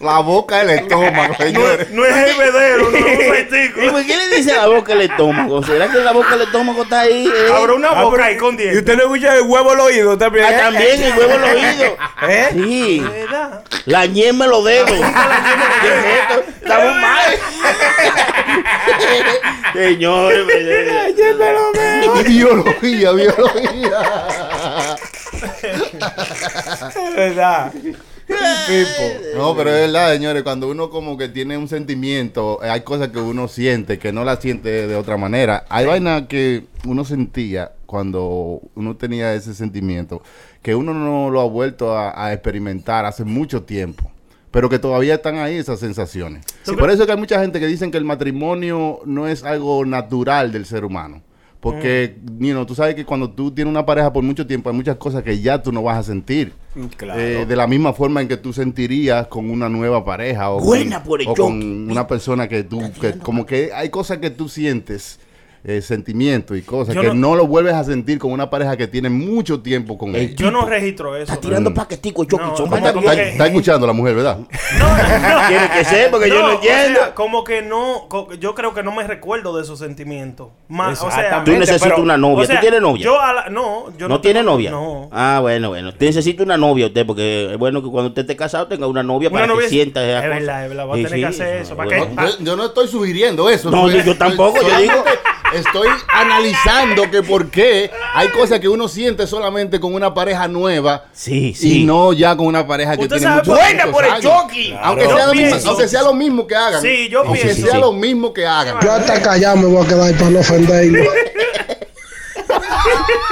Speaker 7: La boca el estómago, señores.
Speaker 5: No es bebedero, no es un Haitico.
Speaker 8: ¿Y por qué le dice a la boca el estómago? ¿Será que la boca el estómago está ahí? eh?
Speaker 5: Abro una
Speaker 6: Ah,
Speaker 5: boca
Speaker 6: pero-
Speaker 5: ahí con dientes.
Speaker 6: Y usted no escucha el huevo al oído también.
Speaker 8: Ah, también el huevo en los oídos.
Speaker 6: ¿Eh?
Speaker 8: Sí.
Speaker 5: ¿Verdad?
Speaker 8: La ñema en los dedos. ¿Qué es esto? Estamos mal. Señores, me-
Speaker 7: biología, biología.
Speaker 15: "Eh,
Speaker 6: Es verdad.
Speaker 7: No, pero es verdad, señores, cuando uno como que tiene un sentimiento, eh, hay cosas que uno siente, que no las siente de, de otra manera. Hay vainas que uno sentía cuando uno tenía ese sentimiento, que uno no lo ha vuelto a, a experimentar hace mucho tiempo. Pero que todavía están ahí esas sensaciones. Por eso es que hay mucha gente que dicen que el matrimonio no es algo natural del ser humano. Porque, you know, tú sabes que cuando tú tienes una pareja por mucho tiempo, hay muchas cosas que ya tú no vas a sentir.
Speaker 6: Claro.
Speaker 7: Eh, de la misma forma en que tú sentirías con una nueva pareja o,
Speaker 6: Buena
Speaker 7: con,
Speaker 6: por el
Speaker 7: o con
Speaker 6: jockey.
Speaker 7: una persona que tú, que como que hay cosas que tú sientes, eh, sentimientos y cosas
Speaker 5: Yo
Speaker 7: que
Speaker 5: no-
Speaker 7: no, lo vuelves a sentir con una pareja que tiene mucho tiempo con él.
Speaker 5: Yo no registro eso. Está
Speaker 7: tirando
Speaker 5: paquetico, Mm. no,
Speaker 7: Está,
Speaker 5: como que-
Speaker 7: está escuchando la mujer, ¿verdad?
Speaker 5: Tiene
Speaker 8: que ser, porque yo no entiendo.
Speaker 5: como que no, co- yo creo que no me recuerdo de esos sentimientos. Más, o sea,
Speaker 8: Tú necesitas una novia.
Speaker 5: o sea,
Speaker 8: ¿Tú tienes novia?
Speaker 5: Yo a la- no, yo
Speaker 8: ¿No, tiene
Speaker 5: tengo-
Speaker 8: novia?
Speaker 5: No.
Speaker 8: Ah, bueno, bueno. Usted necesita una novia usted, porque es bueno que cuando usted esté casado tenga una novia
Speaker 5: Una
Speaker 8: para
Speaker 5: novia-
Speaker 8: que sienta
Speaker 5: es
Speaker 8: esa cosa.
Speaker 5: verdad, es verdad. Voy a
Speaker 8: Sí,
Speaker 5: tener que
Speaker 8: sí,
Speaker 5: hacer
Speaker 8: eso,
Speaker 5: eso. ¿Para
Speaker 8: bueno.
Speaker 5: qué?
Speaker 7: Yo, yo no estoy sugiriendo eso.
Speaker 8: No,
Speaker 7: Estoy-
Speaker 8: yo tampoco, yo
Speaker 7: solamente
Speaker 8: digo-
Speaker 7: Estoy analizando que por qué hay cosas que uno siente solamente con una pareja nueva.
Speaker 8: sí.
Speaker 7: Y no ya con una pareja que
Speaker 5: Usted
Speaker 7: tiene
Speaker 5: sabe
Speaker 7: mucho
Speaker 5: por- Buena por el
Speaker 7: choque.
Speaker 5: jockey.
Speaker 7: Aunque,
Speaker 5: Claro.
Speaker 7: sea
Speaker 5: Yo
Speaker 7: lo mismo,
Speaker 5: pienso-
Speaker 7: aunque sea lo mismo que hagan.
Speaker 5: Sí, yo
Speaker 7: aunque
Speaker 5: pienso.
Speaker 7: sea
Speaker 5: Sí.
Speaker 7: lo mismo que hagan.
Speaker 9: Yo hasta callado me voy a quedar para no ofenderlo.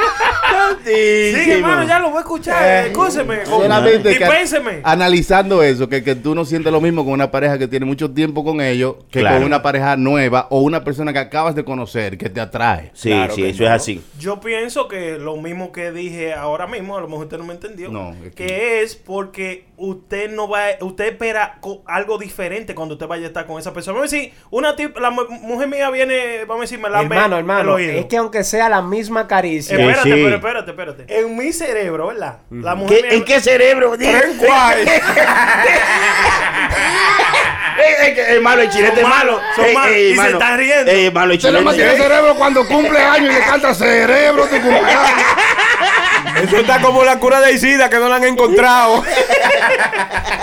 Speaker 5: Sí, hermano, ya lo voy a escuchar. Escúcheme.
Speaker 7: Solamente que- Ah.
Speaker 5: Dispénseme.
Speaker 7: analizando eso, que, que tú no sientes lo mismo con una pareja que tiene mucho tiempo con ellos que
Speaker 8: Claro.
Speaker 7: con una pareja nueva o una persona que acabas de conocer, que te atrae.
Speaker 8: Sí, sí, eso es así.
Speaker 5: Yo pienso que lo mismo que dije ahora mismo, a lo mejor usted no me entendió,
Speaker 7: No, es
Speaker 5: que... es porque usted no va, usted espera co- algo diferente cuando usted vaya a estar con esa persona. Vamos a decir, una tip, la mu- mujer mía viene, vamos a decir, me la ve
Speaker 15: hermano,
Speaker 5: el
Speaker 15: hermano,
Speaker 5: oído. Eh,
Speaker 15: es que aunque sea la misma caricia.
Speaker 5: Espérate, pero espérate, espérate. En mi cerebro, ¿verdad? La
Speaker 15: Ujú.
Speaker 5: mujer
Speaker 15: ¿Qué- en qué
Speaker 5: cerebro?
Speaker 15: ¿En cuál?
Speaker 8: Eh, malo, el chilete es malo.
Speaker 5: Son
Speaker 8: Ey,
Speaker 5: malos.
Speaker 8: ey,
Speaker 5: y se
Speaker 8: mano.
Speaker 5: está riendo.
Speaker 8: Ey, malo, el
Speaker 9: Se le
Speaker 8: chilete.
Speaker 9: mantiene cerebro cuando cumple años y le canta cerebro tu cumpleaños.
Speaker 6: Eso está como la cura de Isida que no la han encontrado.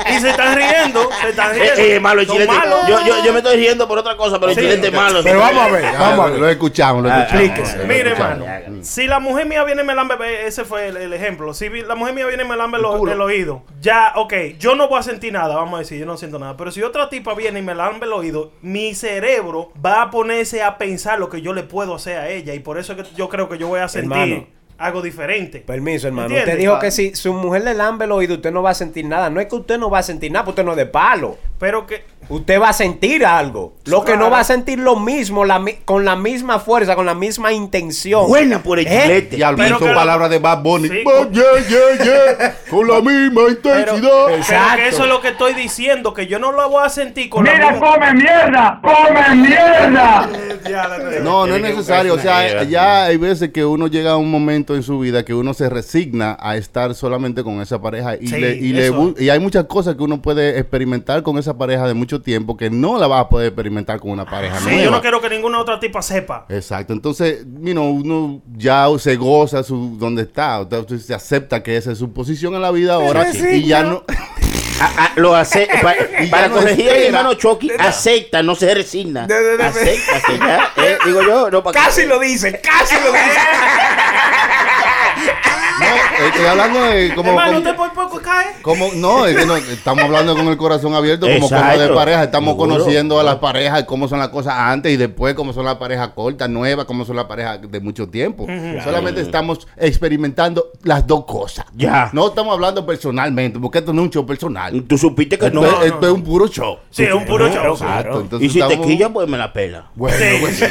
Speaker 5: y se están riendo, se están riendo.
Speaker 8: Eh, eh, malo el
Speaker 5: Son
Speaker 8: chilete.
Speaker 5: malos.
Speaker 8: Yo, yo, yo me estoy riendo por otra cosa, pero el
Speaker 5: Sí.
Speaker 8: chilete es malo.
Speaker 7: Pero vamos a ver, vamos a ver. Lo escuchamos, lo
Speaker 8: Ah,
Speaker 7: escuchamos. Lo
Speaker 5: Mire,
Speaker 7: escuchamos.
Speaker 5: hermano, si la mujer mía viene y me lambe, eh, ese fue el, el ejemplo. Si vi- la mujer mía viene y me lambe lo- el oído, ya, ok, yo no voy a sentir nada, vamos a decir, yo no siento nada. Pero si otra tipa viene y me lambe el oído, mi cerebro va a ponerse a pensar lo que yo le puedo hacer a ella. Y por eso es que yo creo que yo voy a sentir
Speaker 15: Hermano.
Speaker 5: algo diferente.
Speaker 15: Permiso, hermano.
Speaker 5: ¿Entiendes?
Speaker 15: Usted dijo que si su mujer le lambe el oído, usted no va a sentir nada. No es que usted no va a sentir nada, porque usted no es de palo.
Speaker 5: Pero que.
Speaker 15: Usted va a sentir algo. Lo que
Speaker 5: Claro.
Speaker 15: no va a sentir lo mismo, la mi- con la misma fuerza, con la misma intención.
Speaker 8: Buena pues. por
Speaker 5: ¿Eh?
Speaker 8: el chilete.
Speaker 7: Y al menos
Speaker 15: Pero que-
Speaker 7: son palabras de Bad Bunny.
Speaker 5: Sí.
Speaker 7: Oh, yeah, yeah, yeah, con la misma intensidad.
Speaker 5: Pero que eso es lo que estoy diciendo, que yo no lo voy a sentir con la
Speaker 9: Mira,
Speaker 5: misma-
Speaker 9: come mierda, come mierda.
Speaker 7: No, no es necesario. O sea, ya hay veces que uno llega a un momento en su vida que uno se resigna a estar solamente con esa pareja y,
Speaker 5: Sí,
Speaker 7: le- y, le
Speaker 5: eso.
Speaker 7: bu- y hay muchas cosas que uno puede experimentar con esa pareja de mucho tiempo que no la va a poder experimentar con una pareja
Speaker 5: Sí,
Speaker 7: nueva.
Speaker 5: yo no quiero que ninguna otra tipa sepa.
Speaker 7: Exacto, entonces, you know, uno ya se goza su donde está, o sea, usted se acepta que esa es su posición en la vida ahora y ya no
Speaker 8: lo hace pa-
Speaker 7: Y ya
Speaker 8: para
Speaker 7: no
Speaker 8: corregir
Speaker 7: espera.
Speaker 8: al hermano Chucky, acepta, no se resigna. Acepta que ya, eh, digo yo, no para
Speaker 15: Casi lo dice, casi lo dice.
Speaker 7: Eh, estoy hablando de como
Speaker 5: Hermano,
Speaker 7: como-
Speaker 5: usted por poco cae.
Speaker 7: Como, no, es que no, estamos hablando con el corazón abierto, como
Speaker 8: Exacto.
Speaker 7: cosas de pareja. Estamos
Speaker 8: Seguro.
Speaker 7: conociendo a las parejas, cómo son las cosas antes y después, cómo son las parejas cortas, nuevas, cómo son las parejas de mucho tiempo. Solamente estamos experimentando las dos cosas.
Speaker 8: Ya.
Speaker 7: No estamos hablando personalmente, porque esto no es un show personal.
Speaker 8: Tú supiste que
Speaker 7: esto,
Speaker 8: no.
Speaker 7: es-
Speaker 8: No, no,
Speaker 5: eh,
Speaker 7: esto es un puro show.
Speaker 5: Sí, es un puro show.
Speaker 7: Exacto. Entonces
Speaker 8: Y si te
Speaker 7: estamos-
Speaker 8: quilla, pues me la pela.
Speaker 7: Bueno,
Speaker 5: Sí.
Speaker 7: pues-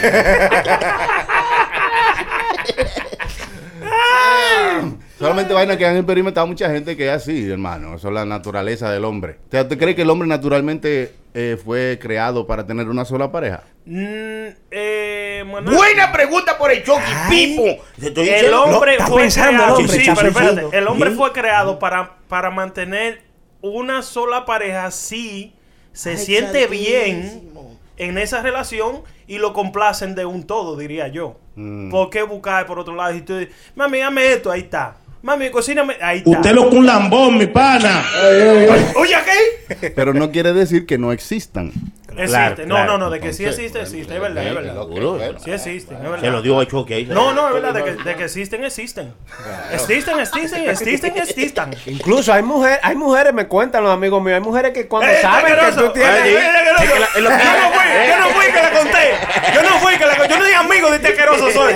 Speaker 7: Solamente vaina que han experimentado mucha gente que es así, hermano. Eso es la naturaleza del hombre. O sea, ¿tú crees que el hombre naturalmente eh, fue creado para tener una sola pareja?
Speaker 5: Mm, eh, Manuel.
Speaker 8: Buena pregunta por el Chucky, Pipo. Te estoy
Speaker 5: El
Speaker 8: diciendo-
Speaker 5: hombre
Speaker 8: No, está
Speaker 5: fue
Speaker 8: pensando el
Speaker 5: creado,
Speaker 8: hombre,
Speaker 5: sí,
Speaker 8: está
Speaker 5: pero espérate,
Speaker 8: pensando.
Speaker 5: el hombre
Speaker 8: Sí.
Speaker 5: fue creado para, para mantener una sola pareja si se
Speaker 8: Ay,
Speaker 5: siente bien
Speaker 8: santísimo.
Speaker 5: en esa relación y lo complacen de un todo, diría yo.
Speaker 2: Mm.
Speaker 5: ¿Por qué buscar por otro lado? Y tú, mami, dame esto, ahí está. Mami, cocíname, ahí está.
Speaker 2: Usted lo que un lambón, mi pana.
Speaker 5: Oye, ¿qué?
Speaker 7: Pero no quiere decir que no existan.
Speaker 5: Existe. no, no, no, de que sí existe, existe, es verdad, es verdad.
Speaker 8: Seguro, es verdad.
Speaker 5: Sí existen, es verdad.
Speaker 8: Se lo dio a Chucky ahí.
Speaker 5: No, no, es verdad, de que, de que existen, existen. Existen, existen, existen, existen.
Speaker 6: Incluso hay mujeres, hay mujeres, me cuentan los amigos míos, hay mujeres que cuando
Speaker 5: ¡Eh,
Speaker 6: saben que
Speaker 5: asqueroso!
Speaker 6: tú tienes.
Speaker 5: ¡Eh, asqueroso! Yo no fui, yo no fui que la conté. Yo no fui que la conté. Yo no dije amigo de este asqueroso soy.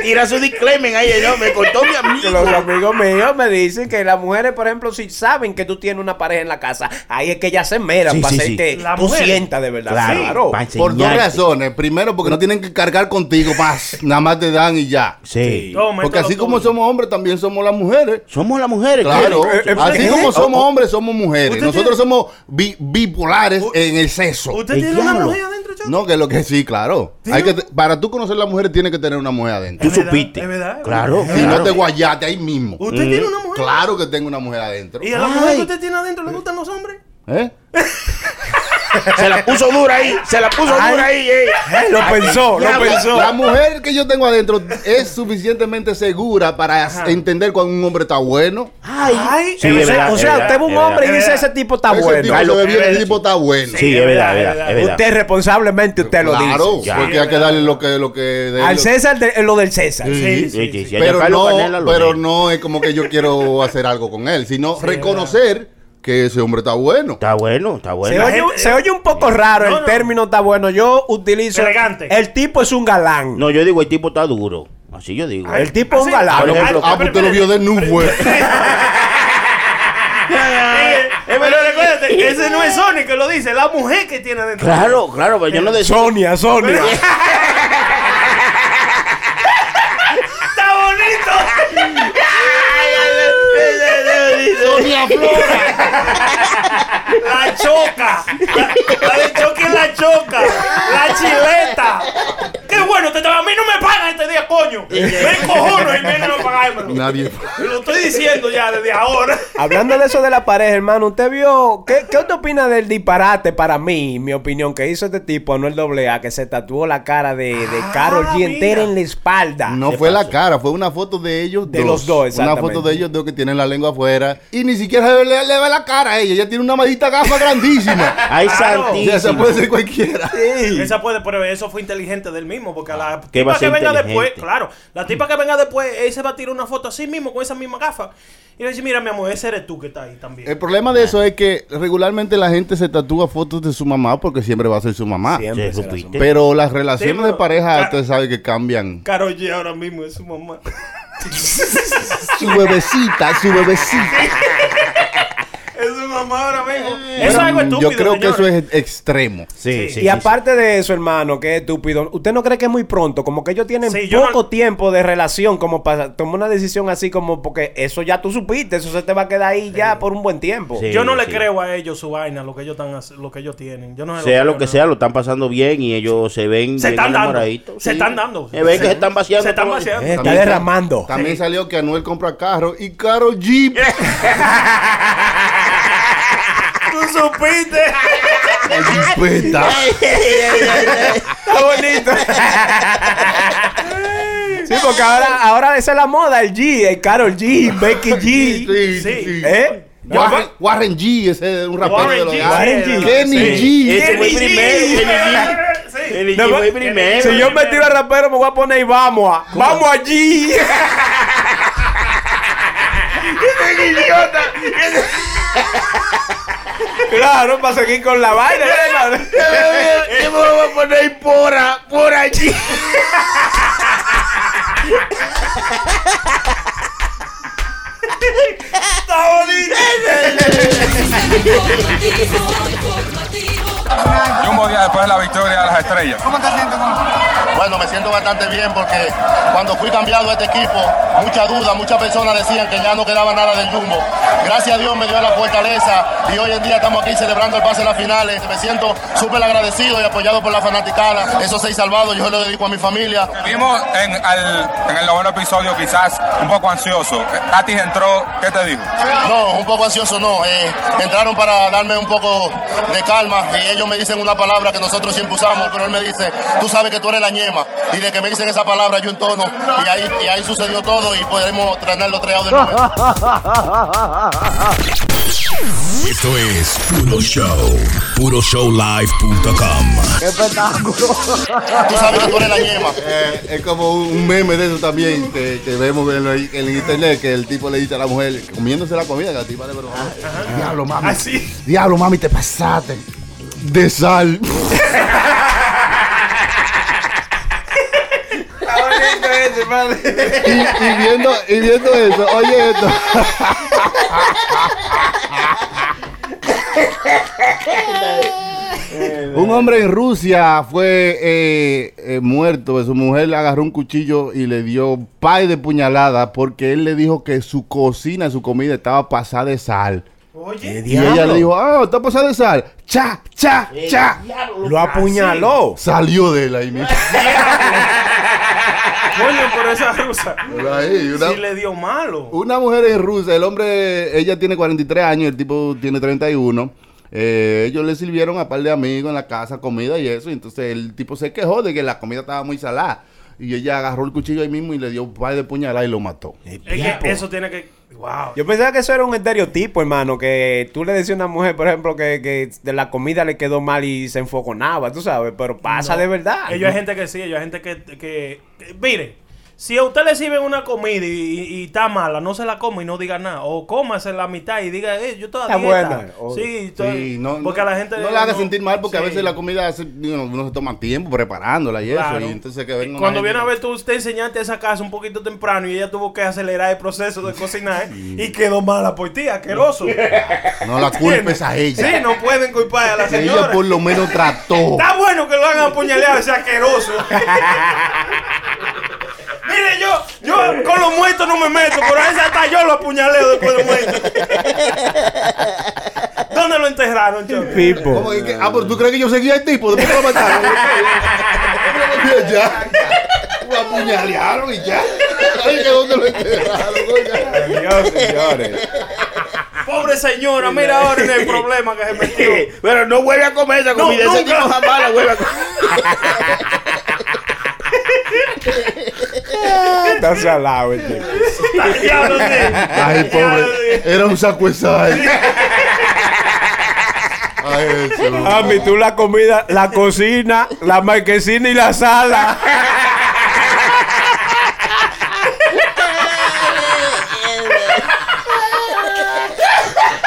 Speaker 8: Tira su disclaimer ahí, no, me contó mi amigo.
Speaker 6: Los amigos míos me dicen que las mujeres, por ejemplo, si saben que tú tienes una pareja en la casa, ahí es que ellas se meran
Speaker 7: Sí,
Speaker 6: para
Speaker 7: sí,
Speaker 6: hacer
Speaker 7: sí.
Speaker 6: que
Speaker 7: La
Speaker 6: tú
Speaker 7: mujer.
Speaker 6: sientas de verdad.
Speaker 7: Claro, Por dos razones. Primero, porque no tienen que cargar contigo más. Nada más te dan y ya.
Speaker 8: Sí.
Speaker 5: Toma,
Speaker 7: Porque
Speaker 5: esto
Speaker 7: así
Speaker 5: lo
Speaker 7: como somos hombres, también somos las mujeres.
Speaker 8: Somos las mujeres.
Speaker 7: Claro.
Speaker 5: claro. Eh,
Speaker 7: Así
Speaker 5: eh, ¿usted
Speaker 7: como
Speaker 5: tiene-
Speaker 7: somos
Speaker 5: o- o-
Speaker 7: hombres, somos mujeres.
Speaker 5: ¿Usted
Speaker 7: Nosotros
Speaker 5: tiene-
Speaker 7: somos bi- bipolares en el sexo.
Speaker 5: ¿Usted tiene una mujer adentro,
Speaker 7: No, que lo que sí, claro. Hay que te- para tú conocer a la mujer, tienes que tener una mujer adentro.
Speaker 8: Tú supiste.
Speaker 5: Es verdad.
Speaker 8: Claro,
Speaker 7: Si
Speaker 8: claro.
Speaker 7: no te guayaste ahí mismo.
Speaker 5: ¿Usted tiene una mujer?
Speaker 7: Claro que tengo una mujer adentro.
Speaker 5: ¿Y a la mujer que usted tiene adentro le gustan los hombres?
Speaker 7: ¿Eh?
Speaker 8: Se la puso dura ahí, se la puso
Speaker 7: Ay.
Speaker 8: dura ahí. eh. Ay,
Speaker 7: La-
Speaker 8: diablo.
Speaker 7: pues, La mujer que yo tengo adentro es suficientemente segura para
Speaker 8: Ajá.
Speaker 7: entender cuando un hombre está bueno.
Speaker 5: Ay,
Speaker 7: Sí, es verdad, es verdad, es verdad. Ese tipo se ve bien, ese tipo está bueno.
Speaker 8: Sí, es verdad, es verdad, es verdad.
Speaker 6: Usted responsablemente usted lo dice.
Speaker 7: Claro,
Speaker 6: Ya.
Speaker 7: porque hay que darle lo que lo que de-
Speaker 6: Al
Speaker 7: lo-
Speaker 6: César de- lo del César.
Speaker 7: Sí,
Speaker 8: sí, sí, sí.
Speaker 7: Pero
Speaker 8: Allá Carlos Canela
Speaker 7: no,
Speaker 8: lo
Speaker 7: pero
Speaker 8: dijo.
Speaker 7: no es como que yo quiero hacer algo con él, sino reconocer que ese hombre está bueno.
Speaker 8: Está bueno, está
Speaker 6: Se,
Speaker 8: bueno.
Speaker 6: oye, se oye un poco raro,
Speaker 5: No,
Speaker 6: el
Speaker 5: no.
Speaker 6: término está bueno. Yo utilizo.
Speaker 5: Elegante.
Speaker 6: El tipo es un galán.
Speaker 8: No, yo digo, el tipo está duro. Así yo digo.
Speaker 6: El tipo es un galán.
Speaker 8: Por ejemplo,
Speaker 7: ah, pues usted lo vio de nube.
Speaker 5: Eh, pero recuérdate, ese no es Sony que lo dice, la mujer que tiene adentro.
Speaker 8: Claro, claro, pero yo no decía.
Speaker 6: Sonia, Sonia.
Speaker 5: ¡Está bonito!
Speaker 8: Sonia Flora.
Speaker 5: La choca. La, la de choque es la choca. La chileta. Qué bueno, te, a mí no me pagan este día, coño. Me cojono y viene no pagármelo.
Speaker 7: Nadie.
Speaker 5: Lo estoy diciendo ya desde ahora.
Speaker 6: Hablando de eso de la pareja, hermano, usted vio. ¿Qué, qué usted opina del disparate para mí, mi opinión, que hizo este tipo, Anuel AA, que se tatuó la cara de, de Carol G entera en la espalda?
Speaker 7: No
Speaker 6: Se
Speaker 7: fue la
Speaker 6: pasó.
Speaker 7: cara, fue una foto de ellos
Speaker 6: De los dos,
Speaker 7: Una
Speaker 6: exactamente.
Speaker 7: foto de ellos dos que tienen la lengua afuera. Y ni siquiera le, le- le ve la cara a ella. Ella tiene una maldita gafa grandísima.
Speaker 8: Ay,
Speaker 5: Claro.
Speaker 8: santísimo.
Speaker 7: Ya se puede ser cualquiera.
Speaker 5: Esa puede, pero eso fue inteligente del mismo, porque a la
Speaker 8: Ah, ¿Qué va
Speaker 5: tipa
Speaker 8: a
Speaker 5: que
Speaker 8: ser
Speaker 5: venga después,
Speaker 8: inteligente?
Speaker 5: claro, la tipa que venga después, él se va a tirar una foto así mismo con esa misma gafa. Y le dice, mira, mi amor, ese eres tú que está ahí también.
Speaker 7: El problema de eso es que regularmente la gente se tatúa fotos de su mamá porque siempre va a ser su mamá.
Speaker 8: Siempre Sí, será su supiste. mamá.
Speaker 7: Pero las relaciones
Speaker 5: Sí, pero-
Speaker 7: de pareja, ustedes saben que cambian.
Speaker 5: Karol G ahora mismo es su mamá.
Speaker 7: Su bebecita, su bebecita.
Speaker 5: Es su mamá ahora mismo. Eso es algo estúpido.
Speaker 7: Eh. Yo creo que eso
Speaker 5: señores.
Speaker 7: es extremo.
Speaker 8: Sí,
Speaker 6: y aparte de eso, hermano, que estúpido. ¿Usted no cree que es muy pronto? Como que ellos tienen
Speaker 5: Sí, yo
Speaker 6: poco tiempo de relación como para tomar una decisión así como porque eso ya tú supiste, eso se te va a quedar ahí ya por un buen tiempo.
Speaker 8: Sí.
Speaker 5: Yo no le
Speaker 8: sí.
Speaker 5: creo a ellos su vaina, lo que ellos, están, hace- lo que ellos tienen. Yo no se
Speaker 8: Sea lo que
Speaker 5: creo,
Speaker 8: sea, lo están pasando bien y ellos se ven
Speaker 5: Se
Speaker 8: bien
Speaker 5: están dando.
Speaker 8: enamoraditos,
Speaker 5: Se
Speaker 8: sí.
Speaker 5: están dando.
Speaker 8: Se ven que se están vaciando.
Speaker 5: Se están
Speaker 8: todo.
Speaker 5: vaciando.
Speaker 6: Está derramando.
Speaker 7: También salió que Anuel compra carro y caro Jeep.
Speaker 5: Tú supiste.
Speaker 7: Jeepeta.
Speaker 6: Está bonito. Sí, porque ahora, ahora esa es la moda, el G, el Carol G, Becky G.
Speaker 7: Sí,
Speaker 5: Sí.
Speaker 7: sí.
Speaker 6: ¿Eh?
Speaker 7: Warren, Warren G, ese es un rapero
Speaker 5: Warren
Speaker 7: de los
Speaker 5: G,
Speaker 7: gatos.
Speaker 6: Warren G.
Speaker 7: Kenny
Speaker 5: Sí.
Speaker 7: G.
Speaker 8: Ese fue
Speaker 5: Kenny G.
Speaker 8: primero,
Speaker 5: Sí.
Speaker 8: El
Speaker 6: No,
Speaker 8: G fue
Speaker 6: va-
Speaker 8: primero.
Speaker 6: Si yo me tiro al rapero, me voy a poner y vamos a. ¡Vamos allí!
Speaker 16: idiota!
Speaker 6: Claro, para seguir con la vaina, hermano.
Speaker 16: Yo me voy a poner pora, por allí.
Speaker 5: Está bonito.
Speaker 4: Jumbo día después de la victoria de las estrellas.
Speaker 17: ¿Cómo te sientes,
Speaker 18: Bueno, me siento bastante bien porque cuando fui cambiado a este equipo, mucha duda, muchas personas decían que ya no quedaba nada del Jumbo. Gracias a Dios me dio la fortaleza y hoy en día estamos aquí celebrando el pase a las finales. Me siento súper agradecido y apoyado por la fanaticada. Esos seis salvados yo lo dedico a mi familia.
Speaker 4: Vimos en, al- en el noveno episodio quizás un poco ansioso. Atis entró, ¿qué te dijo?
Speaker 18: No, un poco ansioso no. eh, entraron para darme un poco de calma y ellos me dicen una palabra que nosotros siempre usamos, pero él me dice, tú sabes que tú eres la ñema. Y de que me dicen esa palabra yo entono y ahí, y ahí sucedió todo y podemos traer los tres outs del noveno.
Speaker 13: Esto es Puro Show. PuroShowLive.com.
Speaker 18: ¡Qué espectáculo!
Speaker 9: Tú
Speaker 18: sabes que tú eres la yema.
Speaker 7: Eh, es como un un meme de eso también que, que vemos en, lo- en el internet que el tipo le dice a la mujer comiéndose la comida que la tipa le pero
Speaker 9: Diablo, mami. Diablo, mami, te pasaste.
Speaker 7: de sal. y, y viendo y viendo eso, oye esto. Un hombre en Rusia fue eh, eh, muerto. Su mujer agarró un cuchillo y le dio par de puñaladas porque él le dijo que su cocina, su comida estaba pasada de sal.
Speaker 5: Oye,
Speaker 7: y ella le dijo, ah, está pasada de sal. Cha, cha, cha.
Speaker 15: Lo apuñaló.
Speaker 7: Salió de él ahí mismo.
Speaker 5: Coño, pero esa rusa.
Speaker 7: Pero ahí, una- Uh,
Speaker 5: Sí le dio malo.
Speaker 7: Una mujer en Rusia, el hombre, ella tiene 43 años, el tipo tiene 31. Eh, ellos le sirvieron a par de amigos en la casa comida y eso. y entonces el tipo se quejó de que la comida estaba muy salada. Y ella agarró el cuchillo ahí mismo y le dio un par de puñaladas y lo mató.
Speaker 5: Es que eso tiene que. Wow.
Speaker 15: Yo pensaba que eso era un estereotipo, hermano, que tú le decías a una mujer, por ejemplo, que, que de la comida le quedó mal y se enfoconaba, tú sabes, pero pasa
Speaker 5: No.
Speaker 15: de verdad.
Speaker 5: Ellos hay gente que sí, ellos hay gente que, que- que- Mire, si a usted le sirven una comida y, y- y está mala, no se la coma y no diga nada. O cómase la mitad y diga, eh, yo todavía.
Speaker 7: Está buena.
Speaker 5: Sí, estoy-
Speaker 7: Sí, no,
Speaker 5: porque
Speaker 7: no-
Speaker 5: a la gente.
Speaker 7: no la haga sentir mal porque a
Speaker 5: sí.
Speaker 7: veces la comida se- no, no se toma tiempo preparándola y
Speaker 5: Claro.
Speaker 7: eso. Y entonces que venga
Speaker 5: Cuando
Speaker 7: una gente-
Speaker 5: viene a ver tú, usted enseñaste esa casa un poquito temprano y ella tuvo que acelerar el proceso de cocinar y quedó mala por ti, asqueroso.
Speaker 7: No la culpes a ella.
Speaker 5: Sí, no pueden culpar a la
Speaker 7: Que
Speaker 5: señora.
Speaker 7: ella por lo menos trató.
Speaker 5: Está bueno que lo hagan apuñaleado, ese asqueroso. Mire, yo, yo con los muertos no me meto, pero a ese hasta yo lo apuñaleo después de muerto. ¿Dónde lo enterraron, yo?
Speaker 4: pues.
Speaker 7: ¿Cómo que- que- ah, pero tú crees que yo seguía al tipo, después lo mataron. Yo lo vi allá. Lo apuñalearon y ya. Ay, que dónde lo enterraron, coño.
Speaker 15: Dios, señores.
Speaker 5: Pobre señora, mira ahora en el problema que se metió.
Speaker 4: Pero no vuelve a comer esa
Speaker 5: No,
Speaker 4: comida. Ese
Speaker 5: nunca.
Speaker 4: tipo jamás la vuelve a comer.
Speaker 15: Está salado, este.
Speaker 7: Ay, pobre. Era un saco de sal. Ay, eso.
Speaker 5: Ah,
Speaker 15: A mí tú la comida, la cocina, la marquesina y la sala.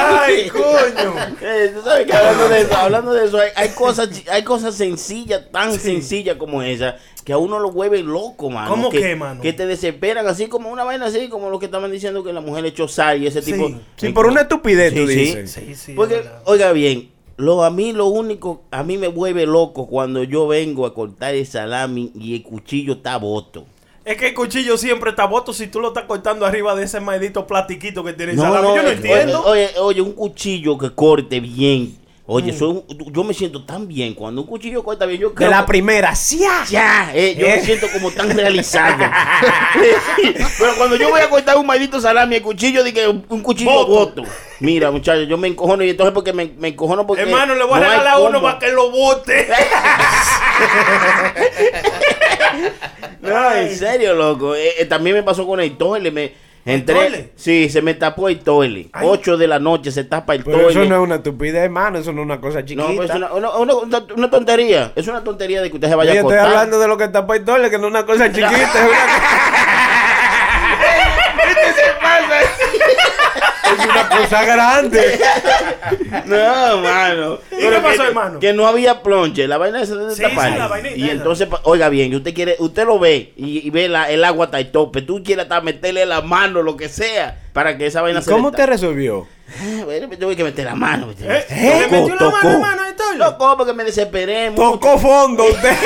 Speaker 5: ¡Ay, coño!
Speaker 8: Eh, tú sabes que hablando de eso, hablando de eso, hay, hay cosas, chi- hay cosas sencillas, tan sencillas como esa, que a uno lo vuelve loco, mano.
Speaker 5: ¿Cómo
Speaker 8: que,
Speaker 5: qué, mano?
Speaker 8: Que te desesperan, así como una vaina así, como lo que estaban diciendo que la mujer echó sal y ese
Speaker 5: Sí.
Speaker 8: tipo.
Speaker 15: Sí, por una estupidez,
Speaker 8: Sí,
Speaker 15: tú
Speaker 8: sí.
Speaker 15: dices.
Speaker 5: Sí, sí.
Speaker 8: Porque, oiga bien, lo, a mí lo único, a mí me vuelve loco cuando yo vengo a cortar el salami y el cuchillo está boto.
Speaker 5: Es que el cuchillo siempre está boto si tú lo estás cortando arriba de ese maldito platiquito que tiene el
Speaker 8: No,
Speaker 5: salami.
Speaker 8: no,
Speaker 5: yo no
Speaker 8: oye,
Speaker 5: entiendo.
Speaker 8: Oye, oye, un cuchillo que corte bien. Oye,
Speaker 5: Mm.
Speaker 8: soy un- yo me siento tan bien cuando un cuchillo corta bien. Yo
Speaker 15: De
Speaker 8: creo
Speaker 15: la
Speaker 8: que-
Speaker 15: primera, sí. ah.
Speaker 8: Ya, eh, yo me siento como tan realizado. Pero cuando yo voy a cortar un maldito salami, el cuchillo, dije, un cuchillo boto. Mira, muchachos, yo me encojono y entonces porque me, me encojono porque.
Speaker 5: Hermano, le voy a
Speaker 8: no hay
Speaker 5: regalar uno
Speaker 8: combo.
Speaker 5: para que lo bote.
Speaker 8: No, en serio, loco. Eh, eh, también me pasó con el toile. Me entré.
Speaker 5: toile?
Speaker 8: Sí, se me tapó el toile. 8 de la noche se tapa el
Speaker 15: Pero
Speaker 8: toile.
Speaker 15: eso no es una estupidez, hermano. Eso no es una cosa
Speaker 8: No,
Speaker 15: chiquita.
Speaker 8: pues, es una, una- una- una tontería. Es una tontería de que usted se vaya
Speaker 15: Oye,
Speaker 8: a
Speaker 15: estoy
Speaker 8: cortar.
Speaker 15: hablando de lo que está para el dólar, que no es una cosa chiquita. es una-
Speaker 4: Este se pasa.
Speaker 15: Es una cosa grande.
Speaker 8: No, mano.
Speaker 5: ¿Y qué pasó, hermano?
Speaker 8: Que no había plonche. La vaina esa de
Speaker 5: Sí,
Speaker 8: tapar.
Speaker 5: sí, la vainita
Speaker 8: y
Speaker 5: esa.
Speaker 8: entonces, pa- oiga bien, y usted quiere, usted lo ve y, y ve la- el agua hasta el tope. Tú quieres hasta meterle la mano, lo que sea, para que esa vaina
Speaker 15: ¿Y
Speaker 8: se.
Speaker 15: ¿Cómo
Speaker 8: le
Speaker 15: te
Speaker 8: tape.
Speaker 15: resolvió?
Speaker 8: Ah, bueno, me tuve que meter la mano. pues, me tuve-
Speaker 5: ¿Eh? ¿Le metió la mano, hermano, al toile?
Speaker 8: Tocó porque me desesperé. mucho.
Speaker 15: Tocó fondo usted.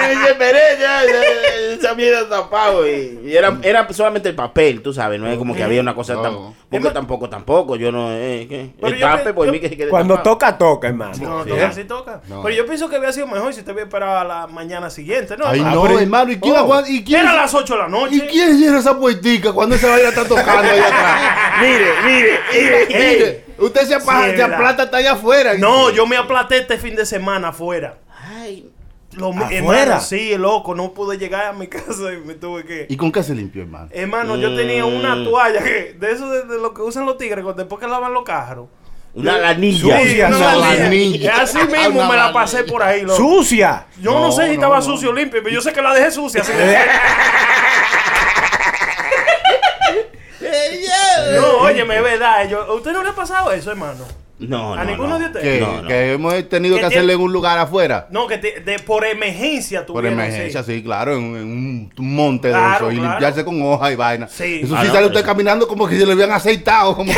Speaker 8: Me desesperé, ya, ya, ya, esa mierda tapado y, y era, era solamente el papel, tú sabes, no es como que había una cosa tan, porque tampoco, tampoco, yo no, eh, ¿qué?
Speaker 5: Pero
Speaker 8: el
Speaker 5: yo
Speaker 8: tape,
Speaker 5: pe-
Speaker 8: pues
Speaker 5: yo-
Speaker 8: mí que se quede
Speaker 15: Cuando
Speaker 8: tapado.
Speaker 15: toca, toca, hermano.
Speaker 5: No,
Speaker 15: Sí.
Speaker 5: toca, sí toca.
Speaker 8: No.
Speaker 5: Pero yo pienso que había sido mejor si te hubiera esperado a la mañana siguiente, ¿no?
Speaker 7: Ay,
Speaker 5: Ah,
Speaker 7: no,
Speaker 5: pero-
Speaker 7: hermano. ¿Y quién
Speaker 5: Oh.
Speaker 7: aguanta? ¿Y quién?
Speaker 5: Era las 8 de la noche.
Speaker 7: ¿Y quién cierra esa puertica cuando esa vaina está tocando ahí atrás?
Speaker 4: Mire, mire,
Speaker 5: mire,
Speaker 7: mire. Usted se,
Speaker 5: Sí,
Speaker 7: apa-
Speaker 5: es
Speaker 7: se
Speaker 5: verdad.
Speaker 7: aplata hasta allá afuera.
Speaker 5: No, yo me aplaté este fin de semana afuera.
Speaker 8: Ay,
Speaker 5: Lo, mi-
Speaker 7: ¿Afuera?
Speaker 5: hermano, sí, loco, no pude llegar a mi casa y me tuve que...
Speaker 7: ¿Y con qué se limpió, hermano?
Speaker 5: Hermano, yo tenía una
Speaker 7: Mm.
Speaker 5: toalla que- de eso de, de lo que usan los tigres cuando- después que lavan los carros.
Speaker 8: Una
Speaker 5: Yo-
Speaker 8: lanilla.
Speaker 5: Sí, una
Speaker 8: Una
Speaker 5: lanilla.
Speaker 8: lanilla.
Speaker 5: Y Así mismo
Speaker 8: Una
Speaker 5: me la pasé por ahí. loco.
Speaker 6: ¡Sucia!
Speaker 5: Yo no, sé si estaba sucio o limpio, pero yo sé que la dejé sucia. así
Speaker 6: Eh.
Speaker 5: que- no, oye, es verdad. Yo, ¿A usted no le ha pasado eso, hermano?
Speaker 8: No,
Speaker 5: ¿A ninguno de ustedes?
Speaker 7: Que,
Speaker 5: No, Eh, no.
Speaker 7: que hemos tenido
Speaker 5: Que
Speaker 7: que
Speaker 5: tiene-
Speaker 7: hacerle en un lugar afuera.
Speaker 5: No, que te- de- por emergencia
Speaker 7: Por
Speaker 5: tuvieron.
Speaker 7: emergencia,
Speaker 5: sí.
Speaker 7: sí, claro, en, en un monte de
Speaker 5: Claro,
Speaker 7: eso. Y
Speaker 5: claro.
Speaker 7: limpiarse con hojas y vaina.
Speaker 5: Sí.
Speaker 7: Eso
Speaker 5: Ah,
Speaker 7: sí sale
Speaker 5: no, pero
Speaker 7: usted caminando como que se le habían aceitado. Como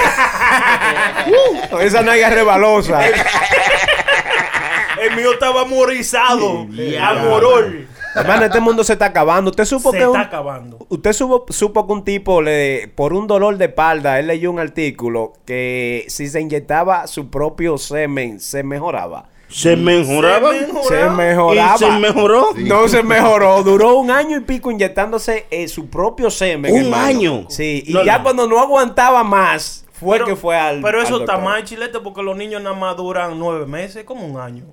Speaker 6: Uh, esa nalga es rebalosa.
Speaker 5: El mío estaba morizado.
Speaker 6: ya.
Speaker 5: a morol.
Speaker 6: Hermano, este mundo se está acabando. Usted supo
Speaker 5: Se
Speaker 6: que
Speaker 5: está
Speaker 6: un-
Speaker 5: acabando.
Speaker 6: Usted supo, supo que un tipo le por un dolor de espalda, él leyó un artículo que si se inyectaba su propio semen, se mejoraba.
Speaker 8: ¿Se mejoraba?
Speaker 6: Se mejoraba. Se mejoraba.
Speaker 8: ¿Y se mejoró?
Speaker 6: No se mejoró. Duró un año y pico inyectándose eh, su propio semen.
Speaker 8: ¿Un
Speaker 6: hermano.
Speaker 8: año?
Speaker 6: Sí. Y
Speaker 8: No,
Speaker 6: ya
Speaker 8: no.
Speaker 6: cuando no aguantaba más, fue que fue al.
Speaker 5: Pero eso
Speaker 6: al
Speaker 5: está
Speaker 6: doctor.
Speaker 5: mal, chilete, porque los niños nada más duran nueve meses, como un año.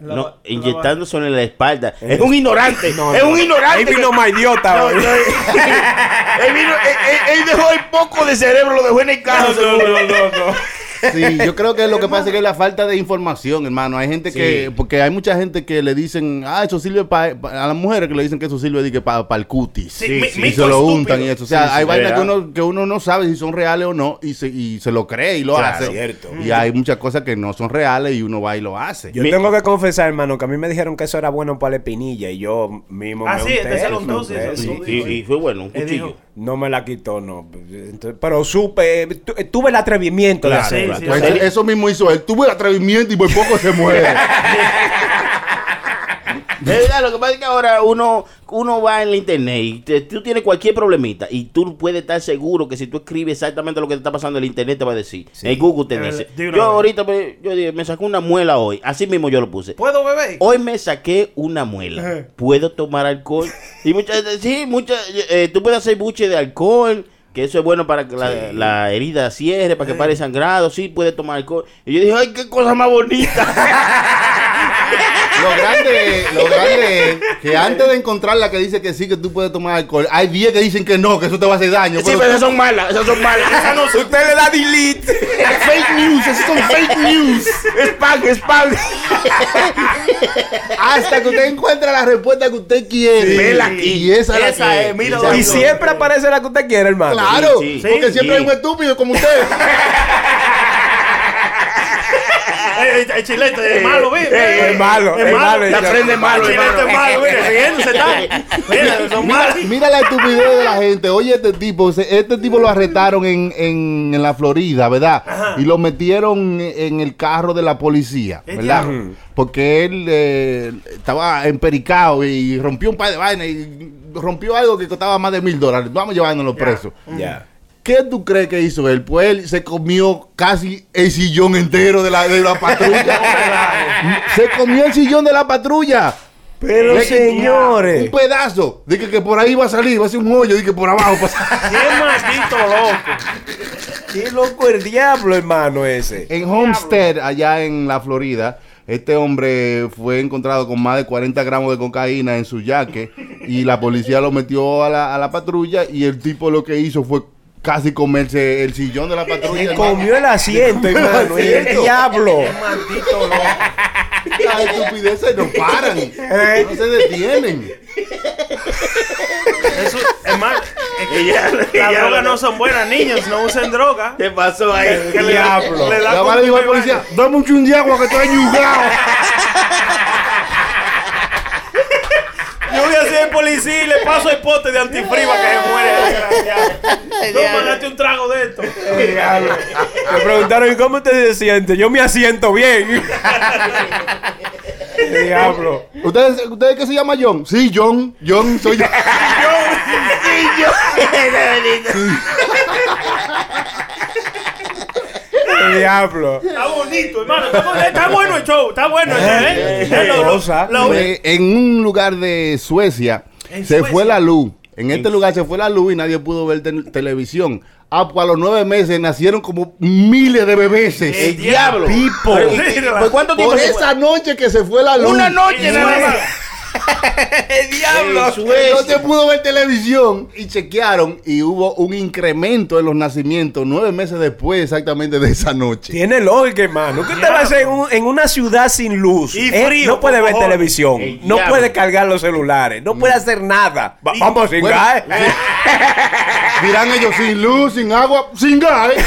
Speaker 5: La-
Speaker 8: No,
Speaker 5: la-
Speaker 8: inyectándose en la espalda. Es un ignorante. es un ignorante.
Speaker 6: Ahí vino más idiota.
Speaker 8: No,
Speaker 6: hoy.
Speaker 8: no,
Speaker 4: él, vino- él- él- él dejó el poco de cerebro, lo dejó en el carro.
Speaker 7: Sí, yo creo que lo que pasa es que es la falta de información, hermano. Hay gente que, porque hay mucha gente que le dicen, ah, eso sirve para, a las mujeres que le dicen que eso sirve para el cutis.
Speaker 5: Sí, mi-
Speaker 7: y
Speaker 5: mito
Speaker 7: se lo
Speaker 5: estúpido.
Speaker 7: untan y eso. O
Speaker 5: Sí,
Speaker 7: sea,
Speaker 5: sí,
Speaker 7: hay vainas que
Speaker 5: ¿verdad?
Speaker 7: uno, que uno no sabe si son reales o no y se, y se lo cree y lo
Speaker 6: Claro.
Speaker 7: hace.
Speaker 6: Cierto.
Speaker 7: Y hay muchas cosas que no son reales y uno va y lo hace.
Speaker 6: Yo tengo que confesar, hermano, que a mí me dijeron que eso era bueno para la espinilla y yo mismo
Speaker 5: Ah,
Speaker 6: me
Speaker 5: sí, este se lo
Speaker 6: me
Speaker 5: untó, sí,
Speaker 6: unté,
Speaker 5: se lo
Speaker 6: sí.
Speaker 5: untó, Y- sí. y
Speaker 8: fue bueno, un
Speaker 5: Él cuchillo. dijo-
Speaker 6: No me la quitó, no. Entonces, pero supe, eh, tu- tuve el atrevimiento
Speaker 7: Claro,
Speaker 6: de hacerlo.
Speaker 7: claro. Pues eso- Eso mismo hizo él. Tuvo el atrevimiento y por poco se muere.
Speaker 8: De verdad, lo que pasa es que ahora uno, uno va en la internet y te- tú tienes cualquier problemita y tú puedes estar seguro que si tú escribes exactamente lo que te está pasando, el internet te va a decir. El Google te
Speaker 5: Es
Speaker 8: dice.
Speaker 5: verdad. De una
Speaker 8: Yo
Speaker 5: vez.
Speaker 8: ahorita me, yo dije, me sacó una muela hoy. Así mismo yo lo puse.
Speaker 5: ¿Puedo beber?
Speaker 8: Hoy me saqué una muela.
Speaker 5: Ajá.
Speaker 8: ¿Puedo tomar alcohol? Y muchas sí, muchas, eh, tú puedes hacer buche de alcohol, que eso es bueno para que la, la herida cierre, para que pare el sangrado, sí, puedes tomar alcohol. Y yo dije, ay, qué cosa más bonita.
Speaker 7: Lo grande, lo grande es que antes de encontrar la que dice que sí, que tú puedes tomar alcohol, hay 10 que dicen que no, que eso te va a hacer daño.
Speaker 8: Sí, pero esas son malas, esas son malas. Esas no son-
Speaker 6: Usted le da delete.
Speaker 7: fake news, esas son fake news.
Speaker 4: Spam, spam.
Speaker 7: Hasta que usted encuentra la respuesta que usted quiere.
Speaker 6: Vela
Speaker 7: Y esa, es la que- Exacto.
Speaker 6: y siempre aparece la que usted quiere, hermano.
Speaker 7: Claro, porque siempre hay un estúpido como usted.
Speaker 5: Eh, eh, El chilete es malo, ¿ves?
Speaker 6: eh, es malo, es malo,
Speaker 5: La
Speaker 6: ya.
Speaker 5: prende malo. El chilete
Speaker 6: hermano.
Speaker 5: es malo, mira, riéndose está. Mira, son
Speaker 7: Mira,
Speaker 5: malos.
Speaker 7: mira la estupidez de la gente. Oye, este tipo, se- este tipo lo arrestaron en, en, en la Florida, ¿verdad? Y lo metieron en el carro de la policía,
Speaker 19: Eh,
Speaker 7: ¿verdad?
Speaker 19: diablo.
Speaker 7: Porque él eh, estaba empericado y rompió un par de vainas y rompió algo que costaba más de mil dólares. Vamos llevándolo preso.
Speaker 6: Ya.
Speaker 7: ¿Qué tú crees que hizo él? Pues él se comió casi el sillón entero de la, de la patrulla. se comió el sillón de la patrulla.
Speaker 6: Pero,
Speaker 7: Le-
Speaker 6: señores.
Speaker 7: Un pedazo. Dije que por ahí va a salir, va a ser un hoyo. Dije que por abajo pues. pasa.
Speaker 5: Qué maldito loco.
Speaker 6: Qué loco el diablo, hermano, ese.
Speaker 7: En Homestead, allá en la Florida, este hombre fue encontrado con más de 40 gramos de cocaína en su yaque. y la policía lo metió a la, a la patrulla. Y el tipo lo que hizo fue casi comerse el sillón de la patrulla.
Speaker 6: Le comió el asiento,
Speaker 7: Le comió el
Speaker 6: hermano. Y el
Speaker 7: asiento.
Speaker 6: diablo.
Speaker 7: Las estupideces no paran. No se detienen.
Speaker 5: Eso, es malo. Es que
Speaker 7: Ya, ya,
Speaker 5: Las
Speaker 7: ya.
Speaker 5: drogas no son buenas, niños. No usen droga.
Speaker 8: ¿Qué pasó
Speaker 5: ahí?
Speaker 7: El diablo.
Speaker 5: Le da
Speaker 7: La madre dijo al policía, dame un chun de agua que estoy ñugado.
Speaker 5: Yo voy a ser policía y le paso el pote de antifriva que se muere. desgraciado. No, mandate un trago de esto.
Speaker 6: Me preguntaron, ¿y cómo usted se siente? Yo me asiento bien. diablo.
Speaker 7: ¿Ustedes, ¿Ustedes qué se llama John? Sí, John. John, soy yo.
Speaker 6: El diablo.
Speaker 5: Está bonito, hermano. Está, bu- está bueno el show. Está bueno el show, ¿eh? Ya lo- lo- lo-
Speaker 7: Eh, en un lugar de Suecia
Speaker 5: ¿En
Speaker 7: se
Speaker 5: Suecia?
Speaker 7: fue la luz. En este lugar se fue la luz y nadie pudo ver te- televisión. a, a los nueve meses nacieron como miles de bebés.
Speaker 8: El diablo.
Speaker 7: Tipo.
Speaker 8: Pero, ¿y- y- por cuánto tiempo
Speaker 7: Por
Speaker 8: se
Speaker 7: esa noche que se fue la luz.
Speaker 8: Una noche nada más.
Speaker 7: El
Speaker 8: diablo.
Speaker 7: No se pudo ver televisión y chequearon y hubo un incremento en los nacimientos nueve meses después exactamente de esa noche.
Speaker 15: Tiene lógica, hermano. ¿Qué te va a hacer en, un- en una ciudad sin luz?
Speaker 7: Y
Speaker 15: Eh,
Speaker 7: frío,
Speaker 15: no puede
Speaker 7: por
Speaker 15: ver
Speaker 7: favor. Mm.
Speaker 15: televisión.
Speaker 7: El
Speaker 15: No
Speaker 7: diablo.
Speaker 15: puede cargar los celulares. No puede hacer nada. Va- vamos a
Speaker 6: ¿eh?
Speaker 15: cingar.
Speaker 7: Dirán ellos sin luz, sin agua, sin gas. ¿eh?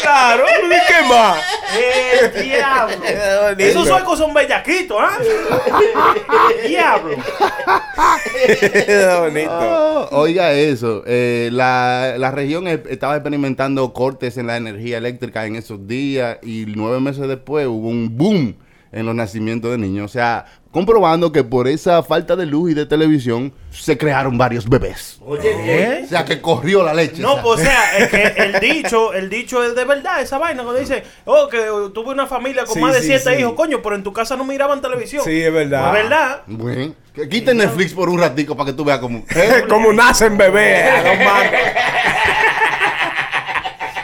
Speaker 15: claro, ¿qué más?
Speaker 5: ¡Eh, diablo! Esos suecos son bellaquitos, ¿ah? ¡Diablo!
Speaker 15: Ah.
Speaker 7: Oh, oiga eso, eh, la, la región e- estaba experimentando cortes en la energía eléctrica en esos días y nueve meses después hubo un boom en los nacimientos de niños. O sea, comprobando que por esa falta de luz y de televisión se crearon varios bebés. O sea, que corrió la leche.
Speaker 5: eh, No,
Speaker 7: o sea.
Speaker 5: pues, o sea, es que el dicho, el dicho es de verdad, esa vaina, cuando dice, oh, que tuve una familia con
Speaker 7: Sí,
Speaker 5: más de
Speaker 7: sí,
Speaker 5: siete
Speaker 7: sí.
Speaker 5: hijos, coño, pero en tu casa no miraban televisión.
Speaker 7: Sí, es verdad.
Speaker 5: Es verdad.
Speaker 7: Bueno, que quita Netflix por un ratico para que tú veas cómo,
Speaker 15: cómo nacen bebés. a los mangos.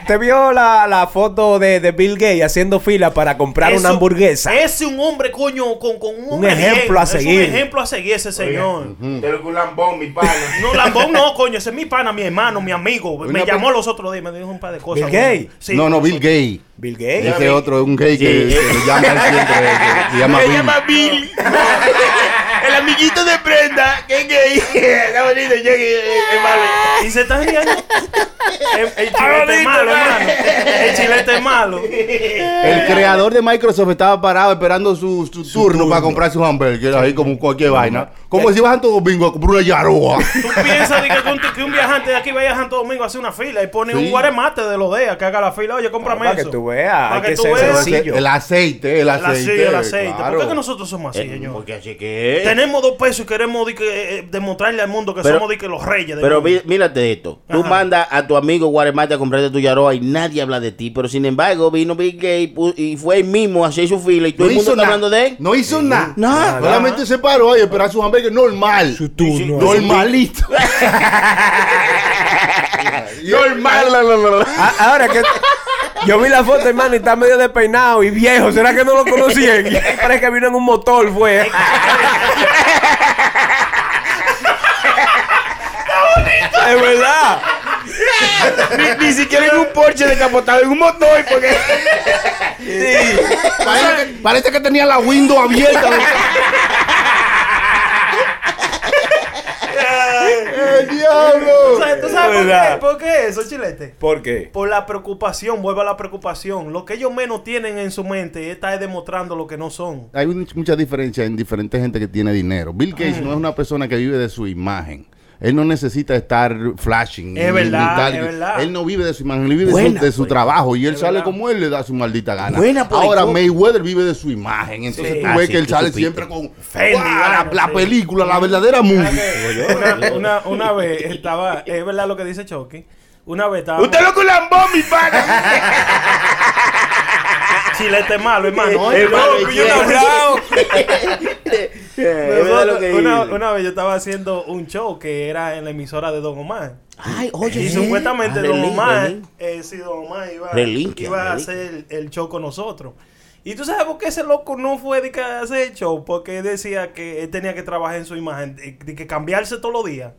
Speaker 15: ¿Te vio la, la foto de, de Bill Gates haciendo fila para comprar
Speaker 5: Es
Speaker 15: una
Speaker 5: un-
Speaker 15: hamburguesa?
Speaker 5: Es un hombre, coño, con, con un, hombre
Speaker 15: ejemplo
Speaker 5: bien,
Speaker 15: a
Speaker 5: Es
Speaker 15: seguir.
Speaker 5: un ejemplo a seguir ese señor.
Speaker 1: Mm.
Speaker 4: Pero con un lambón, mi pana.
Speaker 5: No, Lambón no, coño, ese es mi pana, mi hermano, mi amigo.
Speaker 7: Una
Speaker 5: me llamó
Speaker 7: pe-
Speaker 5: los otros días, me dijo un par de cosas.
Speaker 7: Bill Gays.
Speaker 5: bueno. Sí.
Speaker 7: no, no, Bill Gay.
Speaker 15: Bill
Speaker 5: Gates.
Speaker 7: Ese otro es un gay que,
Speaker 5: Sí.
Speaker 7: que lo llama él siempre. que se llama
Speaker 4: Se
Speaker 7: Bill.
Speaker 4: llama Bill. el amiguito de Brenda. Que es gay. Está bonito. Yo que es malo.
Speaker 5: Y se está riendo. El, el
Speaker 4: Está
Speaker 5: chilete es
Speaker 4: bonito,
Speaker 5: malo,
Speaker 4: ¿no?
Speaker 5: hermano. El chilete es malo.
Speaker 7: El creador de Microsoft estaba parado esperando su, su turno, para comprar su hamburger, ahí como cualquier vaina. Como si vas a Santo Domingo a comprar una yaroa.
Speaker 5: Piensa de que, un, que un viajante de aquí vaya a Santo Domingo a hacer una fila y pone un
Speaker 7: Sí.
Speaker 5: guaremate de los DEA que haga la fila. Oye, cómprame
Speaker 15: Para que
Speaker 5: eso.
Speaker 15: tú veas, hay
Speaker 5: Para
Speaker 15: que
Speaker 5: que tú
Speaker 15: ser
Speaker 5: veas.
Speaker 15: sencillo.
Speaker 7: El aceite, el
Speaker 5: El aceite,
Speaker 7: aceite.
Speaker 5: el aceite.
Speaker 7: claro.
Speaker 5: ¿Por qué que nosotros somos
Speaker 15: Eh,
Speaker 5: así, señor? Eh.
Speaker 8: Porque así que.
Speaker 5: Tenemos dos pesos y queremos di que, eh, demostrarle al mundo que
Speaker 8: Pero-
Speaker 5: somos di que los reyes. del
Speaker 8: Pero
Speaker 5: mundo.
Speaker 8: mí- mírate esto. Tú
Speaker 5: Ajá.
Speaker 8: mandas a tu amigo Guaremate a comprarte tu Yaroa y nadie habla de ti. Pero sin embargo, vino Big Gay pu- y fue él mismo a hacer su fila y todo
Speaker 7: No
Speaker 8: el mundo
Speaker 7: hizo
Speaker 8: está
Speaker 7: nada.
Speaker 8: hablando de él.
Speaker 7: No hizo nada.
Speaker 8: Nada.
Speaker 7: Solamente se paró ahí a esperar su hamburger normal. Su turno. Normalito. Normal.
Speaker 15: A- Ah, Ahora que yo vi la foto, hermano, y está medio despeinado y viejo. ¿Será que no lo conocían? Y parece que vino en un motor, fue. Es verdad.
Speaker 4: ni, ni siquiera en un Porsche decapotado, en un motor. Porque...
Speaker 7: Parece que, parece que tenía la window abierta. ¡El
Speaker 5: ¿Tú sabes, tú sabes por,
Speaker 15: ¿Verdad?
Speaker 5: qué, por qué eso, chilete?
Speaker 15: ¿Por qué?
Speaker 5: Por la preocupación, vuelve a la preocupación. Lo que ellos menos tienen en su mente está demostrando lo que no son.
Speaker 7: Hay un- mucha diferencia en diferentes gente que tiene dinero. Bill Gates no es una persona que vive de su imagen. Él no necesita estar flashing.
Speaker 5: Es
Speaker 7: ni- ni
Speaker 5: verdad,
Speaker 7: tal.
Speaker 5: es verdad.
Speaker 7: Él no vive de su imagen, él vive de su-
Speaker 5: Buena,
Speaker 7: de su,
Speaker 5: pues.
Speaker 7: trabajo. Y él
Speaker 5: Es
Speaker 7: sale
Speaker 5: verdad.
Speaker 7: como él le da su maldita gana.
Speaker 5: Buena, pues,
Speaker 7: Ahora
Speaker 5: ¿y cómo?
Speaker 7: Mayweather vive de su imagen. Entonces
Speaker 5: Sí.
Speaker 7: tú
Speaker 5: Ah,
Speaker 7: ves
Speaker 5: sí,
Speaker 7: que él
Speaker 5: tú
Speaker 7: sale
Speaker 5: supiste.
Speaker 7: siempre con
Speaker 5: Fendi,
Speaker 7: ¡Guau! la,
Speaker 5: vaina,
Speaker 7: la
Speaker 5: sí.
Speaker 7: película, la verdadera movie.
Speaker 5: Una, una, una vez estaba, es verdad lo que dice Chucky. Una vez estaba.
Speaker 4: Usted lo que un lambón, mi pana.
Speaker 5: Chilete malo, hermano. Oye,
Speaker 4: Hermano,
Speaker 5: yo-
Speaker 4: yo-
Speaker 5: yo- bravo.
Speaker 8: es verdad Eh, lo que
Speaker 5: una,
Speaker 8: dice.
Speaker 5: una vez yo estaba haciendo un show que era en la emisora de Don Omar.
Speaker 8: Ay, oye,
Speaker 5: y
Speaker 8: ¿eh?
Speaker 5: supuestamente
Speaker 8: Ah,
Speaker 5: Don
Speaker 8: relin-
Speaker 5: Omar,
Speaker 8: relin-
Speaker 5: eh, sí, Don Omar iba,
Speaker 8: Relinquia,
Speaker 5: iba a
Speaker 8: relinquia.
Speaker 5: hacer el show con nosotros. Y tú sabes por qué ese loco no fue de que a hacer el show, porque decía que él tenía que trabajar en su imagen, de, de que cambiarse todos los días,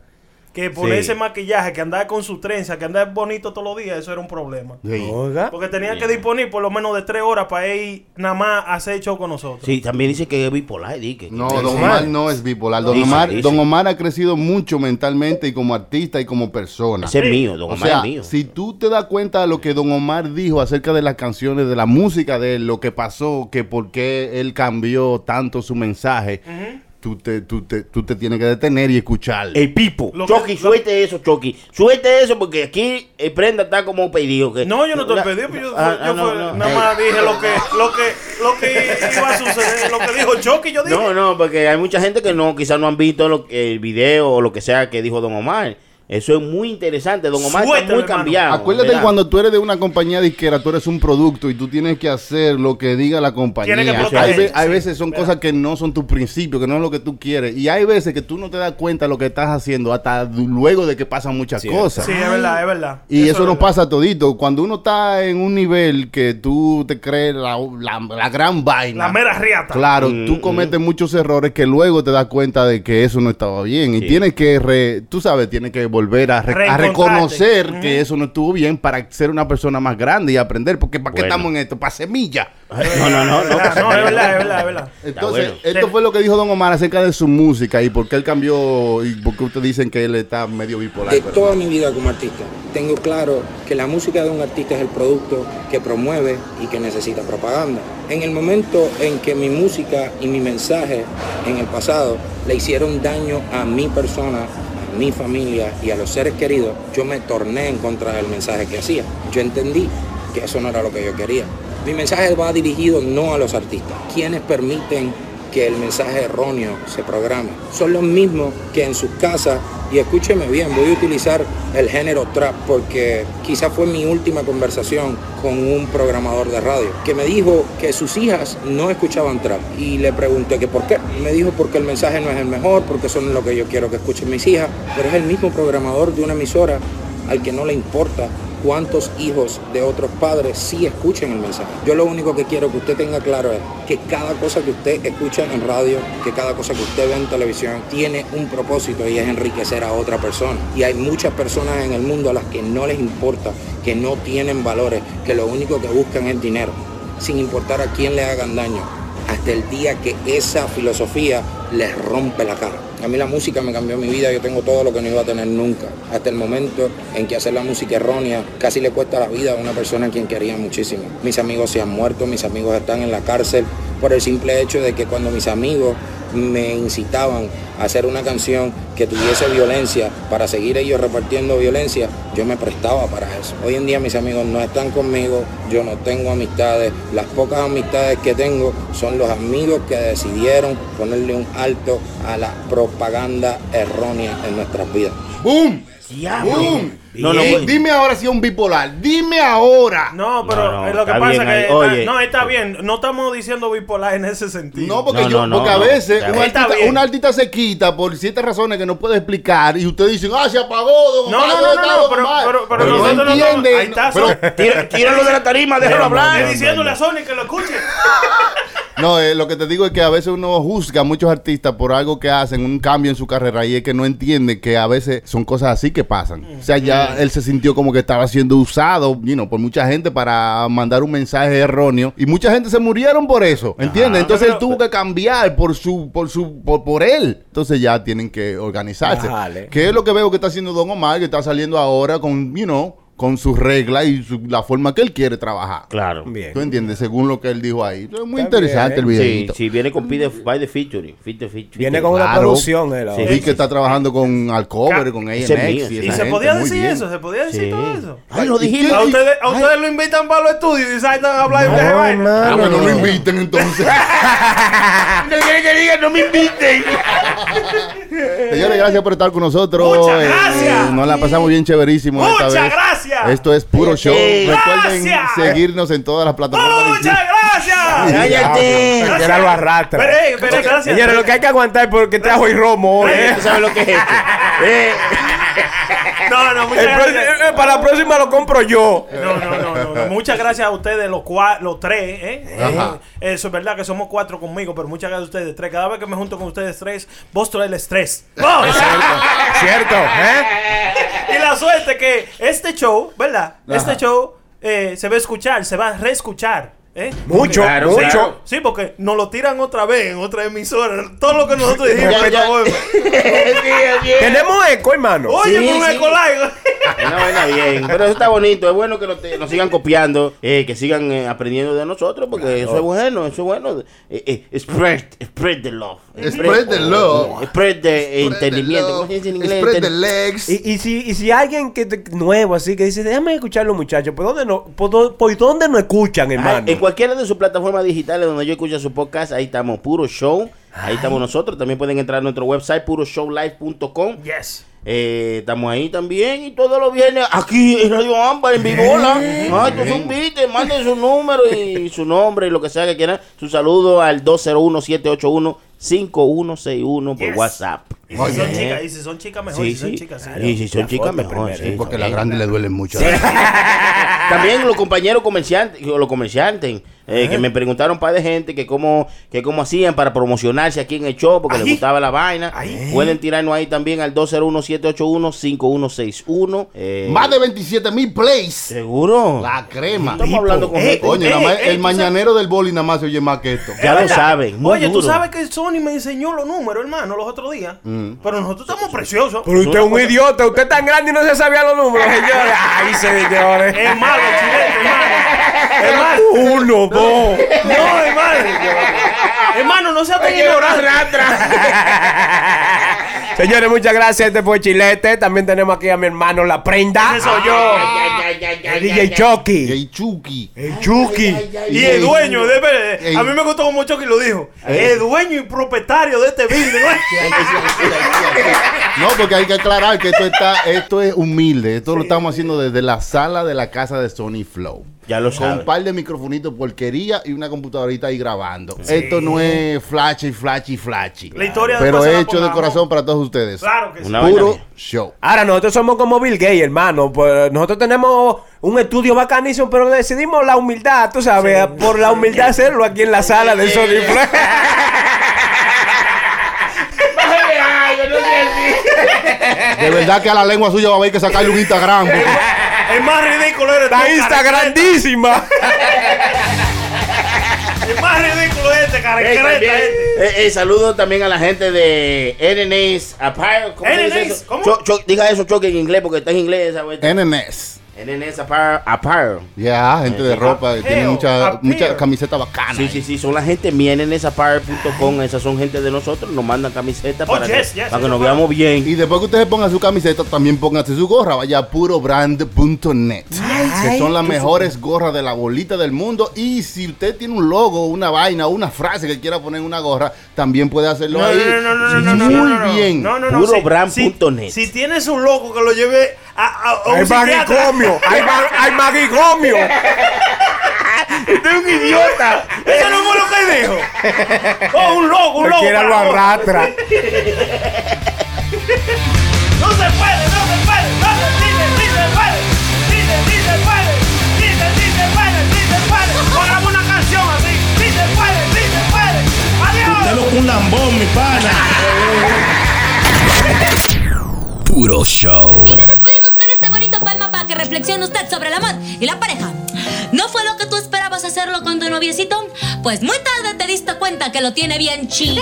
Speaker 5: que ponerse maquillaje, que andar con su trenza, que andar bonito todos los días, eso era un problema.
Speaker 6: ¿Ah?
Speaker 15: Oiga.
Speaker 5: Porque tenía que disponer por lo menos de tres horas para ir nada más a hacer el show con nosotros.
Speaker 8: Sí, también dice que es bipolar. di que-
Speaker 7: No,
Speaker 8: que-
Speaker 7: Don Omar no es bipolar. Don,
Speaker 8: Dice,
Speaker 7: Omar,
Speaker 8: dice.
Speaker 7: Don Omar ha crecido mucho mentalmente y como artista y como persona.
Speaker 5: Ah,
Speaker 8: Ese es Sí. mío, Don
Speaker 7: O
Speaker 8: Omar
Speaker 7: sea,
Speaker 8: es mío.
Speaker 7: Si tú te das cuenta de lo que Don Omar dijo acerca de las canciones, de la música de él, lo que pasó, que por qué él cambió tanto su mensaje, tú, te, tú, te, tú te tienes que detener y escuchar.
Speaker 8: El pipo. Chucky, suelte eso, Chucky. Suelte eso porque aquí eh, Prenda está como pedido. Que...
Speaker 5: No, yo no estoy
Speaker 8: La-
Speaker 5: pedido, pero yo,
Speaker 8: Ah,
Speaker 5: yo
Speaker 8: ah, no,
Speaker 5: fue-
Speaker 8: no.
Speaker 5: nada más dije lo que, lo que, lo que iba a suceder, lo que dijo Chucky, yo dije.
Speaker 8: No, no, porque hay mucha gente que no, quizás no han visto lo que- el video o lo que sea que dijo Don Omar. Eso es muy interesante, don Omar. está
Speaker 7: Suéltalo,
Speaker 8: muy
Speaker 7: hermano.
Speaker 8: cambiado.
Speaker 7: Acuérdate
Speaker 8: ¿verdad?
Speaker 7: que cuando tú eres de una compañía disquera, tú eres un producto y tú tienes que hacer lo que diga la compañía.
Speaker 8: Tiene que proteger,
Speaker 7: hay, ve- hay
Speaker 8: sí,
Speaker 7: veces son cosas que no son tus principios, que no es lo que tú quieres. Y hay veces que tú no te das cuenta de lo que estás haciendo hasta du- luego de que pasan muchas cosas.
Speaker 5: Sí, es verdad, es verdad.
Speaker 7: Y eso, nos pasa todito. Cuando uno está en un nivel que tú te crees la, la- la gran vaina.
Speaker 5: La mera riata.
Speaker 7: Claro,
Speaker 5: Mm,
Speaker 7: tú cometes muchos errores que luego te das cuenta de que eso no estaba bien. Y tienes que, re- tú sabes, tienes que volver a, re- a
Speaker 8: Reencontrarte.
Speaker 7: reconocer que eso no estuvo bien para ser una persona más grande y aprender. Porque ¿para qué
Speaker 8: Bueno.
Speaker 7: estamos en esto? ¿Para semilla?
Speaker 8: Eh, No, no, no. no.
Speaker 5: Ah, Es verdad, es verdad, es verdad.
Speaker 7: Entonces, esto fue lo que dijo Don Omar acerca de su música y por qué él cambió y por qué ustedes dicen que él está medio bipolar.
Speaker 20: De
Speaker 7: pero-
Speaker 20: toda mi vida como artista, tengo claro que la música de un artista es el producto que promueve y que necesita propaganda. En el momento en que mi música y mi mensaje en el pasado le hicieron daño a mi persona, a mi familia y a los seres queridos, yo me torné en contra del mensaje que hacía. Yo entendí que eso no era lo que yo quería. Mi mensaje va dirigido no a los artistas, quienes permiten que el mensaje erróneo se programe. Son los mismos que en sus casas, y escúcheme bien, voy a utilizar el género trap porque quizá fue mi última conversación con un programador de radio que me dijo que sus hijas no escuchaban trap y le pregunté que por qué. Me dijo porque el mensaje no es el mejor, porque eso no es lo que yo quiero que escuchen mis hijas, pero es el mismo programador de una emisora al que no le importa cuántos hijos de otros padres sí escuchen el mensaje. Yo lo único que quiero que usted tenga claro es que cada cosa que usted escucha en radio, que cada cosa que usted ve en televisión, tiene un propósito y es enriquecer a otra persona. Y hay muchas personas en el mundo a las que no les importa, que no tienen valores, que lo único que buscan es dinero, sin importar a quién le hagan daño hasta el día que esa filosofía les rompe la cara. A mí la música me cambió mi vida, yo tengo todo lo que no iba a tener nunca. Hasta el momento en que hacer la música errónea casi le cuesta la vida a una persona a quien quería muchísimo. Mis amigos se han muerto, mis amigos están en la cárcel por el simple hecho de que cuando mis amigos mm, me incitaban a hacer una canción que tuviese violencia para seguir ellos repartiendo violencia, yo me prestaba para eso. Hoy en día mis amigos no están conmigo, yo no tengo amistades, las pocas amistades que tengo son los amigos que decidieron ponerle un alto a la propaganda errónea en nuestras vidas.
Speaker 7: ¡Boom!
Speaker 20: ¡Boom!
Speaker 7: No, no, pues- Dime ahora si es un bipolar. Dime ahora.
Speaker 5: No, pero
Speaker 7: no,
Speaker 5: eh, lo que
Speaker 7: está
Speaker 5: pasa
Speaker 7: bien
Speaker 5: es que.
Speaker 7: ahí.
Speaker 5: está-
Speaker 7: Oye.
Speaker 5: no, está bien. No estamos diciendo bipolar en ese sentido.
Speaker 7: No, porque, yo, porque a veces un artista, un artista se quita por ciertas razones que no puede explicar y usted dice, ah, se apagó, don
Speaker 5: No,
Speaker 7: Omar,
Speaker 5: no,
Speaker 7: todo
Speaker 5: no, no,
Speaker 7: está
Speaker 5: no, pero-
Speaker 7: normal".
Speaker 5: pero- pero nosotros no-
Speaker 7: entiende,
Speaker 5: ahí está,
Speaker 7: pero-
Speaker 5: son- Tira-
Speaker 4: tíralo de la tarima, déjalo
Speaker 7: No,
Speaker 4: hablar.
Speaker 7: no, no,
Speaker 5: Estoy diciéndole
Speaker 7: no,
Speaker 5: a Sony que lo escuche.
Speaker 7: No, eh, lo que te digo es que a veces uno juzga a muchos artistas por algo que hacen, un cambio en su carrera, y es que no entiende que a veces son cosas así que pasan. O sea, ya él se sintió como que estaba siendo usado, you know, por mucha gente para mandar un mensaje erróneo. Y mucha gente se murieron por eso, ¿entiendes? Entonces él tuvo que cambiar por su, por su, por, por él. Entonces ya tienen que organizarse.
Speaker 6: Ajale.
Speaker 7: Que es lo que veo que está haciendo Don Omar, que está saliendo ahora con, you know, con sus reglas y su- la forma que él quiere trabajar.
Speaker 8: Claro.
Speaker 7: ¿Tú entiendes? Según lo que él dijo ahí. Entonces, muy interesante el videito.
Speaker 8: Sí, sí, viene con Pide by the Featuring. Fit the featuring.
Speaker 7: Viene
Speaker 8: Claro.
Speaker 15: eh,
Speaker 7: Sí, vi que está trabajando con Alcover, con
Speaker 8: Ese
Speaker 7: A&X.
Speaker 8: mío, sí.
Speaker 7: esa
Speaker 8: ¿Y se
Speaker 7: gente,
Speaker 5: podía
Speaker 7: muy
Speaker 5: decir
Speaker 7: bien.
Speaker 5: eso? ¿Se podía decir todo eso?
Speaker 7: Ay, lo dijiste.
Speaker 5: A ustedes, a ustedes lo invitan para los estudios y saltan a hablar de
Speaker 7: No,
Speaker 5: vaina.
Speaker 7: Ah, bueno, no lo inviten entonces.
Speaker 4: No quiere que diga, no me inviten.
Speaker 7: Señores, gracias por estar con nosotros. Muchas gracias. nos la pasamos bien chéverísimo esta
Speaker 4: Muchas
Speaker 7: vez.
Speaker 4: gracias.
Speaker 7: Esto es puro show.
Speaker 4: Sí.
Speaker 7: Recuerden
Speaker 4: Gracias.
Speaker 7: seguirnos en todas las plataformas.
Speaker 5: Muchas gracias.
Speaker 15: Cállate.
Speaker 7: Gracias.
Speaker 15: Ya lo arrastra.
Speaker 5: Pero, eh, pero, gracias.
Speaker 15: Señores, lo que hay que aguantar es porque trajo y romo. hoy, ¿eh?
Speaker 5: No, no, Eh, muchas
Speaker 15: El pro-
Speaker 5: gracias.
Speaker 15: eh, Para la próxima lo compro yo.
Speaker 5: No, no, no, no, no. Muchas gracias a ustedes, los, cua- los tres. ¿eh?
Speaker 15: Ajá.
Speaker 5: Eh, Eso es verdad que somos cuatro conmigo, pero muchas gracias a ustedes tres. Cada vez que me junto con ustedes tres, vos traes el estrés. ¡Vos!
Speaker 15: Cierto, ¿eh?
Speaker 5: y la suerte que este show, ¿verdad? Este show eh, se va a escuchar, se va a reescuchar. ¿eh?
Speaker 15: Mucho, Claro,
Speaker 5: sí,
Speaker 15: mucho.
Speaker 5: Sí, porque nos lo tiran otra vez en otra emisora. Todo lo que nosotros dijimos.
Speaker 15: Ya, ya.
Speaker 5: oye,
Speaker 15: Tenemos eco, hermano.
Speaker 5: con un eco largo.
Speaker 8: Es una vaina bien. Pero eso está bonito. Es bueno que nos, te- nos sigan copiando, eh, que sigan eh, aprendiendo de nosotros, porque eso es bueno, eso es bueno. Eh, eh, spread, spread the love. eh,
Speaker 7: Spread the love.
Speaker 8: Spread the entendimiento. ¿Cómo se dice en inglés?
Speaker 7: Spread the
Speaker 8: Enten-
Speaker 7: legs.
Speaker 15: Y, y si, y si alguien que te- nuevo así que dice, déjame escuchar los muchachos, ¿por dónde no, por, do- por dónde no escuchan, hermano?
Speaker 8: En cualquiera de sus plataformas digitales donde yo escucho su podcast, ahí estamos, puro show. Ahí estamos nosotros. También pueden entrar a nuestro website, puroshowlive.com.
Speaker 5: Yes.
Speaker 8: Eh, estamos ahí también y todos los viernes aquí en Radio Ámbar, en Vivola. Ay, tú son viste, manden su número y su nombre y lo que sea que quieran. Su saludo al 201-781-5161 por
Speaker 5: Yes.
Speaker 8: WhatsApp.
Speaker 5: Y si son
Speaker 8: Oye.
Speaker 5: chicas, y si son chicas mejor,
Speaker 8: Sí,
Speaker 5: y si son
Speaker 8: sí.
Speaker 5: chicas, sí.
Speaker 8: Y si son chicas mejor,
Speaker 7: primero,
Speaker 8: sí,
Speaker 7: porque
Speaker 8: sí.
Speaker 7: la grande le duele mucho.
Speaker 8: También los compañeros comerciantes, o los comerciantes, eh, que me preguntaron para de gente que cómo, que cómo hacían para promocionarse aquí en el show, porque les gustaba la vaina. Pueden tirarnos ahí también al 201-781-5161. Eh,
Speaker 9: Más de 27 mil plays.
Speaker 8: Seguro.
Speaker 9: La crema.
Speaker 8: Estamos hablando con gente.
Speaker 7: Coño, nada más
Speaker 5: eh,
Speaker 7: el
Speaker 5: tú
Speaker 7: mañanero del boli nada más se oye más que esto.
Speaker 8: Ya lo saben. muy
Speaker 5: Oye, tú
Speaker 8: duro.
Speaker 5: sabes que Sony me enseñó los números, hermano, los otros días.
Speaker 7: Mm.
Speaker 5: Pero nosotros estamos preciosos.
Speaker 15: Pero usted es un idiota, usted es tan grande y no se sabía los números, señores. Ay, señores.
Speaker 5: Es malo, chileno, es malo. Es malo.
Speaker 15: Uno, dos.
Speaker 5: No, hermano. hermano, no sea tan ignorante.
Speaker 15: Señores, muchas gracias. Este fue Chilete. También tenemos aquí a mi hermano La Prenda. Ah,
Speaker 5: Ese soy yo.
Speaker 15: El DJ Chucky.
Speaker 7: DJ Chucky.
Speaker 15: El Chucky.
Speaker 5: Y el dueño, de, de- de- a mí me gustó como Chucky lo dijo. El dueño y propietario de este building.
Speaker 7: No, porque hay que aclarar que esto está, esto es humilde. Esto lo estamos haciendo desde la sala de la casa de Sony Flow.
Speaker 8: Ya lo
Speaker 7: Con
Speaker 8: saben.
Speaker 7: un par de microfonitos porquería y una computadorita ahí grabando. Esto no es flashy, flashy, flashy.
Speaker 5: La historia de
Speaker 7: Pero
Speaker 5: pasada
Speaker 7: hecho de
Speaker 5: por
Speaker 7: corazón para todos ustedes.
Speaker 5: Claro que sí.
Speaker 8: Una vaina
Speaker 7: Puro
Speaker 8: bien.
Speaker 7: show.
Speaker 15: Ahora nosotros somos como Bill Gates, hermano. Pues, nosotros tenemos un estudio bacanísimo, pero decidimos la humildad, tú sabes, por la humildad hacerlo aquí en la sala de Sony Flow.
Speaker 7: De verdad que a la lengua suya va a haber que sacarle un Instagram. porque-
Speaker 5: Es más ridículo eres tú,
Speaker 15: La Insta
Speaker 5: cara.
Speaker 15: grandísima.
Speaker 5: Es más ridículo este, cara.
Speaker 8: Ey, también,
Speaker 5: Este.
Speaker 8: eh, eh, saludo también a la gente de NNA's Apparel. ¿Cómo se dice
Speaker 5: NNA's,
Speaker 8: eso?
Speaker 5: ¿cómo? Eh.
Speaker 8: Cho- cho- diga eso, choque en inglés, porque está en inglés esa vuelta.
Speaker 7: NNS.
Speaker 8: NNA's Apparel. Apparel.
Speaker 7: Ya, gente de ropa que tiene
Speaker 5: Apeo,
Speaker 7: mucha,
Speaker 5: apeo.
Speaker 7: mucha camiseta bacana.
Speaker 5: eh.
Speaker 8: Sí, sí, sí, son la gente, miren esa par.com, esas son gente de nosotros, nos mandan camisetas
Speaker 5: Oh,
Speaker 8: para,
Speaker 5: yes,
Speaker 8: que,
Speaker 5: yes,
Speaker 8: para que
Speaker 5: yes,
Speaker 8: nos
Speaker 5: yes.
Speaker 8: veamos bien.
Speaker 7: Y después que ustedes pongan su camiseta, también pónganse su gorra. Vaya a purobrand.net. Que son las mejores gorras de la bolita del mundo. Y si usted tiene un logo, una vaina, una frase que quiera poner en una gorra, también puede hacerlo
Speaker 5: No,
Speaker 7: ahí.
Speaker 5: no, no, no, no, no, no,
Speaker 7: Muy
Speaker 5: no, no, no.
Speaker 7: bien.
Speaker 5: No, no, no.
Speaker 8: Puro
Speaker 5: si-
Speaker 8: brand
Speaker 5: si-
Speaker 8: punto net.
Speaker 5: Si tienes un loco que lo lleve a, a, a un
Speaker 15: Hay
Speaker 5: psiquiatra.
Speaker 15: magicomio. Hay, ma- hay magicomio.
Speaker 5: Usted es un idiota. Eso no fue lo que dijo. Oh, un loco, un loco.
Speaker 15: Cualquiera
Speaker 5: para
Speaker 15: lo
Speaker 5: vos.
Speaker 15: arrastra.
Speaker 5: No se puede, no se puede. No se dice, sí se puede. Dice, sí se puede. Dice, sí se puede, sí se puede. Pongamos una canción así. Sí se puede, sí se puede. Adiós.
Speaker 13: un lambón, mi pana. Puro show.
Speaker 21: Y nos despedimos con este bonito palma para que reflexione usted sobre el amor y la pareja. ¿No fue lo que tú esperabas hacerlo con tu noviecito? Pues muy tarde te diste cuenta que lo tiene bien chi...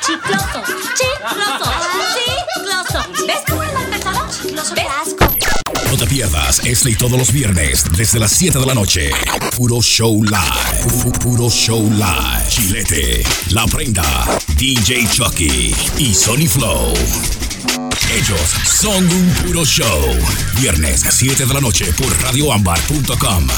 Speaker 21: Chicloso, chicloso, chicloso. ¿Ves cómo es la persona? Chicloso, qué asco.
Speaker 13: No te pierdas este y todos los viernes desde las 7 de la noche. Puro Show Live. Pu- pu- Puro Show Live. Chilete, La Prenda, DJ Chucky y Sony Flow. Ellos son un puro show. Viernes 7 de la noche por radioambar.com.